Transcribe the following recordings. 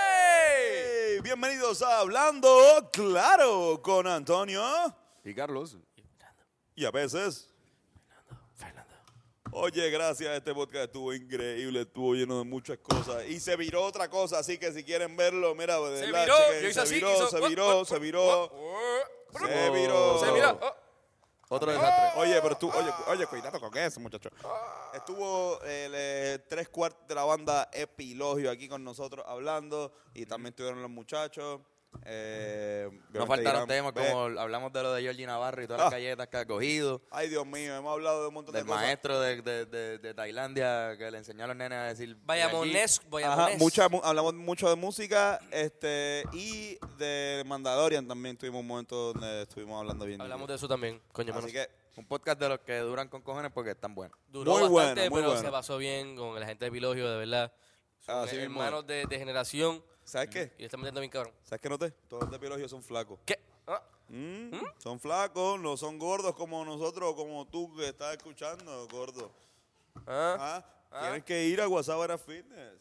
Hey, Bienvenidos a Hablando Claro con Antonio Y Carlos. y a veces. Fernando. Oye, gracias. Este podcast estuvo increíble, estuvo lleno de muchas cosas. Y se viró otra cosa, así que si quieren verlo, mira, de Se verdad, viró, chequen, yo hice se, así, viró hizo- se viró, se viró, se viró, Se mira, oh, Otro desastre. Oye, pero tú, oye, cu- oye, cuidado con eso, muchacho. Estuvo el eh, tres cuartos de la banda Epilogio aquí con nosotros hablando y también estuvieron los muchachos. Eh, no obviamente faltaron dirán, temas "Ve". como hablamos de lo de Georgie Navarro y todas las Ah. galletas que ha cogido. Ay, Dios mío, hemos hablado de un montón Del de cosas. maestro de, de- de- de Tailandia que le enseñó a los nenes a decir. Vayamonés, Ajá, Vayamonés. mucha mu- hablamos mucho de música este y de Mandalorian también tuvimos un momento donde estuvimos hablando bien. Hablamos de eso también, coño. Así menos. que Un podcast de los que duran con cojones porque están buenos. Duró muy bueno, bastante, muy pero bueno. se pasó bien con la gente de Pilogio, de verdad. Son Así mismo. hermanos de, de generación ¿sabes qué? y le están metiendo bien cabrón. ¿Sabes qué noté? Todos los de biología son flacos. ¿Qué? Ah, Mm, Son flacos, no son gordos como nosotros, como tú que estás escuchando, gordo. ah. Ah, Tienes que ir a Guasabara Fitness.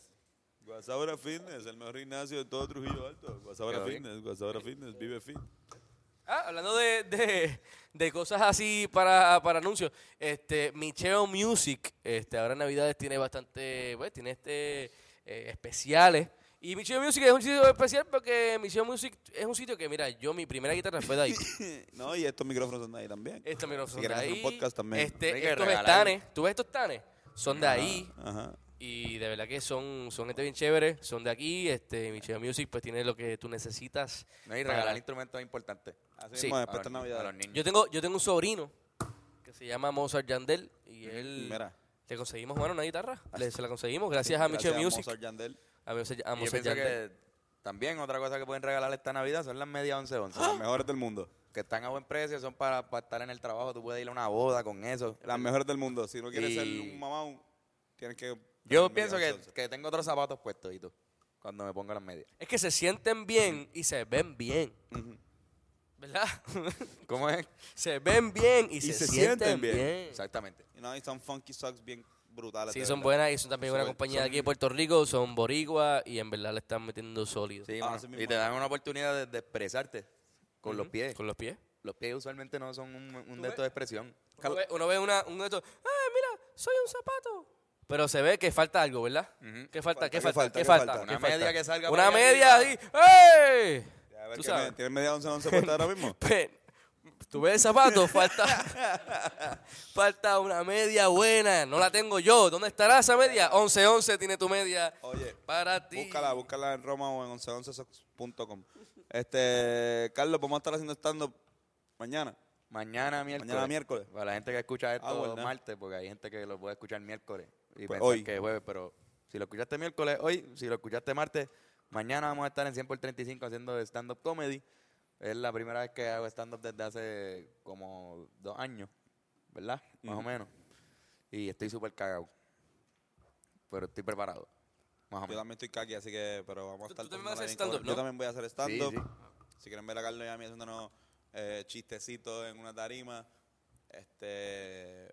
Guasabara Fitness, el mejor gimnasio de todo Trujillo Alto. Guasabara Quedó bien. Fitness, Eh, Guasabara Fitness, vive fit. Ah, hablando de, de- de cosas así para, para anuncios, este, Micheo Music, este, ahora en Navidades tiene bastante, pues, tiene este eh, especiales. Y Micheo Music es un sitio especial porque Micheo Music es un sitio que, mira, yo mi primera guitarra fue de ahí. no, y estos micrófonos son de ahí también. Estos micrófonos Si quieren de hacer un ahí, podcast también. este, Hay que estos regalarlo. estanes, tú ves estos estanes, son de ahí Ah, Ajá. y de verdad que son, son gente bien chévere, son de aquí, este, Micheo Music pues tiene lo que tú necesitas. No, y para- regalar instrumentos es importante. Así Sí. mismo, A después los- de a Navidad. los niños. Yo tengo, yo tengo un sobrino que se llama Mozart Yandel y él Mira. le conseguimos bueno una guitarra, le, se la conseguimos gracias a Gracias Michel Music, Mozart Yandel. a Mozart, a Y yo Mozart pienso Yandel. que también otra cosa que pueden regalar esta Navidad son las medias 11-11. Las mejores del mundo. Que están a buen precio, son para, para estar en el trabajo. Tú puedes ir a una boda con eso. Las mejores del mundo. Si no quieres Y- ser un mamón, tienes que. Yo tener pienso medias que, entonces. que tengo otros zapatos puestos y tú. Cuando me pongo las medias. Es que se sienten bien y se ven bien, Ujú. ¿verdad? ¿Cómo es? se ven bien y, se sienten bien. Exactamente. Y no, y son funky socks bien brutales. Sí, de son verdad. buenas y son también una Son- compañía de aquí de Puerto Rico, son boricua y en verdad le están metiendo sólido. Sí, Ah, mano. así mismo Y te es. dan una oportunidad de, de expresarte con los pies. Con los pies. Los pies usualmente no son un, un ¿Tú de ves? estos de expresión. Uno ve, uno ve una, un de estos, ah, mira, soy un zapato. Pero se ve que falta algo, ¿verdad? ¿Qué falta? ¿Qué falta? ¿Qué falta? falta? ¿Qué Una falta? media que salga Una para allá media ahí. arriba. ¡Ey! A ver, Tú ¿qué sabes. me- ¿Tienes media 11 11 puesta ahora mismo? Pen- Tú ves el zapato, falta, falta una media buena. No la tengo yo. ¿Dónde estará esa media? 11-11 tiene tu media Oye, para ti. búscala, búscala en Roma o en 1111socks.com. Este, Carlos, vamos a estar haciendo stand-up mañana. Mañana miércoles. miércoles. Para la gente que escucha esto Ah, bueno. martes, porque hay gente que lo puede escuchar miércoles. Y Pues pensar hoy. que es jueves, pero si lo escuchaste miércoles, hoy, si lo escuchaste martes, mañana vamos a estar en 100 por 35 haciendo stand-up comedy. Es la primera vez que hago stand-up desde hace como dos años, ¿verdad? Más o menos. Y estoy súper cagado. Pero estoy preparado. Más o Yo menos. también estoy caqui, así que, pero vamos a Tú- estar. tú también vas a pasándola hacer bien stand-up, cool. ¿no? Yo también voy a hacer stand-up. Sí, sí. Si quieren ver a Carlos y a mí haciéndonos eh, chistecitos en una tarima, este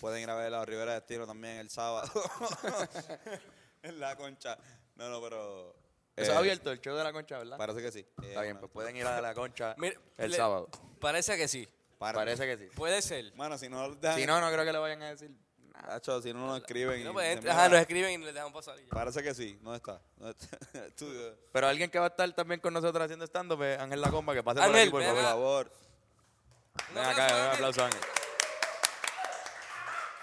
pueden ir a ver a Rivera de Estilo también el sábado. en la concha. No, no, pero. Eso eh, es abierto, el show de la concha, ¿verdad? Parece que sí. Eh, Está bien, una- pues pueden ir a la concha Mira, el le- sábado. Parece que sí. para- Parece que sí. Puede ser. Mano, si no, dejan- Si no, no creo que le vayan a decir nada. Nacho, si no nos escriben. y No, pues, dicen, entra- ajá, "Mira, nos escriben y les dejamos pasar. y ya. Parece que sí. ¿Dónde está? ¿Dónde está? Estudio. Pero alguien que va a estar también con nosotros haciendo stand-up es Ángel La Comba, que pase por Ángel, aquí, por ven Por favor. acá. favor. Ven acá, aplauso, un Ángel. aplauso, Ángel.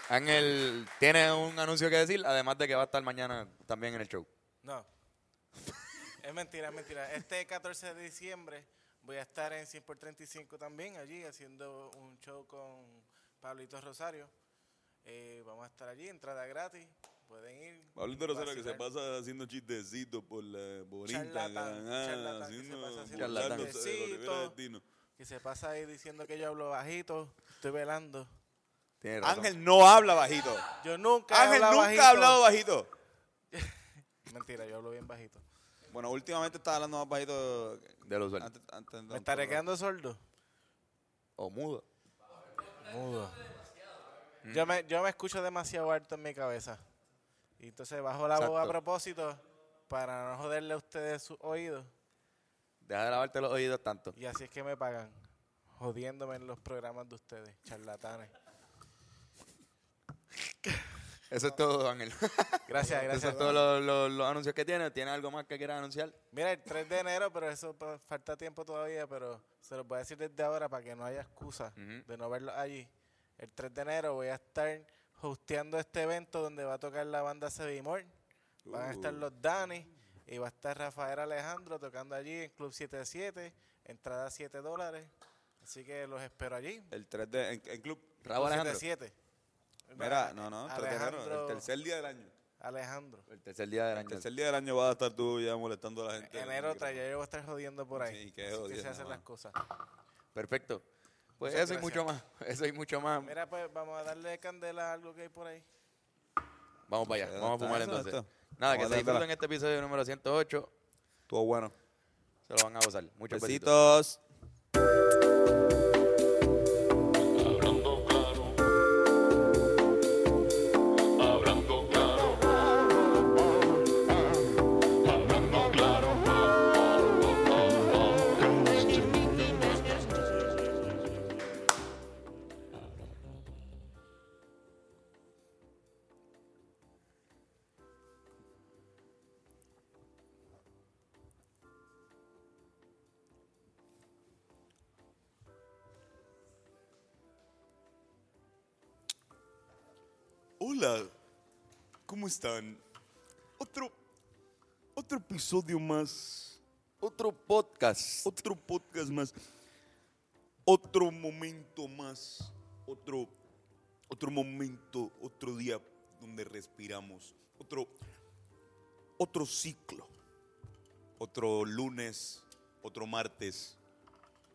Ángel tiene un anuncio que decir, además de que va a estar mañana también en el show. No. es mentira, es mentira. Este 14 de diciembre voy a estar en 100 por 35 también, allí, haciendo un show con Pablito Rosario. Eh, vamos a estar allí, entrada gratis. Pueden ir. Pablito Rosario que se vacilar. pasa haciendo chistecitos por la por Charlatán, Instagram, ah, charlatán haciendo- que se pasa haciendo burlándose de chistecitos. Rivera Destino. Que se pasa ahí diciendo que yo hablo bajito. Estoy velando. Tiene razón. Ángel no habla bajito. Yo nunca he Ángel hablado nunca bajito. ha hablado bajito. Mentira, yo hablo bien bajito. Bueno, últimamente está hablando más bajito. que- De lo usual. Antes, antes ¿Me estaré quedando sordo? O mudo. Mudo. Yo me, yo me escucho demasiado alto en mi cabeza. Y entonces bajo la voz Exacto. a propósito para no joderle a ustedes sus oídos. Deja de lavarte los oídos tanto. Y así es que me pagan, jodiéndome en los programas de ustedes, charlatanes. Eso es todo, Ángel. Esos Gracias, gracias. son todos los, los- los anuncios que tiene. ¿Tiene algo más que quieras anunciar? Mira, el 3 de enero, pero eso pa- falta tiempo todavía, pero se los voy a decir desde ahora para que no haya excusa Ujú. de no verlos allí. El 3 de enero voy a estar hosteando este evento donde va a tocar la banda Sevimor, van a Uh. estar los Dani y va a estar Rafael Alejandro tocando allí en Club 77, entrada 7 dólares. Así que los espero allí. El 3 de. En, en club. Raúl Alejandro. 77. Mira, no, no, 3 de enero, Alejandro- el tercer día del año. Alejandro. El tercer día del El año. tercer día del año vas a estar tú ya molestando a la gente. Enero trae, ya yo voy a estar jodiendo por ahí. Sí, qué así que jodienda, se hacen mano. las cosas. Perfecto. Pues Muchas eso y mucho más. Eso y mucho más. Mira, pues vamos a darle candela a algo que hay por ahí. Vamos para allá. Eso Vamos a está, fumar eso entonces. está. Nada, Vamos que a darle se disfruten este episodio número 108. Estuvo bueno. Se lo van a gozar. Muchos besitos. Besitos. Hablando claro. Hablando claro. Hablando claro. Hola, ¿cómo están? Otro, otro episodio más, Otro podcast. otro podcast más, otro momento más, otro, otro momento, otro día donde respiramos, otro, otro ciclo, otro lunes, otro martes,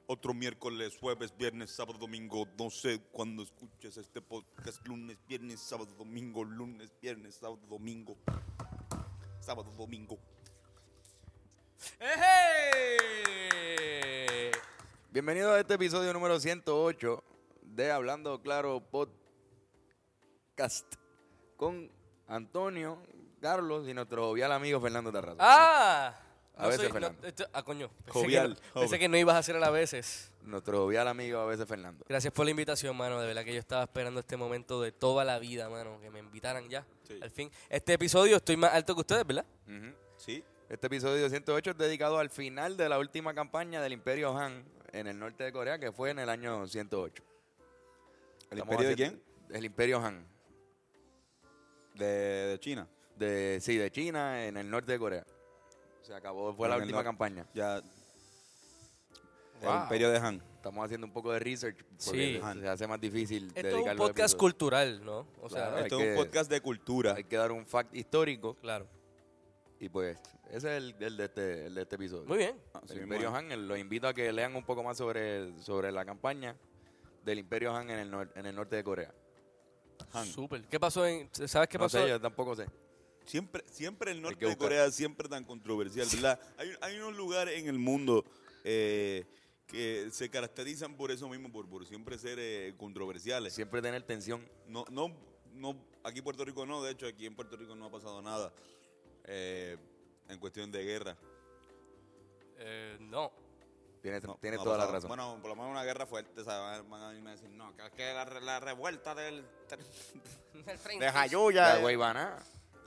otro miércoles, jueves, viernes, sábado, domingo. No sé cuándo escuches este podcast. Lunes, viernes, sábado, domingo. Lunes, viernes, sábado, domingo. Sábado, domingo. ¡Ejé! Bienvenido a este episodio número 108 de Hablando Claro Podcast con Antonio, Carlos y nuestro jovial amigo Fernando Terrazo. ¡Ah! A veces, Fernando. esto- ah, coño. Pensé, Jovial, que no, pensé joven. que no ibas a hacer a la veces. Nuestro jovial amigo a veces Fernando. Gracias por la invitación, mano. De verdad que yo estaba esperando este momento de toda la vida, mano. Que me invitaran ya. Al fin. Este episodio estoy más alto que ustedes, ¿verdad? Ujú. Sí. Este episodio 108 es dedicado al final de la última campaña del Imperio Han en el norte de Corea, que fue en el año 108. ¿El Estamos imperio de haciendo- quién? El Imperio Han. De, de China. De, sí, de China, en el norte de Corea. Se acabó, fue la En el última nor- campaña. Ya. El Wow. imperio de Han. Estamos haciendo un poco de research Sí. porque se- se hace más difícil Esto es dedicar un los podcast episodios. cultural, ¿no? O sea, Claro, hay Esto es un que- podcast de cultura. Hay que dar un fact histórico claro. y pues ese es el, el de, este, el de este episodio. Muy bien. Así El mismo Imperio es. Han, el- los invito a que lean un poco más sobre, sobre la campaña del Imperio Han en el, nor- en el norte de Corea. Han. Súper. ¿Qué pasó en. ¿Sabes qué no pasó? sé, yo tampoco sé. Siempre, siempre el norte que de buscar. Corea siempre tan controversial, ¿verdad? Hay, hay unos lugares en el mundo eh, que se caracterizan por eso mismo, por, por siempre ser eh, controversiales. Siempre tener tensión. No, no, no, aquí en Puerto Rico no, de hecho aquí en Puerto Rico no ha pasado nada eh, en cuestión de guerra. Eh, no. Tienes, No, tienes no ha toda la pasado. razón. Bueno, por lo menos una guerra fuerte, ¿sabes? Van a venirme a decir, no, que es que la, re- la revuelta del, de Jayuya, eh. La Guaybaná.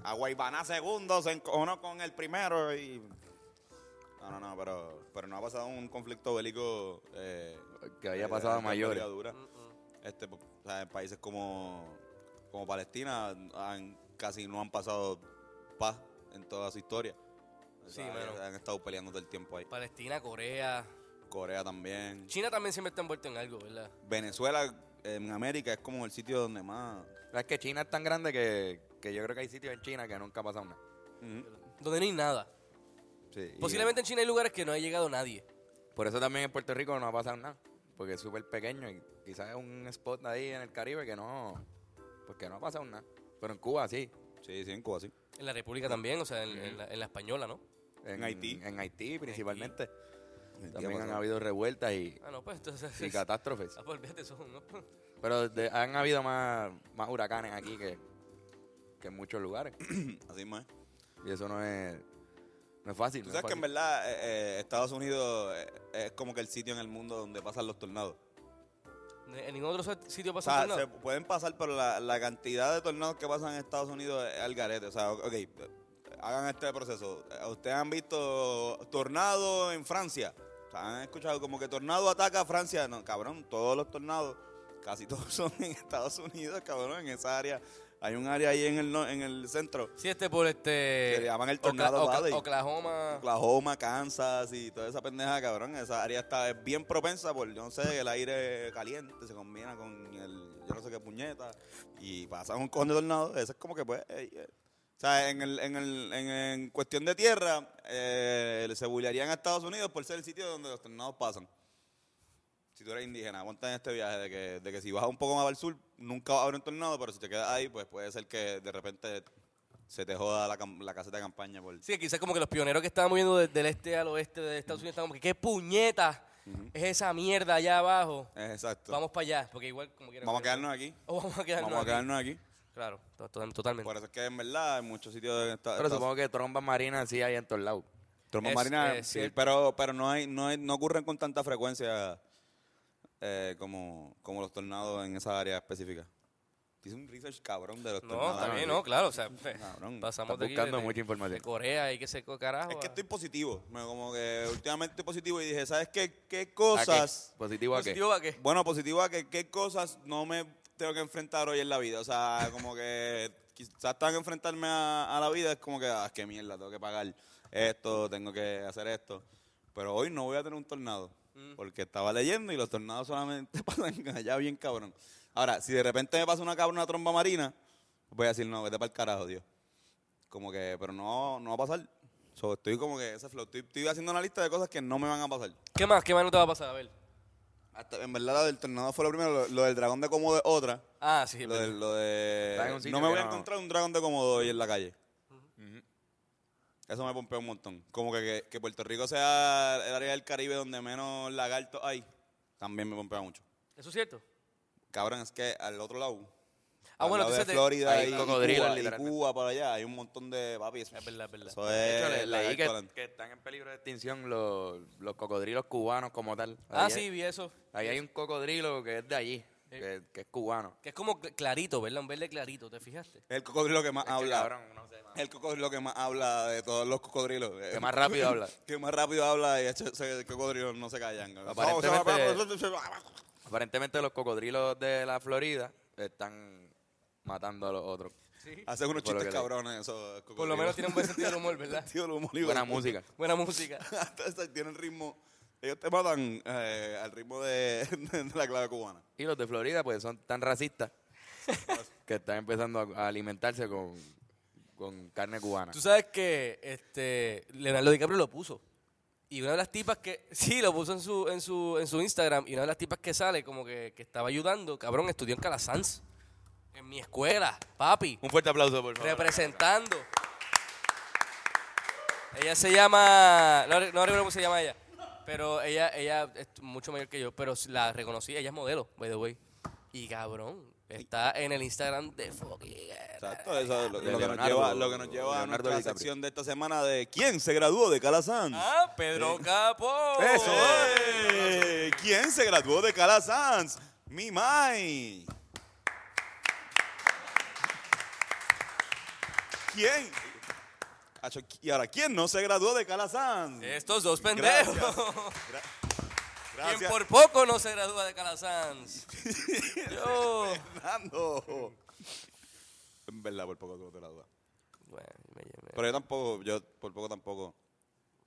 a Guaybaná segundo se encojonó con el primero y... No, no, no, pero, pero no ha pasado un conflicto bélico... eh, Que haya eh, pasado a de alta mayores. envergadura. Este, po- o sea, en países como, como Palestina han- casi no han pasado paz en toda su historia. O Sí, sea, mano. Han estado peleando todo el tiempo ahí. Palestina, Corea. Corea también. China también siempre está envuelta en algo, ¿verdad? Venezuela en América es como el sitio donde más. Es que China es tan grande que, que yo creo que hay sitios en China que nunca ha pasado nada. Donde no hay nada. Sí, y- Posiblemente en China hay lugares que no ha llegado nadie. Por eso también en Puerto Rico no ha pasado nada. Porque es súper pequeño y quizás es un spot ahí en el Caribe que no. Porque no ha pasado nada. Pero en Cuba sí. Sí, sí, en Cuba, sí. En la República también, o sea, en, en la, en la española, ¿no? En Haití. En Haití principalmente. ha También han pasado. habido revueltas y, Ah, no, pues entonces. y catástrofes. Ah, pues, olvídate, son unos- Pero de- han habido más, más huracanes aquí que, que en muchos lugares. Así más. Y eso no es. No es fácil. Tú no es sabes que en fácil. verdad eh, eh, Estados Unidos eh, es como que el sitio en el mundo donde pasan los tornados. En ningún otro sat- sitio O pasa sea, tornado. se pueden pasar, pero la, la cantidad de tornados que pasan en Estados Unidos es al garete. O sea, ok, eh, hagan este proceso. Eh, ¿Ustedes han visto tornado en Francia? O sea, ¿Han escuchado como que tornado ataca a Francia? No, cabrón, todos los tornados, casi todos son en Estados Unidos, cabrón, en esa área. Hay un área ahí en el, no- en el centro, Sí, este por este. Que le llaman el tornado Ocla- Ocla- Valley. Oklahoma. Oklahoma, Kansas y toda esa pendeja, cabrón. Esa área está es bien propensa por, yo no sé, el aire caliente se combina con el, yo no sé qué puñeta. Y pasa un cojón de tornado. Eso es como que, pues. eh, eh. O sea, en, el, en, el, en, en cuestión de tierra, eh, se bullearían a Estados Unidos por ser el sitio donde los tornados pasan. Si tú eres indígena, aguanta en este viaje de que, de que si bajas un poco más al sur, nunca va a haber un tornado, pero si te quedas ahí, pues puede ser que de repente se te joda la, cam- la caseta de campaña por Sí, quizás como que los pioneros que estaban moviendo desde el este al oeste de Estados Unidos estaban como que, ¿qué puñeta es esa mierda allá abajo? Exacto. Vamos Vamos, para allá, porque igual como quieran. a quedarnos aquí. O vamos a quedarnos. Vamos a aquí. quedarnos aquí. Claro, to- to- totalmente. Por eso es que en verdad en muchos sitios de esta, Pero estas- supongo que trombas marinas sí hay en todos lados. trombas es- marinas, es sí, cierto. pero, pero no hay, no hay, no ocurren con tanta frecuencia eh, como, como los tornados en esa área específica. Hice un research cabrón de los no, tornados. está bien, no, claro. O sea, fe- Cabrón, pasamos estás de aquí buscando de- mucha información. de Corea y que se carajo. Es que a- estoy positivo. Me- Como que últimamente estoy positivo y dije, ¿sabes qué, qué cosas? ¿A qué? Ah, ¿Positivo a qué? ¿Positivo a qué? Bueno, positivo a que qué cosas no me tengo que enfrentar hoy en la vida. O sea, como que quizás tengo que enfrentarme a, a la vida, es como que, ah, qué mierda, tengo que pagar esto, tengo que hacer esto. Pero hoy no voy a tener un tornado, porque estaba leyendo y los tornados solamente pasan allá bien cabrón. Ahora, si de repente me pasa una cabrón, una tromba marina, voy a decir, no, vete para el carajo, Dios. Como que, pero no, no va a pasar. So, estoy como que ese flow. Estoy, estoy haciendo una lista de cosas que no me van a pasar. ¿Qué más? ¿Qué más no te va a pasar? A ver. Hasta- en verdad, lo del tornado fue lo primero. Lo, lo del dragón de Komodo es otra. Ah, sí. Lo de, verdad. lo de- Está en un sitio no me que voy a no- encontrar un dragón de Komodo hoy en la calle. Eso me pompea un montón. Como que, que, que Puerto Rico sea el área del Caribe donde menos lagartos hay, también me pompea mucho. Eso es cierto. Cabrón, es que al otro lado, Ah, al bueno, tú lado de sabes de- Florida hay y, cocodrilos, Cuba, y literalmente. Cuba para allá, hay un montón de papi. Eso, Es verdad, es verdad. eso De es hecho, le- leí lagarto que, adelante. que están en peligro de extinción los, los cocodrilos cubanos como tal. Ah, Ahí sí, hay- vi eso. Ahí hay un cocodrilo que es de allí, que, que es cubano. Que es como cl- clarito, ¿verdad? Un verde clarito, ¿te fijaste? Es el cocodrilo que más Es que, Ah, habla. Este cabrón, uno se- Es el cocodrilo que más habla de todos los cocodrilos. Que más rápido habla. que más rápido habla y ese cocodrilo no se callan. Aparentemente- Aparentemente los cocodrilos de la Florida están matando a los otros. Hacen unos Por chistes lo que leí. cabrones esos cocodrilos. Por lo menos tiene un buen sentido del humor, ¿verdad? Tío, el humor y- Buena música. Buena música. Entonces, Tienen ritmo. Ellos te matan eh, al ritmo de, de la clave cubana. Y los de Florida, pues, son tan racistas que están empezando a- a alimentarse con, con carne cubana. Tú sabes que este Leonardo DiCaprio lo puso. Y una de las tipas que. Sí, lo puso en su, en su, en su Instagram. Y una de las tipas que sale, como que, que estaba ayudando, cabrón, estudió en Calasanz. En mi escuela, papi. Un fuerte aplauso, por Representando. Ella se llama. No, re- no recuerdo cómo se llama ella. Pero ella, ella es mucho mayor que yo, pero la reconocí. Ella es modelo, by the way. Y cabrón, está en el Instagram de fucking. Exacto, eso es lo, De lo que, nos Leonardo- lleva, lo que nos lleva a Leonardo nuestra DiCaprio. sección de esta semana de ¿Quién se graduó de Calasanz? Ah, Pedro Capo. ¡Eso! es. ¡Eh! ¿Quién se graduó de Calasanz? Mi Mai. ¿Quién? Acho, Y ahora, ¿quién no se graduó de Calasanz? Estos dos Gracias. pendejos. Gra- Quien Gracias, por poco no se gradúa de Calasanz. Yo. Fernando. En verdad, por poco tuve la duda. Bueno, me llené. Pero yo tampoco, yo por poco tampoco.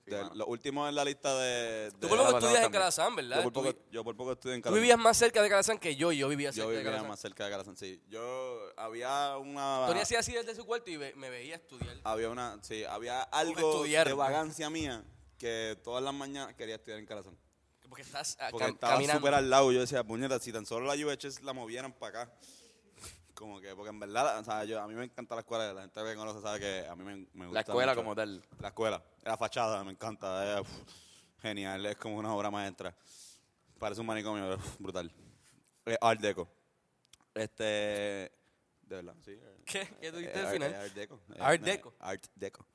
De- Los últimos en la lista de... de- Tú por poco la pasamos estudias en también. Calasanz, ¿verdad? yo, por Tú poco, vi- yo por poco estudié en Tú Calasanz. vivías más cerca de Calasanz que yo, y yo vivía Yo cerca de vivía Calasanz. más cerca de Calasanz, sí. Yo había una... Tony hacía así desde su cuarto y ve- me veía estudiar. Había una... Sí, había algo estudiar. de vagancia mía que todas las mañanas quería estudiar en Calasanz. Porque estás ah, Porque cam- estaba caminando. súper al lado. Yo decía, puñeta, si tan solo la UH la movieran para acá. Como que, porque en verdad, o sea, yo, a mí me encanta la escuela. La gente que conoce sabe que a mí me, me gusta. La escuela mucho. como tal. La escuela. La fachada, me encanta. es, uf, genial, es como una obra maestra. Parece un manicomio, pero, uf, brutal. Eh, Art Deco. Este. De verdad, sí. eh, ¿Qué? ¿Qué tú eh, dijiste al Art- final? Art Deco. eh, Art no, Deco. Art Deco.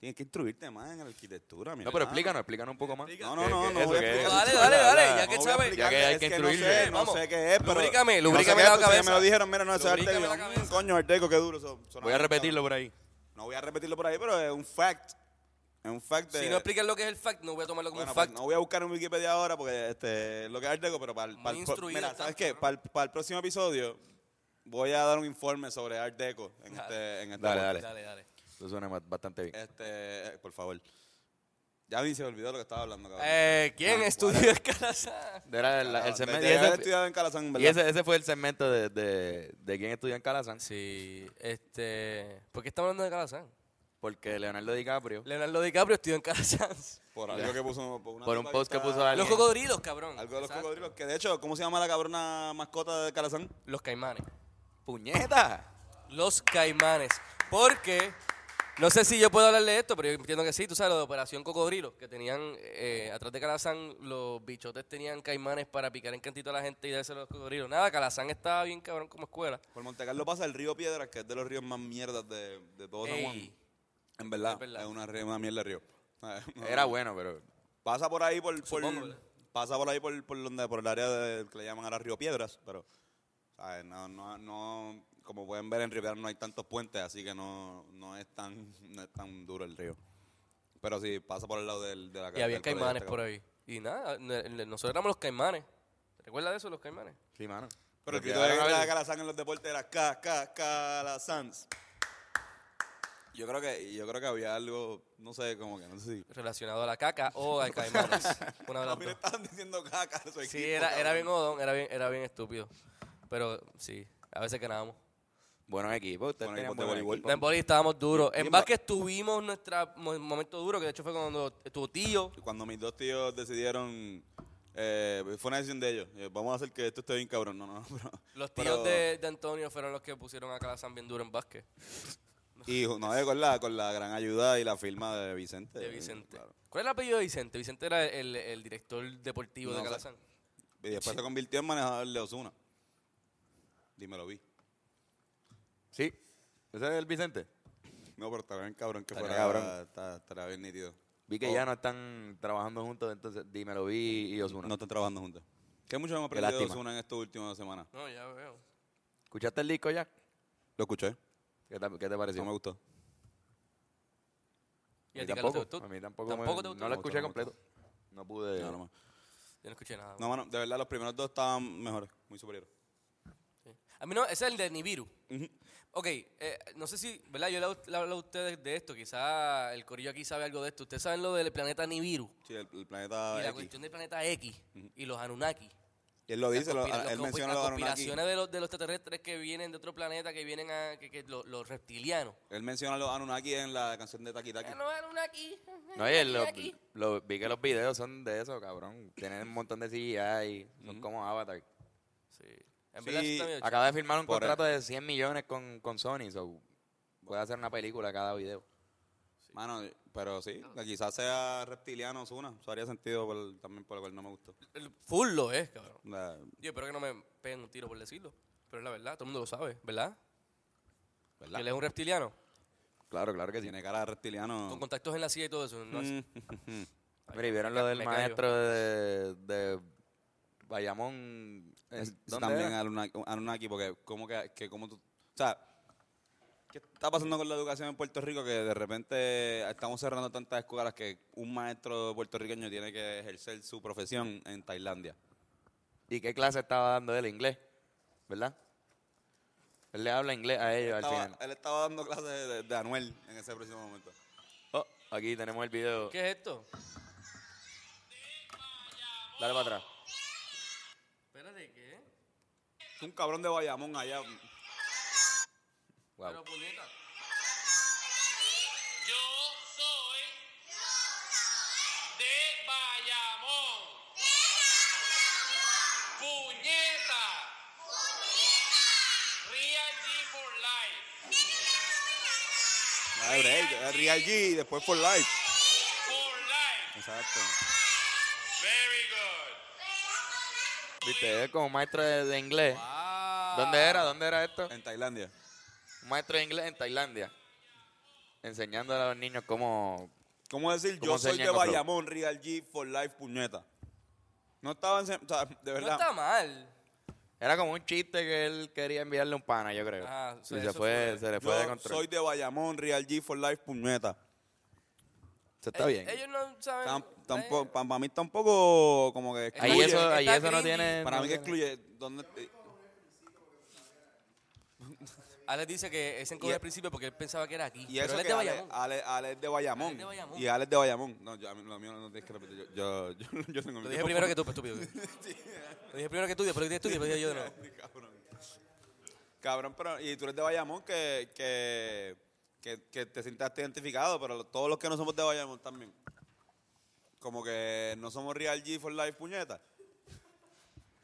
Tienes que instruirte más en arquitectura, mi No, pero hermano. explícanos, explícanos un poco más. No, no, no, ¿Qué- no. qué- voy a eso qué es? explicar. Dale, dale, dale, ya que voy a sabes. explicar, Ya que hay es que no instruirse, sé, no vamos. sé qué es, pero... Lubrícame, no sé lubrícame qué es, la pero si ya cabeza. Me lo dijeron, mira, no, ese arte... Lubrícame yo, la mm, cabeza. Coño, Arteco, qué duro. son- sonaba Voy a bien, repetirlo cabrón. por ahí. No voy a repetirlo por ahí, pero es un fact. Es un fact de... Si no explicas lo que es el fact, no voy a tomarlo como eh, Bueno, un pues fact. no voy a buscar en Wikipedia ahora porque este, lo que es Art Deco, pero para el, Muy para el- instruido mira, está, ¿sabes qué? cabrón. Para el, para el próximo episodio voy a dar un informe sobre Art Deco en Dale. este, en este Dale, podcast. dale. Dale, dale. Eso suena ba- bastante bien. Este, eh, por favor. Ya a mí se me olvidó lo que estaba hablando, cabrón. Eh, ¿Quién Ah, estudió guarda. en Calazán? Era el, el Ah, segmento- desde y haber ese- estudiado en Calazán, en y ¿verdad? ese, ese fue el segmento de, de, de quién estudió en Calazán. Sí, este... ¿Por qué estamos hablando de Calazán? Porque Leonardo DiCaprio. Leonardo DiCaprio estudió en Calazán. por algo que puso por, una Por un tipa post que está- puso alguien. Los cocodrilos, cabrón. Algo de los Exacto. cocodrilos. Que de hecho, ¿cómo se llama la cabrona mascota de Calazán? Los caimanes. ¡Puñeta! Los caimanes. Porque, no sé si yo puedo hablarle de esto, pero yo entiendo que sí. Tú sabes, lo de Operación Cocodrilo, que tenían, eh, atrás de Calazán, los bichotes tenían caimanes para picar en cantito a la gente y darse a los cocodrilos. Nada, Calazán estaba bien cabrón como escuela. Por Monte Carlo pasa el río Piedras, que es de los ríos más mierdas de, de todo San Juan. Ey. En verdad, Es es, verdad. una, re- una mierda de río. Ah, Era bueno, pero. Pasa por ahí por, por- Supongo, ¿verdad? pasa por ahí por, por donde por el área de, que le llaman ahora Río Piedras, pero ¿sabes? no no no como pueden ver en Río Piedras no hay tantos puentes, así que no, no es tan no es tan duro el río. Pero sí pasa por el lado del, de la Y había caimanes este por ahí. Y nada, ne- ne- nosotros éramos los caimanes. ¿Te recuerdas de eso, los caimanes? Sí, mano. Pero el Porque grito de ahora- guerra de Calazán en los deportes era K K Calazans. Yo creo que yo creo que había algo, no sé, como que no sé si Relacionado a la caca o al caimanes. Una de a las mí le dos. estaban diciendo caca a su Sí, equipo, era, era cabrón. bien odón, era bien, era bien estúpido. Pero sí, a veces ganábamos. Buenos equipos. Ustedes Buenos tenían equipos de buenos voleibol. equipos. En boli estábamos duros. En Bien, básquet tuvimos nuestro momento duro, que de hecho fue cuando tu tío. cuando mis dos tíos decidieron, eh, fue una decisión de ellos, eh, vamos a hacer que esto esté bien cabrón, no, no, pero, Los pero- tíos de, de Antonio fueron los que pusieron a Calazán bien duro en básquet. Y no, eh, con, la, con la gran ayuda y la firma de Vicente. De Vicente. Claro. ¿Cuál es el apellido de Vicente? Vicente era el, el director deportivo No de sé. Calazán. Y después se convirtió en manejador de Osuna. Dímelo, vi. Sí. Ese es el Vicente. No, pero estaría bien cabrón que Estaría fuera cabrón. está- Estaría bien nítido. Vi que Oh. ya no están trabajando juntos, entonces dímelo, vi y Osuna. No están trabajando juntos. ¿Qué mucho hemos Qué aprendido de lástima. Osuna en estas últimas dos semanas? No, ya veo. ¿Escuchaste el disco ya? Lo escuché, ¿Qué te, qué te pareció? no me gustó. ¿Y A a mí ti, Carlos, te tampoco. gustó? A mí tampoco. me- ¿Tampoco te gustó? no lo No, escuché no me gustó. completo. No pude. No, no, más. Yo no escuché nada. no, mano, de verdad los primeros dos estaban mejores, muy superiores. Sí. A mí no, ese es el de Nibiru. Ok, eh, no sé si, ¿verdad? Yo le he hablado a ustedes de esto, quizá el corillo aquí sabe algo de esto. Ustedes saben lo del planeta Nibiru Sí, el, el y Ah, planeta la X. cuestión del planeta X y los Anunnaki. Y él lo dice, lo- Las conspira- él los- menciona las los Anunnaki. conspiraciones de los, de los extraterrestres que vienen de otro planeta, que vienen a, que, que los, los reptilianos. Él menciona a los Anunnaki en la canción de Taki Taki. Ah, no, Anunnaki. No, oye, lo- Anunnaki. lo- vi que los videos son de eso, cabrón. Tienen un montón de CGI y son como Avatar. Sí. En verdad, Sí, eso está medio Acaba de firmar un Por contrato e- de 100 millones con, con Sony, so puede hacer una película cada video. Mano, pero sí, que quizás sea reptiliano Osuna. Eso haría sentido por- también por lo cual no me gustó. ch- el- Full lo es, cabrón. La- Yo espero que no me peguen un tiro por decirlo. Pero es la verdad, todo el mundo lo sabe, ¿verdad? ¿Verdad? Que él es un reptiliano. Claro, claro que sí. Tiene cara de Con reptiliano. Mm. contactos en la CIA y todo eso. No Mm. es- Mira, y vieron lo del me cayó. maestro de, de Bayamón. eh, Es- ¿dónde también era? Anunnaki, Anunnaki, porque como que, que como tú... O sea, ¿qué está pasando con la educación en Puerto Rico? Que de repente estamos cerrando tantas escuelas que un maestro puertorriqueño tiene que ejercer su profesión en Tailandia. ¿Y qué clase estaba dando él? Inglés, ¿verdad? Él le habla inglés a ellos al Estaba- final. él estaba dando clases de, de Anuel en ese próximo momento. Oh, aquí tenemos el video. ¿Qué es esto? Dale para atrás. Espérate, ¿qué? Es un cabrón de Bayamón allá. Wow. puñeta. Yo soy de Bayamón. Puñeta. Real G for life. Ay, break, eh, Real G, después For Life. For life. Exacto. Very good. Viste, él como maestro de, de inglés. ¿Dónde era? ¿Dónde era esto? En Tailandia. Un maestro de inglés en Tailandia. enseñando a los niños cómo... ¿Cómo decir? ¿Cómo yo soy enseñan de con flow? Bayamón, Real G for Life, puñeta. No estaba, ense- o sea, de No verdad. está mal. Era como un chiste que él quería enviarle a un pana, yo creo. Ah, o sea, y se, eso fue, fue- se le fue de yo control. soy de Bayamón, Real G for Life, puñeta. Eso está Ell- bien. Ellos no saben. Tampoco, para mí tampoco como que Ahí ahí excluye. eso, está ahí eso no cringy. tiene... Para no mí que tiene- excluye. ¿dónde, eh, Alex dice que ese encoge al principio porque él pensaba que era aquí. e- y pero eso él es de que Ale- Ah, Bayamón. Ale- Ale es de Bayamón. Ale es de Bayamón. Y Ale es de Bayamón. No, yo, a mí- lo mío no tienes que repetir. Yo, yo, yo, yo tengo Lo dije primero que tú, pues, estúpido. Lo dije primero que tú, después lo dije tú y después dije yo de nuevo. Cabrón. Cabrón, pero y tú eres de Bayamón que, que, que, que te sientas identificado, pero todos los que no somos de Bayamón también. Como que no somos Real G for Life, puñeta.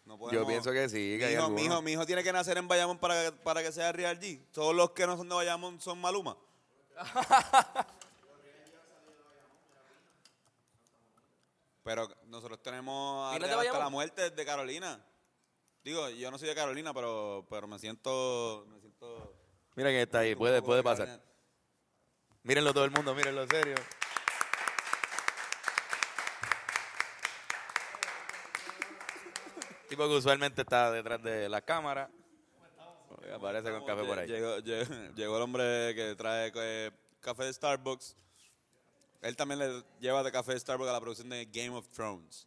No podemos- Yo pienso que sí, que mi hay hijo, algunos. mi hijo- mi hijo tiene que nacer en Bayamón para, que- para que sea Real G. Todos los que no son de Bayamón son Maluma. Pero nosotros tenemos ¿Y no es de Arreal hasta Bayamón? la muerte de Carolina. Digo, yo no soy de Carolina, pero, pero me siento. Me siento Mira que está ahí, un puede, poco puede de pasar. Carolina. Mírenlo todo el mundo, mírenlo serio. Tipo que usualmente está detrás de la cámara. Aparece con café por ahí. Oh, Llegó, llegó- llegó el hombre que trae eh, café de Starbucks. Él también le lleva de café de Starbucks a la producción de Game of Thrones.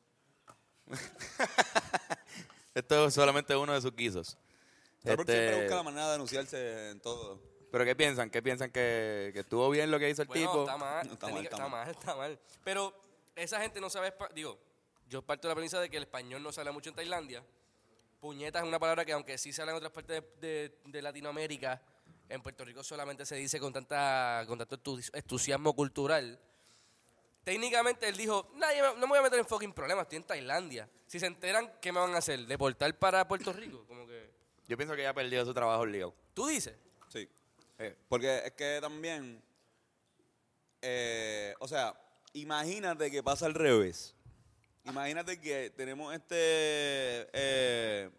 Esto es solamente uno de sus guisos. Starbucks siempre Este, busca la manera de anunciarse en todo. Pero ¿qué piensan? ¿Qué piensan que, que estuvo bien lo que hizo el Bueno, tipo? está mal, No, está, mal, está, mal. Pero esa gente no sabe, espa- digo, yo parto de la premisa de que el español no se habla mucho en Tailandia. Puñeta es una palabra que aunque sí se habla en otras partes de, de- de Latinoamérica, en Puerto Rico solamente se dice con, tanta, con tanto entu- entusiasmo cultural. Técnicamente él dijo, nadie me- no me voy a meter en fucking problemas, estoy en Tailandia. Si se enteran, ¿qué me van a hacer? ¿Deportar para Puerto Rico? Como que... Yo pienso que ya perdió su trabajo el lío. ¿Tú dices? Sí. Eh. Porque es que también, eh, o sea, imagínate que pasa al revés. Imagínate que tenemos este eh,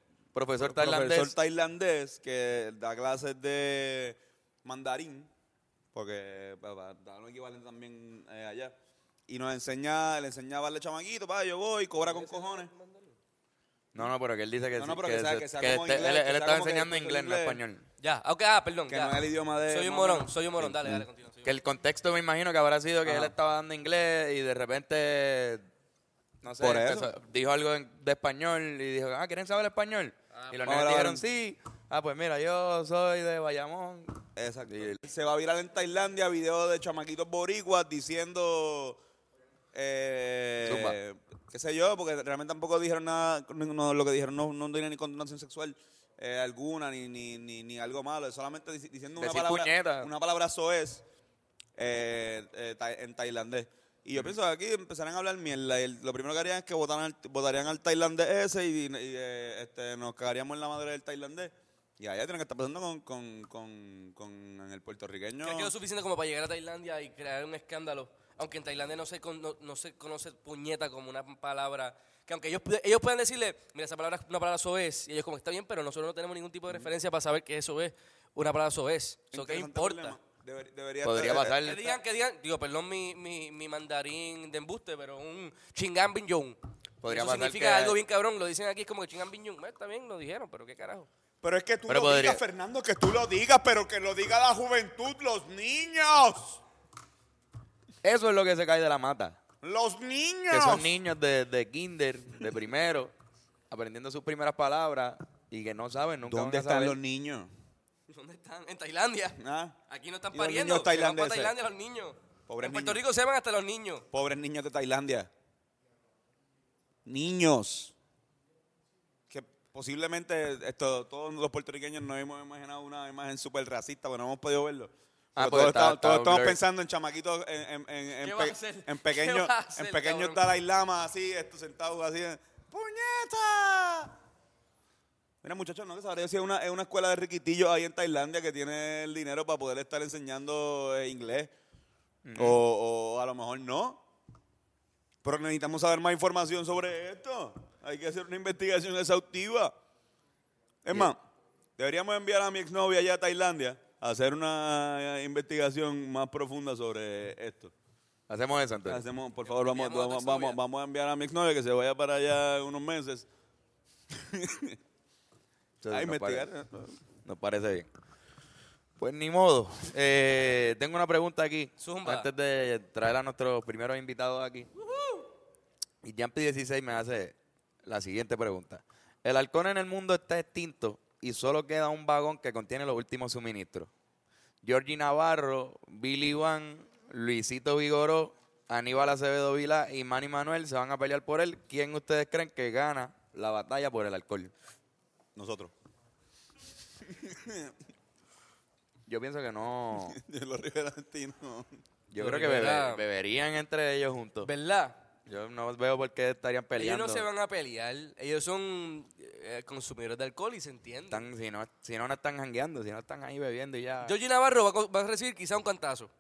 profesor Profesor tailandés. tailandés que da clases de mandarín, porque pa- pa- da un equivalente también eh, allá, y nos enseña, le enseñaba a darle chamaquito, pa, yo voy, cobra con cojones. No, no, pero que él dice que No, no, sí, pero que sea- se- que sea que como este- inglés, él- que Él sea estaba como que enseñando curso inglés, no inglés. español. Ya, ok, ah, perdón. Que ya. no es el idioma de- Soy un no, morón, no. soy un morón, dale, dale, continúa. soy un Que el contexto me imagino que habrá sido que él estaba dando inglés y de repente, no sé, Por empezó- eso. dijo algo en- de español y dijo, ah, ¿quieren saber español? Ah, y los vamos a niños grabar dijeron, un- sí. Ah, pues mira, yo soy de Bayamón. Exacto. Se va a virar en Tailandia video de chamaquitos boricuas diciendo. Eh, qué sé yo, porque realmente tampoco dijeron nada. no- no, lo que dijeron no, no tenía ni connotación sexual eh, alguna, ni, ni, ni, ni algo malo. es Solamente dici- diciendo una Decir palabra. puñeta. Una palabra soez eh, eh, ta- en tailandés. Y yo pienso que aquí empezarán a hablar mierda. Y el- lo primero que harían es que votaran al- votarían al tailandés ese y, y, eh, este, nos cagaríamos en la madre del tailandés. Y allá tienen que estar pasando con, con, con, con el puertorriqueño. Que ha quedado suficiente como para llegar a Tailandia y crear un escándalo. Aunque en Tailandia no se, con- no, no se conoce puñeta como una palabra. Que aunque ellos, pu- ellos puedan decirle, mira, esa palabra es una palabra soez. Y ellos, como está bien, pero nosotros no tenemos ningún tipo de referencia para saber que eso es una palabra soez. Eso qué Interesante importa. problema. Deber- debería Podría estar- eh, pasar. Que digan, que digan, digo, perdón mi, mi, mi mandarín de embuste, pero un chingan bin yong. Podría Eso pasar significa que- algo bien cabrón. Lo dicen aquí, es como que chingan bin yong. Eh, está bien, lo dijeron, pero qué carajo. Pero es que tú Pero lo podría- digas, Fernando, que tú lo digas, pero que lo diga la juventud, los niños. Eso es lo que se cae de la mata. Los Que niños. son niños de, de kinder, de primero, aprendiendo sus primeras palabras y que no saben, nunca van ¿Dónde a están saber. los niños? ¿Dónde están? En Tailandia. Ah, Aquí no están Y los pariendo. se niños van para tailandeses. Tailandia los niños. Pobres en Puerto niños. Rico se van hasta los niños. Pobres niños de Tailandia. Niños. Que posiblemente esto, todos los puertorriqueños nos hemos imaginado una imagen súper racista, pero no hemos podido verlo. Ah, Pero pues todos está- estamos, está todos estamos blurred. pensando en chamaquitos, en, en, en, en ¿Qué pe- va a hacer? en ¿Qué pequeños, va a hacer, en pequeños cabrón? Dalai Lama, así, esto, sentados así. ¡Puñeta! Mira, muchachos, no que sabría si es una, es una escuela de riquitillos ahí en Tailandia que tiene el dinero para poder estar enseñando eh, inglés. O, o a lo mejor no. Pero necesitamos saber más información sobre esto. Hay que hacer una investigación exhaustiva. Es más, deberíamos enviar a mi exnovia allá a Tailandia hacer una eh, investigación más profunda sobre esto. Hacemos eso entonces. Hacemos, por favor, vamos, enviamos a tu vamos, vamos, exnovia. vamos a enviar a mi exnovia que se vaya para allá unos meses Entonces, a nos pare- investigar. nos parece bien. Pues ni modo. Eh, tengo una pregunta aquí. Zumba. Antes de traer a nuestros primeros invitados aquí. Y Jampi16 me hace la siguiente pregunta. El halcón en el mundo está extinto y solo queda un vagón que contiene los últimos suministros. Georgie Navarro, Billy Van, Luisito Vigoró, Aníbal Acevedo Vila y Manny Manuel se van a pelear por él. ¿Quién ustedes creen que gana la batalla por el alcohol? Nosotros. Yo pienso que no. Los Rivera Destino. Yo Los creo que Rivera- bebe- beberían entre ellos juntos. ¿Verdad? Yo no veo por qué estarían peleando. Ellos no se van a pelear. Ellos son eh, consumidores de alcohol y se entienden. Están- si, no, si no, no están jangueando, si no están ahí bebiendo y ya. Georgie Navarro va, a co- va a recibir quizá un cantazo.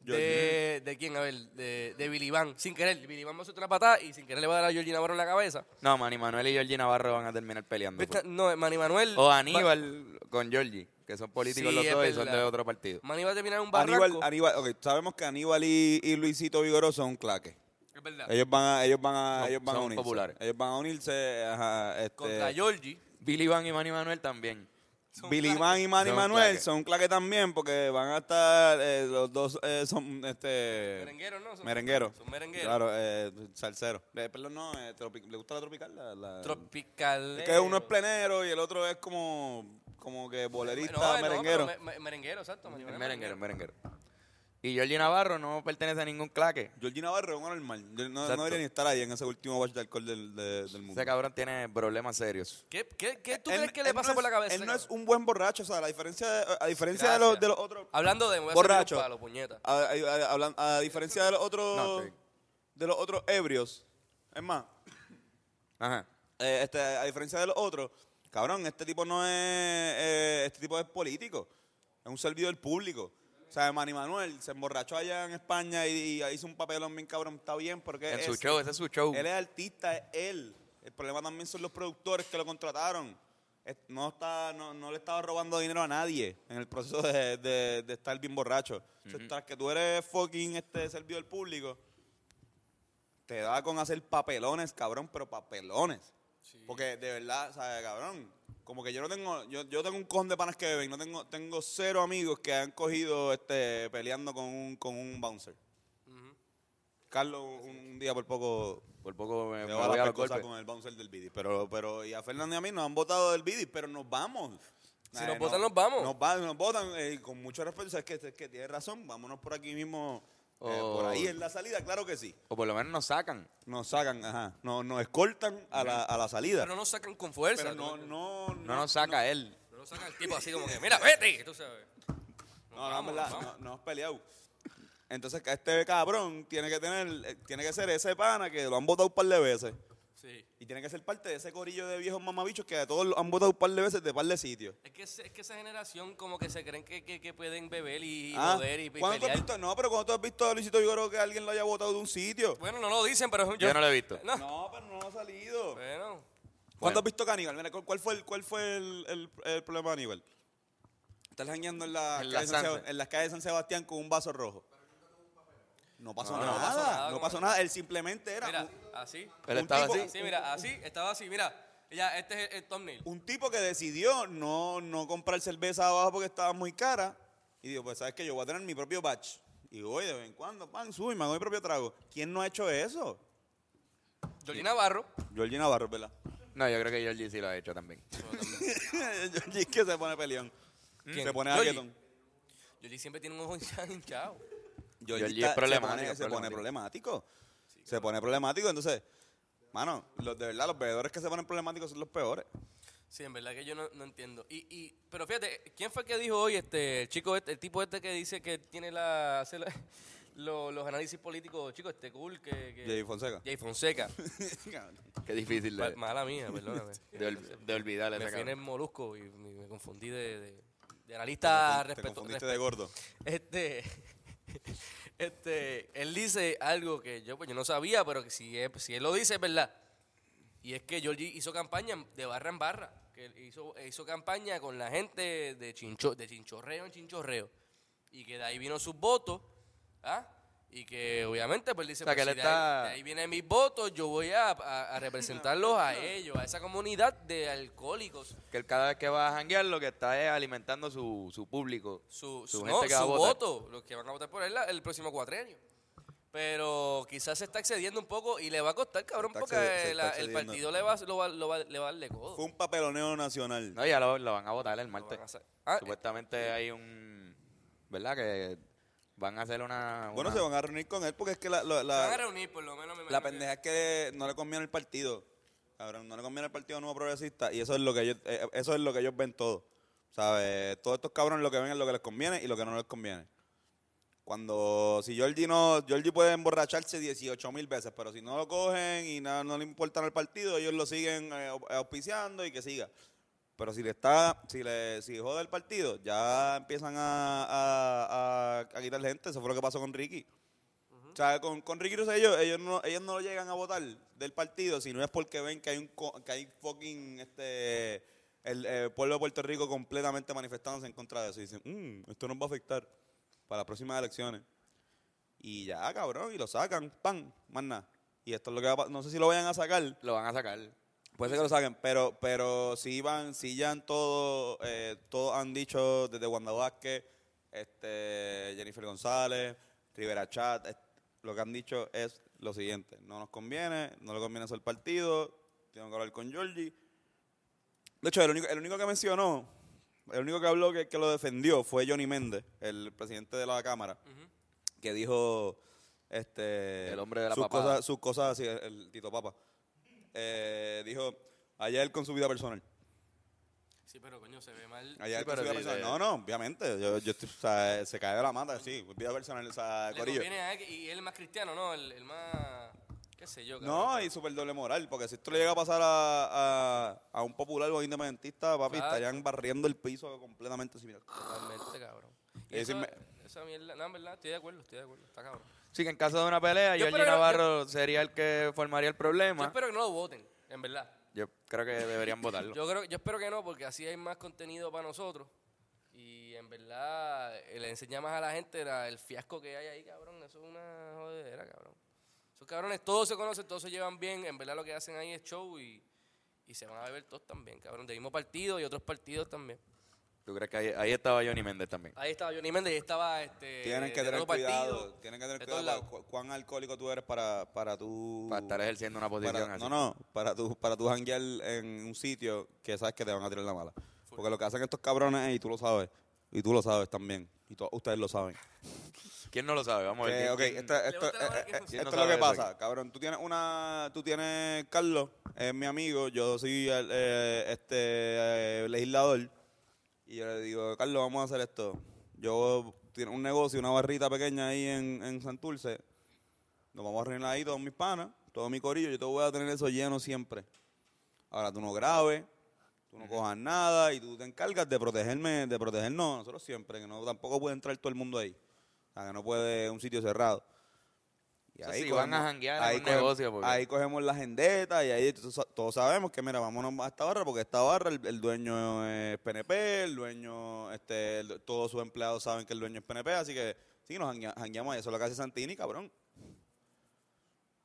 De, ¿De quién? A ver, de, de Billy Van. Sin querer, Billy Van va a hacer una patada y sin querer le va a dar a Georgie Navarro en la cabeza. No, Manny Manuel y Georgie Navarro van a terminar peleando. Esta- pues. no, Manny Manuel. O va- Aníbal con Georgie, que son políticos Sí, los es dos y son verdad. de otro partido. Manny va a terminar en un barranco. Aníbal, Aníbal, ok, sabemos que Aníbal y, y Luisito Vigoroso son un claque. es verdad. Ellos van a, ellos van a, Son- ellos van a son unirse. populares. Ellos van a unirse, ajá, este, Contra Georgie. Billy Van y Manny Manuel también. son Billy claques. Van y Manny Son un Manuel claque. son un claque también porque van a estar eh, los dos eh, son este Merengueros, ¿no? Son- merengueros. Son merengueros. Claro, eh, salseros. Eh, perdón, no, eh, tropi- le gusta la tropical, la, la- Tropical. Es que uno es plenero y el otro es como como que bolerista, merenguero. merenguero, exacto. Manny Manuel Merenguero, merenguero. Y Georgie Navarro no pertenece a ningún claque. Georgie Navarro es un normal. Yo No, no Exacto. debería ni estar ahí en ese último batch de alcohol del, de- del mundo. Ese cabrón tiene problemas serios. ¿Qué, qué, qué tú Él- crees que le él no pasa es- por la cabeza? Él no cabrón? es un buen borracho, o sea, la diferencia de, a diferencia de los, Gracias. de los otros Hablando de. me voy a servir un borrachos. palo, puñeta. A, a- a- hablan- a diferencia de los otros No, estoy- de los otros ebrios. Es más, Ajá. eh, este, a diferencia de los otros, cabrón, este tipo no es eh, este tipo es político. Es un servidor público. O sea, Manny Manuel se emborrachó allá en España y, y hizo un papelón bien cabrón, está bien porque En es- su show, ese es su show. él es artista, es él. El problema también son los productores que lo contrataron. Es- No, está, no, no le estaba robando dinero a nadie en el proceso de, de- de estar bien borracho. O sea, tras que tú eres fucking este servidor público, te da con hacer papelones, cabrón, pero papelones. Porque de verdad, o sea, cabrón, como que yo no tengo, yo, yo tengo un con de panas que beben, no tengo, tengo cero amigos que han cogido este peleando con un, con un bouncer. Carlos un, un día por poco Por poco me, me me va voy a la los cosa golpes. con el bouncer del Bidi. Pero, pero, y a Fernando y a mí nos han votado del Bidi, pero nos vamos. Si nos votan, nos vamos. Nos, va- nos votan, eh, y con mucho respeto. sabes que, es que tienes razón, vámonos por aquí mismo. eh, Oh. por ahí en la salida, claro que sí. O por lo menos nos sacan. Nos sacan, ajá. Nos, nos escoltan a la, a la salida. Pero no nos sacan con fuerza. Pero ¿tú no, me- no, No nos saca él. No nos sacan el tipo así como que, mira, vete. Tú sabes. No, no, Vamos, en verdad, vamos. no, no hemos peleado. Entonces, que este cabrón tiene que tener, eh, tiene que ser ese pana que lo han votado un par de veces. Sí. Y tiene que ser parte de ese corillo de viejos mamabichos que a todos los han votado un par de veces de par de sitios. Es que, es que esa generación como que se creen que, que, que pueden beber y, y Ah, joder y, y ¿cuándo tú has pelear. visto? No, pero cuando tú has visto a Luisito Vigoró que alguien lo haya votado de un sitio. Bueno, no lo dicen, pero yo... Yo no lo he visto. No. No, pero no ha salido. Bueno. ¿Cuándo has visto que Aníbal? Mira, ¿cu- ¿cuál fue el, cuál fue el, el- el problema de Aníbal? Estás jangueando en, la calle En la San Seb- Sanse. en las calles de San Sebastián con un vaso rojo. No pasó no nada. pasó No pasó nada, nada. como- Él simplemente era Mira, un- así. Él estaba tipo- así. Así, mira, así, estaba así, mira. Ya, este es el, el thumbnail. un tipo que decidió no, no comprar cerveza abajo porque estaba muy cara. Y digo, pues sabes que yo voy a tener mi propio batch. Y voy de vez en cuando, pan, subo y me hago mi propio trago. ¿Quién no ha hecho eso? Jolly Navarro. Georgie Navarro, ¿verdad? No, yo creo que Georgie sí lo ha hecho también. Georgie es que se pone peleón. ¿Quién? Se pone Georgie. jaquetón. Jolly siempre tiene un ojo hinchado, hinchado. Georgie Georgie está- es problemático, Se pone, se pone problemático. problemático. Se pone problemático. Entonces, mano, los, de verdad, los bebedores que se ponen problemáticos son los peores. Sí, en verdad que yo no, no entiendo. Y, y, pero fíjate, ¿quién fue el que dijo hoy, este, el chico este, el tipo este que dice que tiene la, hace la- lo- los análisis políticos, chico, este cool que... que- Jay Fonseca. Jay Fonseca. Ah, Qué difícil Pa- de, Mala mía, perdóname. de, ol- de olvidar Pues, Me esa fui en el cabrón. molusco y me, me confundí de, de, de Te analista confundiste respeto- de respeto- gordo. Este, este, él dice algo que yo pues yo no sabía, pero que si, es- si él lo dice es verdad. Y es que Georgie hizo campaña de barra en barra. Que él hizo, hizo campaña con la gente de, chincho, de chinchorreo en chinchorreo. Y que de ahí vino sus votos. ¿ah? Y que obviamente, pues dice, O sea, pues, que si de él ahí- está- de ahí vienen mis votos, yo voy a, a- a representarlos a ellos, a esa comunidad de alcohólicos. Que él cada vez que va a janguear lo que está es alimentando su, su público. Su, Su su- gente no, que va a su votar. voto, los que van a votar por él la- el próximo cuatrenio. Pero quizás se está excediendo un poco y le va a costar, cabrón, Está porque excedi- se está la- el excediendo. partido le va, lo va, lo va- le va a darle codo. Fue un papeloneo nacional. No, ya lo, lo van a votar el Lo van a martes. hacer. Ah, Supuestamente hay un. ¿Verdad? Que van a hacer una. bueno, una- se van a reunir con él porque es que la, la- Se la- van a reunir, por lo menos. me la imagino que- pendeja es que no le conviene el partido. Cabrón, no le conviene el partido nuevo progresista y eso es lo que ellos, eh, eso es lo que ellos ven todo. ¿Sabes? Todos estos cabrones lo que ven es lo que les conviene y lo que no les conviene. Cuando, si Georgie no, Georgie puede emborracharse 18 mil veces, pero si no lo cogen y no, no le importan el partido, ellos lo siguen eh, au- auspiciando y que siga. Pero si le está, si le, si jode el partido, ya empiezan a, a, a- a quitar gente. Eso fue lo que pasó con Ricky. O sea, con, con Ricky Rosselló, ellos no, ellos no llegan a votar del partido si no es porque ven que hay un co- que hay fucking este el eh, pueblo de Puerto Rico completamente manifestándose en contra de eso. Y dicen, "Mm, esto nos va a afectar para las próximas elecciones. Y ya, cabrón, y lo sacan, pan, más nada. Y esto es lo que va a pa- No sé si lo vayan a sacar, Lo van a sacar. Puede ser que lo saquen, pero, pero si van, si ya han todo, eh, todos han dicho desde Wanda Vázquez, este, Jennifer González, Rivera Chat, est- lo que han dicho es lo siguiente, no nos conviene, no le conviene ser partido, tengo que hablar con Georgie. De hecho, el único, el único que mencionó, el único que habló que, que lo defendió fue Johnny Méndez, el presidente de la Cámara, que dijo este El hombre de la sus papada. cosas, sus cosas así, el, el Tito Papa. Eh, dijo, allá él con su vida personal. Sí, pero coño, se ve mal. Allá Sí, él con pero su vida sí, personal. de- No, no, obviamente. Yo, yo estoy- o sea, se cae de la mata, sí, vida personal, o sea, Le corillo. conviene a él, y él es más cristiano, ¿no? El, el más. ¿Qué sé yo? No, cabrón. y súper doble moral, porque si esto le llega a pasar a, a, a un popular o a un independentista, papi, Claro. estarían barriendo el piso completamente. Así, mira. Totalmente, cabrón. Y Es eso- decir, Esa mierda. No, en verdad, estoy de acuerdo, estoy de acuerdo. Está cabrón. Sí, que en caso de una pelea, Yo Georgie espero- Navarro sería el que formaría el Yo problema. espero que no lo voten, en verdad. Yo creo que deberían votarlo. Yo, creo, yo espero que no, porque así hay más contenido para nosotros. Y en verdad, eh, le enseña más a la gente la- el fiasco que hay ahí, cabrón. Eso es una jodedera, cabrón. Esos cabrones todos se conocen, todos se llevan bien. En verdad, lo que hacen ahí es show y, y se van a beber todos también, cabrón. Del mismo partido y otros partidos también. ¿Tú crees que ahí, ahí estaba Johnny Méndez también? Ahí estaba Johnny Méndez, ahí estaba este. Tienen que de tener otro partido, cuidado. Tienen que tener de todos cuidado lados. cu- cuán alcohólico tú eres para, para tú. Para estar ejerciendo una posición Uh, para- así. No, no, para tú, para tú janguear en un sitio que sabes que te van a tirar la mala. Porque lo que hacen estos cabrones es, y tú lo sabes, y tú lo sabes también, y to- ustedes lo saben. ¿Quién no lo sabe? Vamos a ver. Que, ¿quién- Eh, ok, quién- esto, esto- gusta la mala eh, que eh, funciona? esto No es lo que sabe eso pasa, cabrón. Tú tienes una, tú tienes Carlos, es mi amigo, yo soy el, eh, este eh, legislador y yo le digo, Carlos, vamos a hacer esto. Yo tiene un negocio, una barrita pequeña ahí en, en Santurce. Nos vamos a reunir ahí todos mis panas, todo mi corillo. Yo te voy a tener eso lleno siempre. Ahora tú no grabes, tú no cojas nada y tú te encargas de protegerme, de protegernos a nosotros siempre, que no tampoco puede entrar todo el mundo ahí. O sea, que no puede un sitio cerrado. Y O sea, si van a janguear en un cogemos, negocio, porque- ahí cogemos la agendeta y ahí tú sa- todos sabemos que, mira, vámonos a esta barra porque esta barra el, el dueño es PNP, el dueño, este, el- todos sus empleados saben que el dueño es PNP, así que sí, nos janguea- jangueamos ahí. Eso es lo que hace Santini, cabrón.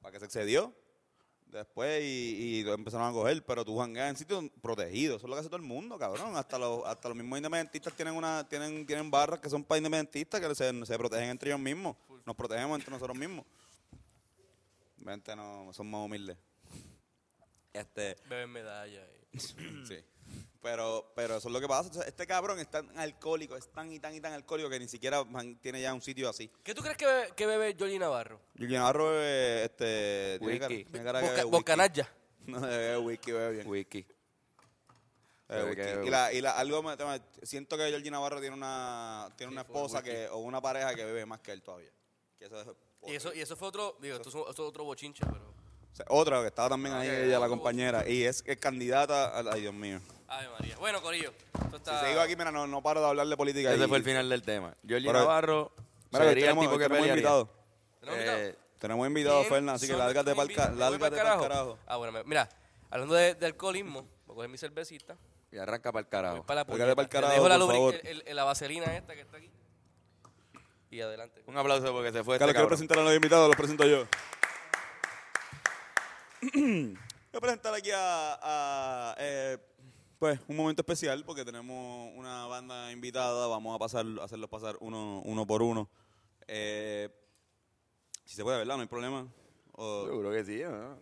¿Para que se excedió? Después y, y lo empezaron a coger, pero tú jangueas en sitios protegidos. Eso es lo que hace todo el mundo, cabrón. Hasta los, hasta los mismos independentistas tienen una tienen tienen barras que son para independentistas que se, se protegen entre ellos mismos. Nos protegemos entre nosotros mismos. Vente, no, son más humildes. Este, Beben medalla. y- sí. Pero, pero eso es lo que pasa. Entonces, este cabrón es tan alcohólico, es tan y tan y tan alcohólico que ni siquiera man- tiene ya un sitio así. ¿Qué tú crees que bebe, que bebe Johnny Navarro? Julián Navarro bebe, este, tiene cara, Whisky. tiene cara que bebe whisky. Bocanaya. No, bebe whisky, bebe bien. Wiki. Eh, Pero whisky. que- y la, y la, algo me- tema- siento que Georgie Navarro tiene una tiene una fue esposa que o una pareja que bebe más que él todavía. Que eso es- Y eso, y eso fue otro, digo, esto es, un- esto es otro bochinche, pero... O sea, otra que estaba Ah, también ahí ella la otro- compañera y es, es candidata al- ay Dios mío. Ay, María. Bueno, Corillo, esto Si está... sigo aquí mira no, no paro de hablar de política. Ese y- fue el final del tema. Georgie Pero- Navarro Mira, hoy sería tenemos, el tipo hoy que tenemos pelearía. invitado. ¿Tenemos invitado? Eh, Tenemos invitado a ¿Quién Fernan, así que son lárgate los para que me invitan? ¿Me voy lárgate pa'l pa'l carajo. Ah, bueno, me- mira, Hablando de, de alcoholismo, voy a coger mi cervecita. Y arranca para el Voy carajo. para la puñeta. Pégale pa'l Te carajo, dejo la, por lubri- favor. el- el- la vaselina esta que está aquí. Y adelante. Un aplauso porque se fue Carlos, este quiero cabrón. presentar a los invitados, los presento yo. Voy a presentar aquí a, a, eh, pues, un momento especial porque tenemos una banda invitada. Vamos a pasar, a hacerlos pasar uno, uno por uno. Eh, si se puede, ¿verdad? No hay problema. O- Seguro que sí, ¿no?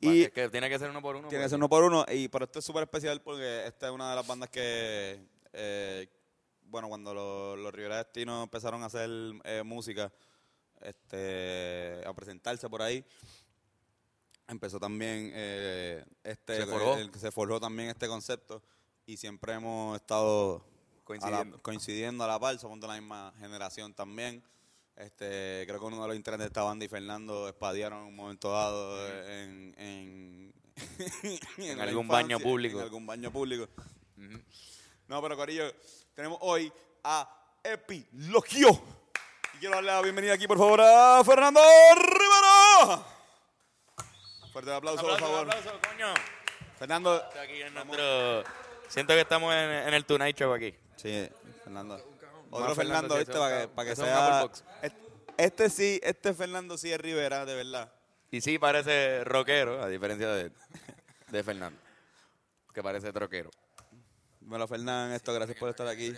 Y- Es que tiene que ser uno por uno. pues. Tiene que porque- ser uno por uno. Y pero esto es súper especial porque esta es una de las bandas que, eh, bueno, cuando los, los Rivera Destino empezaron a hacer eh, música, este, a presentarse por ahí, empezó también, eh, este, Se forjó. el- se forjó también este concepto y siempre hemos estado A Coincidiendo. la, coincidiendo a la par, somos de la misma generación también. Este, creo que uno de los integrantes de esta banda y Fernando espadearon en un momento dado en, en, En la algún baño infancia, público. En algún baño público. No, pero Corillo, tenemos hoy a Epilogio. Y quiero darle la bienvenida aquí, por favor, a Fernando Rivero. Fuerte aplauso, por favor. aplauso, coño. Fernando. Está aquí en nuestro- Siento que estamos en, en el Tonight Show aquí. Sí, Fernando. Más Otro Fernando, Fernando, sí, ¿viste? eso es Para que, un- para que eso es un Apple sea. Box. Este, este sí, este Fernando sí es Rivera, de verdad. Y sí, parece rockero, a diferencia de, de Fernando, que parece troquero. Bueno, Fernán, esto, gracias por estar aquí.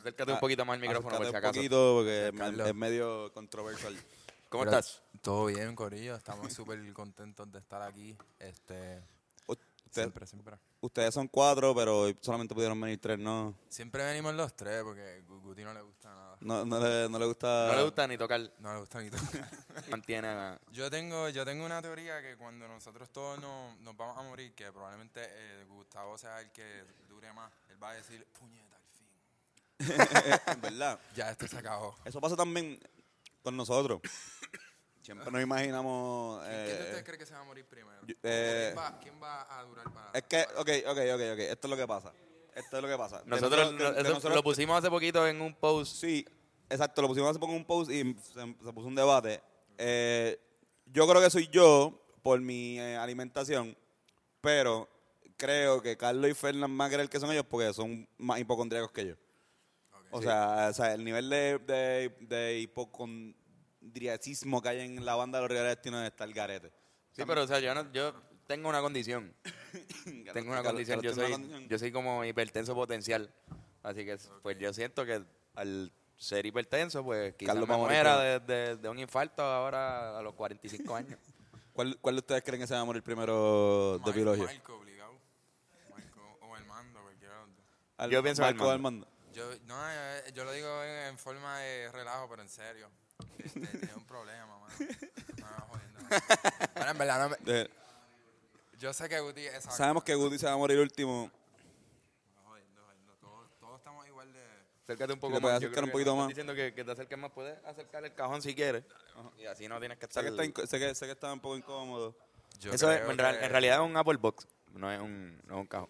Acércate un poquito más al micrófono, por si Ah, Acércate acaso. un poquito, porque es- Carlos. es medio controversial. ¿Cómo Pero, estás? Todo bien, Corillo. Estamos súper contentos de estar aquí. Este, Usted- siempre, siempre. ustedes son cuatro, pero hoy solamente pudieron venir tres, ¿no? Siempre venimos los tres porque Gu- Guti no le gusta nada. No, no, le, no le gusta. No le gusta ni tocar. No le gusta ni todo. Mantiene a- yo, tengo, yo tengo una teoría que cuando nosotros todos nos, nos vamos a morir, que probablemente eh, Gustavo sea el que dure más, él va a decir, puñeta, al fin. ¿Verdad? Ya esto se acabó. Eso pasa también con nosotros. Siempre nos imaginamos. ¿Quién de eh, ustedes cree que se va a morir primero? yo- eh, ¿Quién, va, quién va a durar para...? es que, ok, ok, ok, ok. Esto es lo que pasa. Esto es lo que pasa. De Nosotros, de- de eso nosotros- lo pusimos hace poquito en un post. Sí, exacto, lo pusimos hace poco en un post y se, se puso un debate. Eh, yo creo que soy yo por mi eh, alimentación, pero creo que Carlos y Fernán más que el que son ellos porque son más hipocondríacos que yo. O, sea, o sea, el nivel de, de, de hipocondriacismo que hay en la banda de los Rivera Destino está el garete. Sí, pero o sea, yo, no- yo tengo una condición. tengo una Carlos- condición. Yo Carlos tiene una soy, yo soy como hipertenso potencial. Así que pues yo siento que al ser hipertenso, pues quizás Carlos me va a morir muera de, primero. de- de un infarto ahora a los 45 años. ¿Cuál, ¿Cuál de ustedes creen que se va a morir primero de Mar- biología? Marco, obligado. Marco o Armando, cualquiera de los dos. Al- Yo pienso en Marco Armando. Armando. Yo, no, eh, yo lo digo en, en forma de relajo, pero en serio. Este, tiene un problema, mano. No, no, jodiendo. Ahora, en verdad, no me- Eh, yo sé que Guti es sabemos que Guti se va a morir último. Todos, todos estamos igual de... Acércate un poco le más. puedes yo acercar creo un que poquito no más. están diciendo que, que te acerques más, puedes acercar el cajón si quieres. Y así no tienes que Sé estar... que, está inco- sé, que, sé que está un poco incómodo. Yo Eso es- creo en, real- que- en realidad es un Apple Box, no es un, no es un cajón.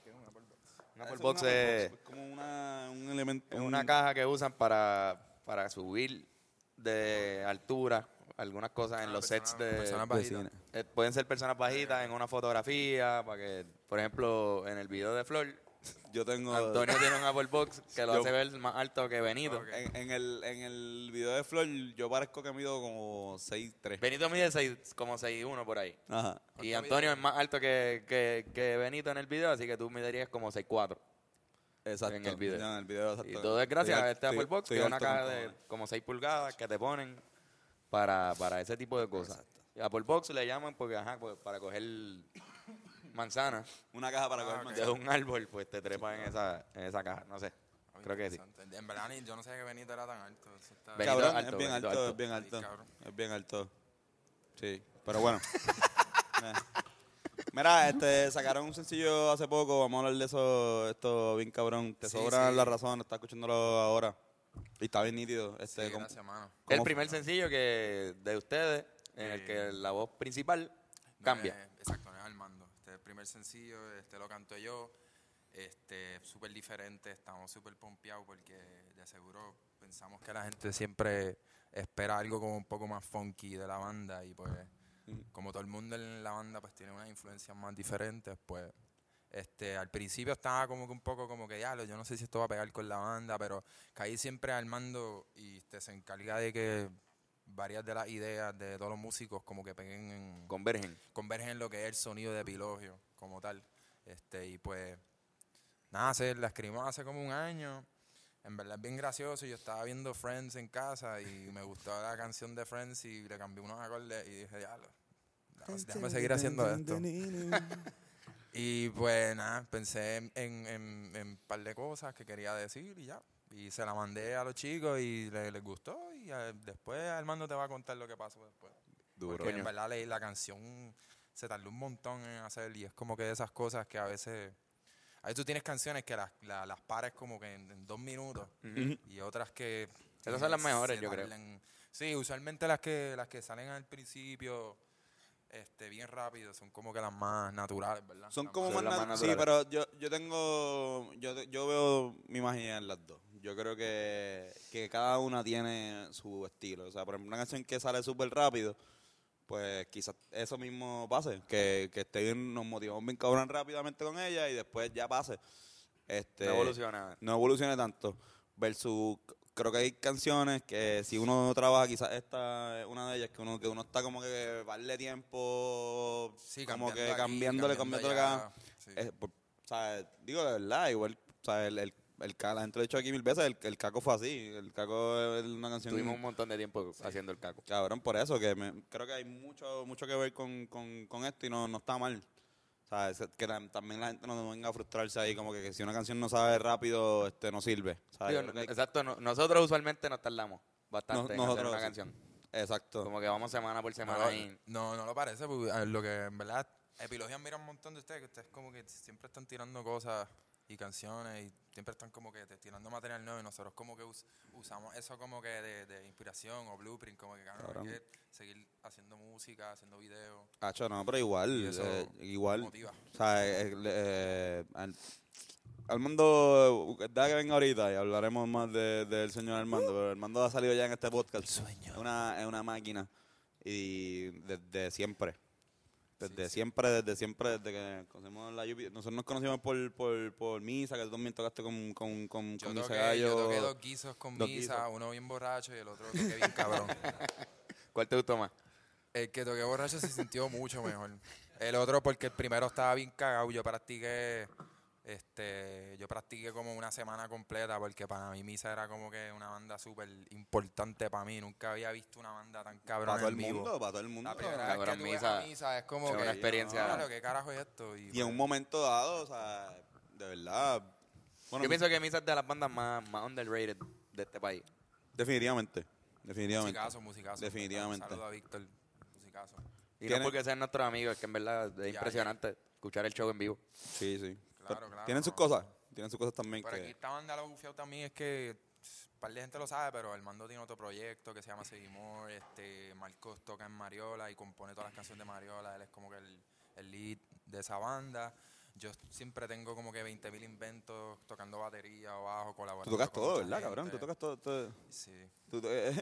Un Apple Box Eso es es... una- como una, un elemento. Es un- una caja que usan para, para subir de altura algunas cosas en los sets de, Ah, personas de bajitas. cine. Eh, pueden ser personas bajitas en una fotografía, para que, por ejemplo, en el video de Flor, Yo tengo. Antonio tiene un Apple Box que lo Oh. Yo- hace ver más alto que Benito. En, en el, en el video de Flor, yo parezco que mido como 6'3. Benito mide seis- como 6'1 por ahí. Ajá. Y Antonio es más alto que, que, que Benito en el video, así que tú miderías como 6'4. Exacto. En el video. Ya, en el video, exacto. Y todo es gracias Estoy a al- este estoy- Apple Box, estoy que es una alto caja con de cojones. como 6 pulgadas que te ponen para, para ese tipo de cosas. Y Apple Box le llaman porque, ajá, pues, para coger manzanas Una caja para coger de manzana. un árbol, pues te trepas en esa, en esa caja. No sé, Ay, creo que sí. interesante. En verdad, ni- yo no sabía que Benito era tan alto. Eso está- Benito ah, Cabrón, alto, es bien Benito alto, alto. es bien alto. Ay, cabrón. Es bien alto. Sí, pero bueno. Eh. Mira, este, sacaron un sencillo hace poco, vamos a hablar de eso, esto bien cabrón. Te Sí, sobran sí. las razones, está escuchándolo ahora. Y está bien nítido. Este, Sí, como- gracias, mano. El ¿Cómo primer sencillo que de ustedes en Eh, el que la voz principal No cambia. es- Eh, exacto, no es Armando. Este es el primer sencillo, este lo canto yo. Este, súper diferente, estamos súper pompeados porque de seguro pensamos que la gente siempre espera algo como un poco más funky de la banda y pues Como todo el mundo en la banda pues tiene unas influencias más diferentes, pues este, al principio estaba como que un poco como que, ya, yo no sé si esto va a pegar con la banda, pero caí siempre al mando y este, se encarga de que varias de las ideas de todos los músicos como que peguen en, Convergen. convergen en lo que es el sonido de Epilogio como tal. Este, y pues, nada, se la escribimos hace como un año. En verdad es bien gracioso. Yo estaba viendo Friends en casa y me gustó la canción de Friends y le cambié unos acordes y dije, ya, lo- déjame seguir haciendo esto. Y pues nada, pensé en, en, en- en un par de cosas que quería decir y ya. Y se la mandé a los chicos y le- les gustó. Y eh, después Armando te va a contar lo que pasó después. Duro. Porque en verdad leí la canción, se tardó un montón en hacer y es como que de esas cosas que a veces... A veces tú tienes canciones que las, la- las pares como que en, en dos minutos y otras que... Esas son las se mejores, yo creo. tardan- Sí, usualmente las que, las que salen al principio este, bien rápido son como que las más naturales, ¿verdad? Son Las como Son más, más- las nat- más Sí, pero naturales. yo, yo tengo. Yo, te- yo veo mi magia en las dos. Yo creo que, que cada una tiene su estilo. O sea, por ejemplo, una canción que sale súper rápido, pues quizás eso mismo pase. Que, que esté bien, nos motivamos bien cabrón rápidamente con ella y después ya pase. Este, No evoluciona. no evolucione tanto. Versus, c- creo que hay canciones que si uno trabaja, quizás esta es una de ellas, que uno, que uno está como que darle tiempo, Sí, como que cambiando cambiándole, aquí, cambiando cambiándole cada. allá, sí. eh, por- ¿sabes? Digo de verdad, igual, ¿sabes? El, el, el ca- la gente lo ha dicho aquí mil veces, el, el caco fue así. El caco es una canción. Tuvimos un montón de tiempo haciendo el caco. Cabrón, por eso, que me- creo que hay mucho, mucho que ver con, con, con esto y no, no está mal. O sea, es que tam- también la gente no venga a frustrarse ahí, como que, que si una canción no sabe rápido, este no sirve. ¿sabes? Digo, Yo creo no- que- exacto, no- nosotros usualmente nos tardamos No- bastante en hacer nosotros una sí. canción. Exacto. Como que vamos semana por No, semana lo- y... No, no lo parece, porque eh, lo que en verdad Epilogia mira un montón de ustedes, que ustedes como que siempre están tirando cosas y canciones y siempre están como que te- tirando material nuevo y nosotros como que us- usamos eso como que de, de inspiración o blueprint, como que cabrón, hay Cabrón. que seguir haciendo música, haciendo videos. Hacho, no, pero igual, Y eso eh, igual. motiva. O sea, eh, eh, eh, al, Armando, eh, da que venga ahorita y hablaremos más de- del señor Armando, pero Armando ha salido ya en este podcast. Es una, es una máquina y desde siempre. Desde siempre, desde siempre, desde que conocimos la Yupi. Nosotros nos conocimos por, por, por misa, que tú también tocaste con, con, con, Yo con Misa toqué, yo Gallo. toqué dos guisos con dos misa, guisos. uno bien borracho y el otro toqué bien cabrón. ¿Cuál te gustó más? El que toqué borracho se sintió mucho mejor. El otro porque el primero estaba bien cagado. Yo practiqué, este, yo practiqué como una semana completa porque para mí Misa era como que una banda súper importante para mí. Nunca había visto una banda tan cabrón Para todo el en vivo. Ah, mundo, para todo el mundo. La primera vez cabrón. que Cabrón, tú ves a Misa Misa es como fue que, una experiencia- "Claro, ¿qué carajo es esto? Y, pues, Y en un momento dado, o sea, de verdad. Bueno, Yo pienso que Misa es de las bandas más, más underrated de este país. Definitivamente. Definitivamente. Musicazo, musicazo. Definitivamente. Saludos a Víctor. Musicazo. Y no Tienen- porque sean nuestros amigos, es que en verdad es impresionante escuchar el show en vivo. Sí, sí. Claro, Pero claro, Tienen sus no. cosas. Tienen sus cosas también. Por aquí Que, esta banda lo bufiado también es que un par de gente lo sabe, pero Armando tiene otro proyecto que se llama Seguimore, este, Marcos toca en Mariola y compone todas las canciones de Mariola, él es como que el, el lead de esa banda. Yo siempre tengo como que 20.000 inventos tocando batería o bajo, tú colaborando. tocas con todo, mucha ¿verdad, cabrón? Tú gente. tocas todo. todo- Sí. tú, to- eh,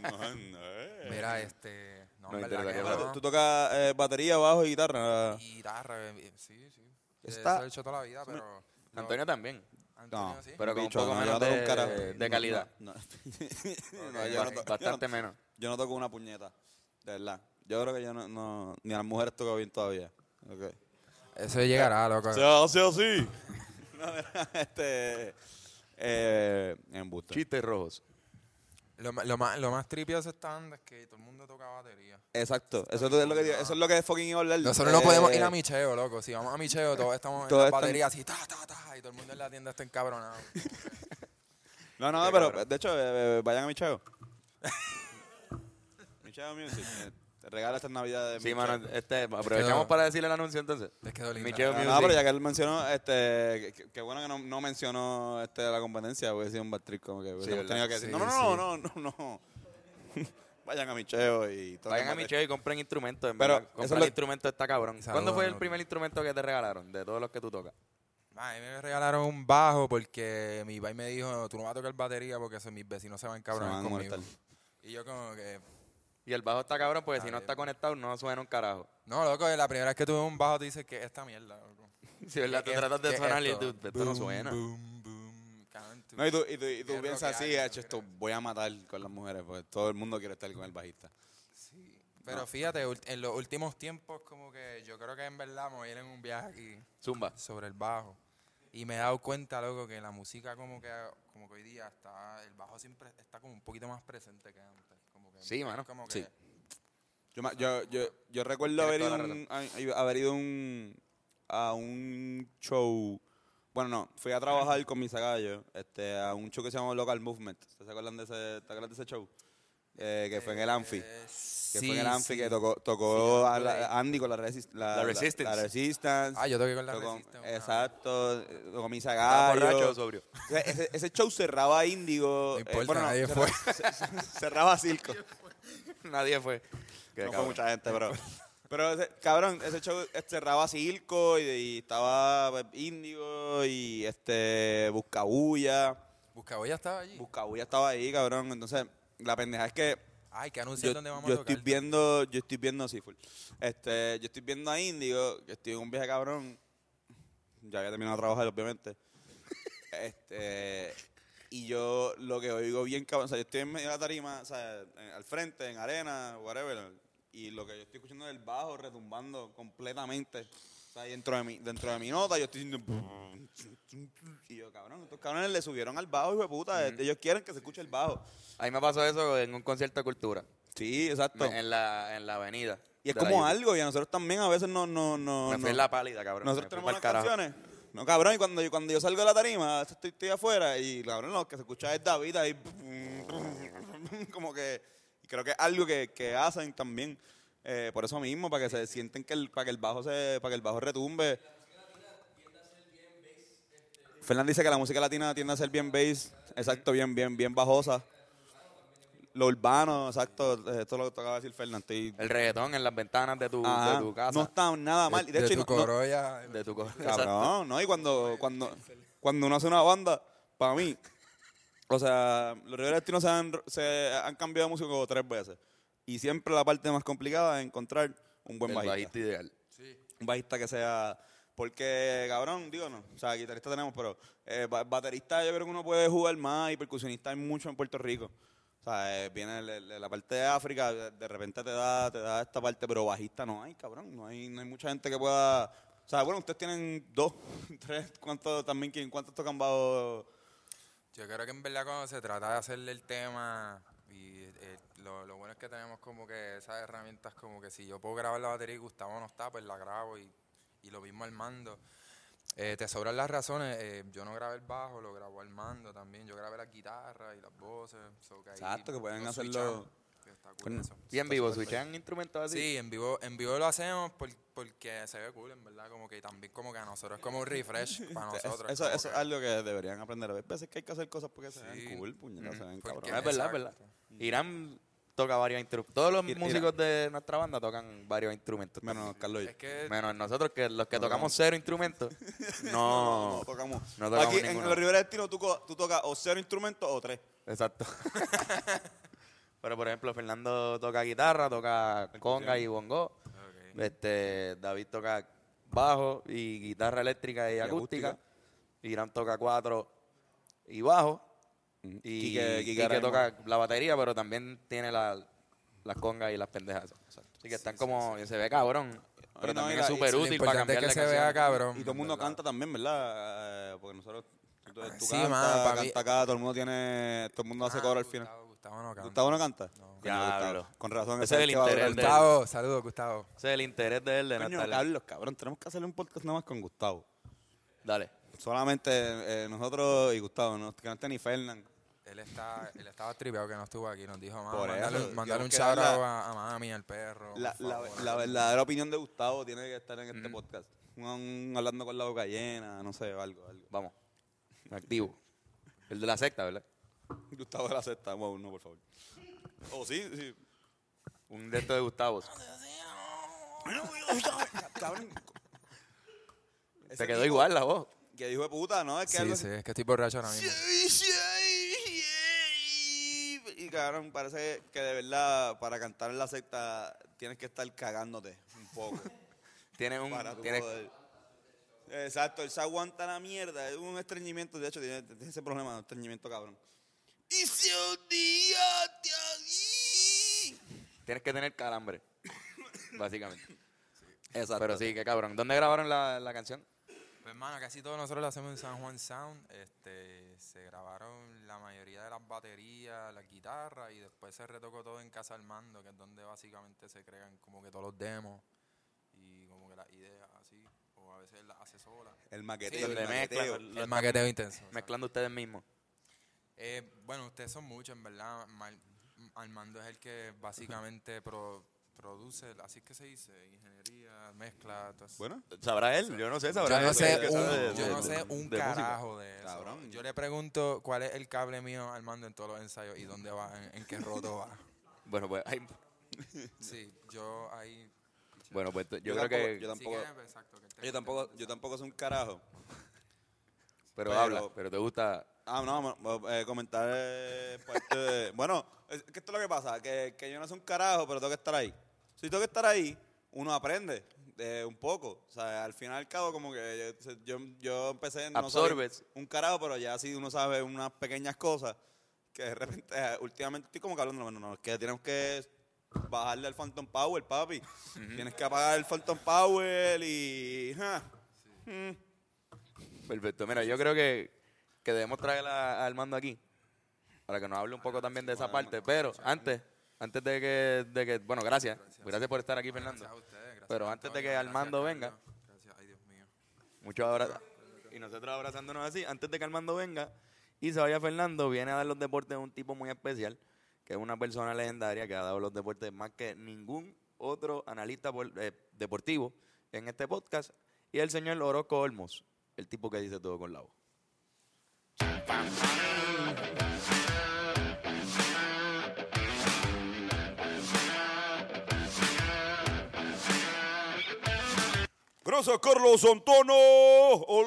No, no, eh. Mira, este... No, en verdad que Pero tú- no. Tú tocas eh, batería, bajo y guitarra. Y guitarra, eh, sí, sí. Está- Eso lo he hecho toda la vida, pero... lo- Antonio también. Antonio, sí. pero con un poco yo menos toco un de- carajo. de No, calidad. no, no. No, Eh, yo no Ba- to- yo no- Bastante menos. Yo no toco una puñeta. De verdad. Yo creo que yo no. no- ni a las mujeres toco bien todavía. Okay. Eso llegará, loco. hace así. este. Eh, embuste. Chistes rojos. Lo, ma- lo más, lo más tripio de ese stand es que todo el mundo toca batería. Exacto. Eso es lo que digo, Eso es lo que es fucking iba a hablar. Nosotros no podemos Eh, ir a Micheo, loco. Si vamos a Micheo, todos estamos en Todos la están- batería así, ta, ta, ta, y todo el mundo en la tienda está encabronado. No, no, pero de hecho, eh, eh, vayan a Micheo. Micheo Music. eh, te regala estas navidades. Sí, Micheo. mano, este, aprovechamos para decir el anuncio entonces. Es que dolí. Micheo No, Music. no, Ah, pero ya que él mencionó, este, que- qué bueno que no, no mencionó este, la competencia, hubiese sido un bad trip como que hubiésemos ¿verdad? tenido que decir, Sí, no, no, no, no, no, no. Vayan a Micheo y todo. Vayan a Micheo y compren instrumentos. Pero Pero eso es comprar lo- instrumentos está cabrón. Saludos, ¿Cuándo fue el loco. primer instrumento que te regalaron de todos los que tú tocas? Ma, A mí me regalaron un bajo porque mi papá me dijo, tú no vas a tocar batería porque eso, mis vecinos se van a Se van encabronar a conmigo. molestar. Y yo como que... Y el bajo está cabrón porque Está si no bien. está conectado no suena un carajo. No, loco, la primera vez que tuve un bajo te dices que esta mierda, loco. Si verdad ¿Qué- te tratas qué de es sonar y esto? tú, esto no Boom, suena. Boom, boom, cabrón, tú. No, y tú, y tú, y tú Qué piensas rock así, hay, hecho, esto mira. voy a matar con las mujeres, porque todo el mundo quiere estar con el bajista. Pero fíjate, ult- en los últimos tiempos, como que yo creo que en verdad me voy a ir en un viaje aquí Zumba. sobre el bajo. Y me he dado cuenta, loco, que la música como que, como que hoy día está, el bajo siempre está como un poquito más presente que antes. Como que Sí, es mano, como que- sí. Yo, me- yo, yo, yo recuerdo haber Tienes ido, toda la un- a- haber ido un- a un show. Bueno, no, fui a trabajar con mis agallos este, a un show que se llama Local Movement. ¿Ustedes ¿Se acuerdan de ese, te acuerdas de ese show? Eh, que fue en el Anfi. Eh, Que sí, fue en el Anfi sí. que tocó, tocó Sí, a la- por ahí. a Andy con la, Resist- la, La Resistance. la Resistance. Ah, yo toqué con la Tocó- Resistance, ah. Exacto, eh, con mis Estaba agallos. borracho o sobrio. O sea, ese, ese show cerraba Índigo. No eh, importa, bueno, no, nadie cerra- fue. ce- ce- cerraba Circo. Nadie fue. no fue Qué cabrón. mucha gente, bro. Pero, ese- cabrón, ese show eh, cerraba Circo y, y estaba pues, Índigo y este Buscabulla. Buscaboya estaba allí. Buscabulla estaba ahí, cabrón. Entonces, la pendeja es que Ay, que anuncio yo, donde vamos yo a tocar. estoy viendo, yo estoy viendo, sí, full. Este, yo estoy viendo a Índigo, que estoy en un viaje cabrón. Ya había terminado de trabajar, obviamente. Este, y yo lo que oigo bien cabrón, o sea, yo estoy en medio de la tarima, o sea, en- al frente, en arena, whatever. Y lo que yo estoy escuchando es el bajo retumbando completamente. O sea, y dentro de mi, dentro de mi nota, yo estoy diciendo. Y yo, cabrón, estos cabrones le subieron al bajo, hijo de puta. Ellos quieren que se escuche el bajo. A mí me pasó eso en un concierto de cultura. Sí, exacto. Me- En la, en la avenida. Y es de la como Yupi. algo, y a nosotros también a veces no, no, no. Me no. fui en la pálida, cabrón. Nosotros Me fui tenemos unas pa'l carajo. canciones. No, cabrón, y cuando, y cuando yo salgo de la tarima, estoy, estoy afuera, y cabrón, lo que se escucha es David ahí. Como que. y creo que es algo que, que hacen también. eh, por eso mismo, para que se sienten que el, para que el bajo se, para que el bajo retumbe. Fernán dice que la música latina tiende a ser bien bass, exacto, bien, bien, bien bajosa. Lo urbano, exacto, esto lo acaba de decir Fernán, estoy El reggaetón en las ventanas de tu, de Ajá. tu casa. Ah, No está nada mal. Y de, de hecho, tu no- no- corolla. De tu co- Exacto. cabrón, ¿no? Y cuando, cuando, cuando uno hace una banda, para mí, o sea, los Rivera Destino se han, se han cambiado de músico como tres veces. Y siempre la parte más complicada es encontrar un buen El bajista. bajista ideal. Un bajista que sea. Porque, cabrón, digo no. O sea, guitarrista tenemos, pero eh, ba- baterista yo creo que uno puede jugar más y percusionista hay mucho en Puerto Rico. O sea, eh, viene el- el- la parte de África, de de repente te da, te da esta parte, pero bajista no hay, cabrón. No hay, no hay mucha gente que pueda. O sea, bueno, ustedes tienen dos, tres, ¿cuántos también? quién- ¿Cuántos tocan bajo? Yo creo que en verdad cuando se trata de hacerle el tema y eh, lo, lo bueno es que tenemos como que esas herramientas como que si yo puedo grabar la batería y Gustavo no está, pues la grabo y, y lo mismo Armando. Eh, te sobran las razones, eh, yo no grabé el bajo, lo grabó Armando también, yo grabé la guitarra y las voces. so que ahí Exacto, que pueden lo hacerlo- switchamos, que está cool Bien eso. Y en vivo, switchan instrumentos así. Sí, en vivo, en vivo lo hacemos por- porque se ve cool, en verdad, como que también como que a nosotros es como un refresh para Eso, nosotros. eso- como eso es que- algo que deberían aprender. A veces que hay que hacer cosas porque se Sí. ven cool, puñetas, se ven Porque- cabrón. No, es verdad, es verdad. Irán toca varios instrumentos. Todos los Ir- músicos de nuestra banda tocan varios instrumentos. Menos Carlos y yo. es que Menos nosotros, que los que tocamos cero instrumentos, no. No tocamos. No tocamos Aquí en ninguno. los Rivera Destino tú, co- tú tocas o cero instrumentos o tres. Exacto. Pero, por ejemplo, Fernando toca guitarra, toca conga y bongo. Este, David toca bajo y guitarra eléctrica y, acústica. acústica. Irán toca cuatro y bajo. Y Quique- Quique, Quique ahora mismo. toca la batería, pero también tiene la- las congas y las pendejas. Así que están como... Se ve cabrón. Pero no, también y la- es súper y- lo útil para importante es cambiar que la se vea cabrón. Y todo el mundo ¿verdad? canta también, ¿verdad? Eh, porque nosotros. Tú, tú Sí, cantas, mano, pa' mí- canta acá, todo el mundo tiene. Todo el mundo hace Ah, coro al final. Gustavo, Gustavo no canta. ¿Gustavo no canta? Coño, Diablo. Gustavo, Con razón. Ese ese es el que va a interés durar de- todo. Gustavo, saludos, Gustavo. Ese es el interés de él de no Coño, estar- Carlos, cabrón, tenemos que hacerle un podcast nada más con Gustavo. Dale. Solamente eh, nosotros y Gustavo, no, que no esté ni Fernán. Él, está, él estaba tripeado que no estuvo aquí. Nos dijo, mamá, Por mandale, eso, mandale tenemos un que dar shout out la- a, a mami, al perro. La, por la, favor". la verdadera opinión de Gustavo tiene que estar en Mm. este podcast. Un- hablando con la boca llena, no sé, algo, algo. Vamos. Activo. El de la secta, ¿verdad? Gustavo de la sexta, wow, no, por favor. Oh, sí, sí. Un de estos de Gustavo. Ah, Cabrón. Se quedó igual la voz. Que dijo de puta, ¿no? Es que Sí, algo sí, es que estoy borracho ahora mismo. así- sí, cabrón, parece que de verdad para cantar en la secta tienes que estar cagándote un poco. Tienes un. para tú tienes- poder- Exacto, él se aguanta la mierda. Es un estreñimiento, de hecho, tiene, tiene ese problema de estreñimiento, cabrón. Y si un día te aguí- Tienes que tener calambre. básicamente. Exacto. Pero sí, qué cabrón. ¿Dónde grabaron la, la canción? Pues, hermano, casi todos nosotros lo hacemos en San Juan Sound. Este, se grabaron la mayoría de las baterías, las guitarras y después se retocó todo en Casa Armando, que es donde básicamente se crean como que todos los demos y como que las ideas así. O a veces las hace sola. El maqueteo, Sí, el donde mezclan maqueteo. los- El maqueteo intenso. o sea. Mezclando ustedes mismos. Eh, bueno, ustedes son muchos, en verdad. Mal- Armando es el que básicamente pro- produce, así es que se dice, ingeniería, mezcla, todo eso. Bueno, ¿Sabrá él? Yo no sé, Yo sabrá no él. sé que un, sabe de- yo de- no sé de- un de música. carajo de eso. Cabrón. Yo le pregunto cuál es el cable mío Armando en todos los ensayos y dónde va, en, en qué roto va. Bueno, pues, ay, Sí, yo ahí. bueno, pues yo, yo, creo tampoco, yo que. sí tampoco, que, exacto, que él te yo tampoco, yo tampoco soy un carajo. pero, pero- habla, pero te gusta. Ah, no, mo- mo- eh, comentar eh, parte de- Bueno, es que esto es lo que pasa, que, que yo no soy un carajo, pero tengo que estar ahí. Si tengo que estar ahí, uno aprende eh, un poco. O sea, al final y al cabo, como que yo, yo, yo empecé... No soy Absorbes. un carajo, pero ya si uno sabe unas pequeñas cosas, que de repente, eh, últimamente estoy como que hablando, bueno, no, es que tenemos que bajarle al Phantom Power, papi. Tienes que apagar el Phantom Power y... ja. Perfecto. Mira, yo creo que, que debemos traer a, a Armando aquí para que nos hable un poco también de esa parte. Pero antes, antes de que, de que bueno, gracias. Gracias por estar aquí, Fernando. Gracias a ustedes, gracias, Pero antes de Antonio, que gracias, Armando Carlos. venga, Gracias, ay Dios mío. muchos abrazos. Y nosotros abrazándonos así, antes de que Armando venga y se vaya Fernando, viene a dar los deportes de un tipo muy especial, que es una persona legendaria que ha dado los deportes más que ningún otro analista por- eh, deportivo en este podcast, y el señor Orozco Olmos, el tipo que dice todo con la voz. Gracias, Carlos Antonio.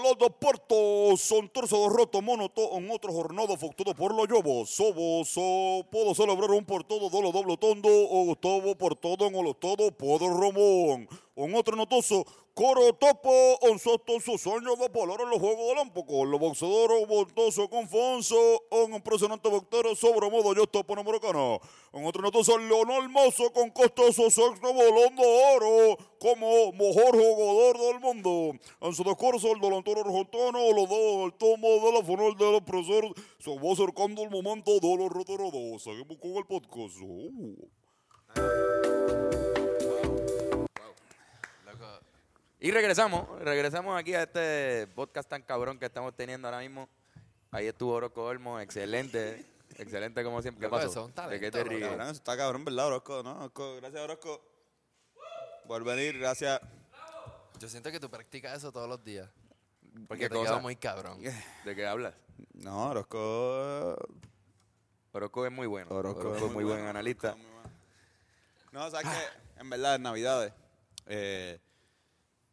Los dos puertos son torso roto, monoto, un otro jornado fructuoso por los llovos. Sobo, so, puedo celebrar un por todo, dolo, doble tondo, o gustobo por todo, en los todo, puedo romón. Un otro notoso, coro topo, un soto, su sueño de volar en los Juegos Olímpicos. Los boxeadores voltoso con Fonso, un impresionante boxero sobre modo yo topo americano. Un otro notoso, Leonel Mozo con costoso sexto volando oro, como mejor jugador del mundo. En su discurso, el delantero argentino lo da el tomo de la final del profesor. Se va acercando el momento de los retirados. Seguimos con el podcast. Uh. Y regresamos, regresamos aquí a este podcast tan cabrón que estamos teniendo ahora mismo. Ahí estuvo Orozco Olmo, excelente, excelente como siempre. ¿Qué Loco, pasó? eso es un ¿De qué talento, te loco. ríes? Cabrón, eso está cabrón, ¿verdad, Orozco? ¿No? Orozco, gracias, Orozco. Por venir, gracias. Yo siento que tú practicas eso todos los días. ¿Por Porque qué te queda cosa? muy cabrón. ¿De qué hablas? No, Orozco. Orozco es muy bueno. Orozco Orozco, es es muy muy, buen bueno, analista. Muy bueno. No, o sea que, en verdad, en Navidades, eh,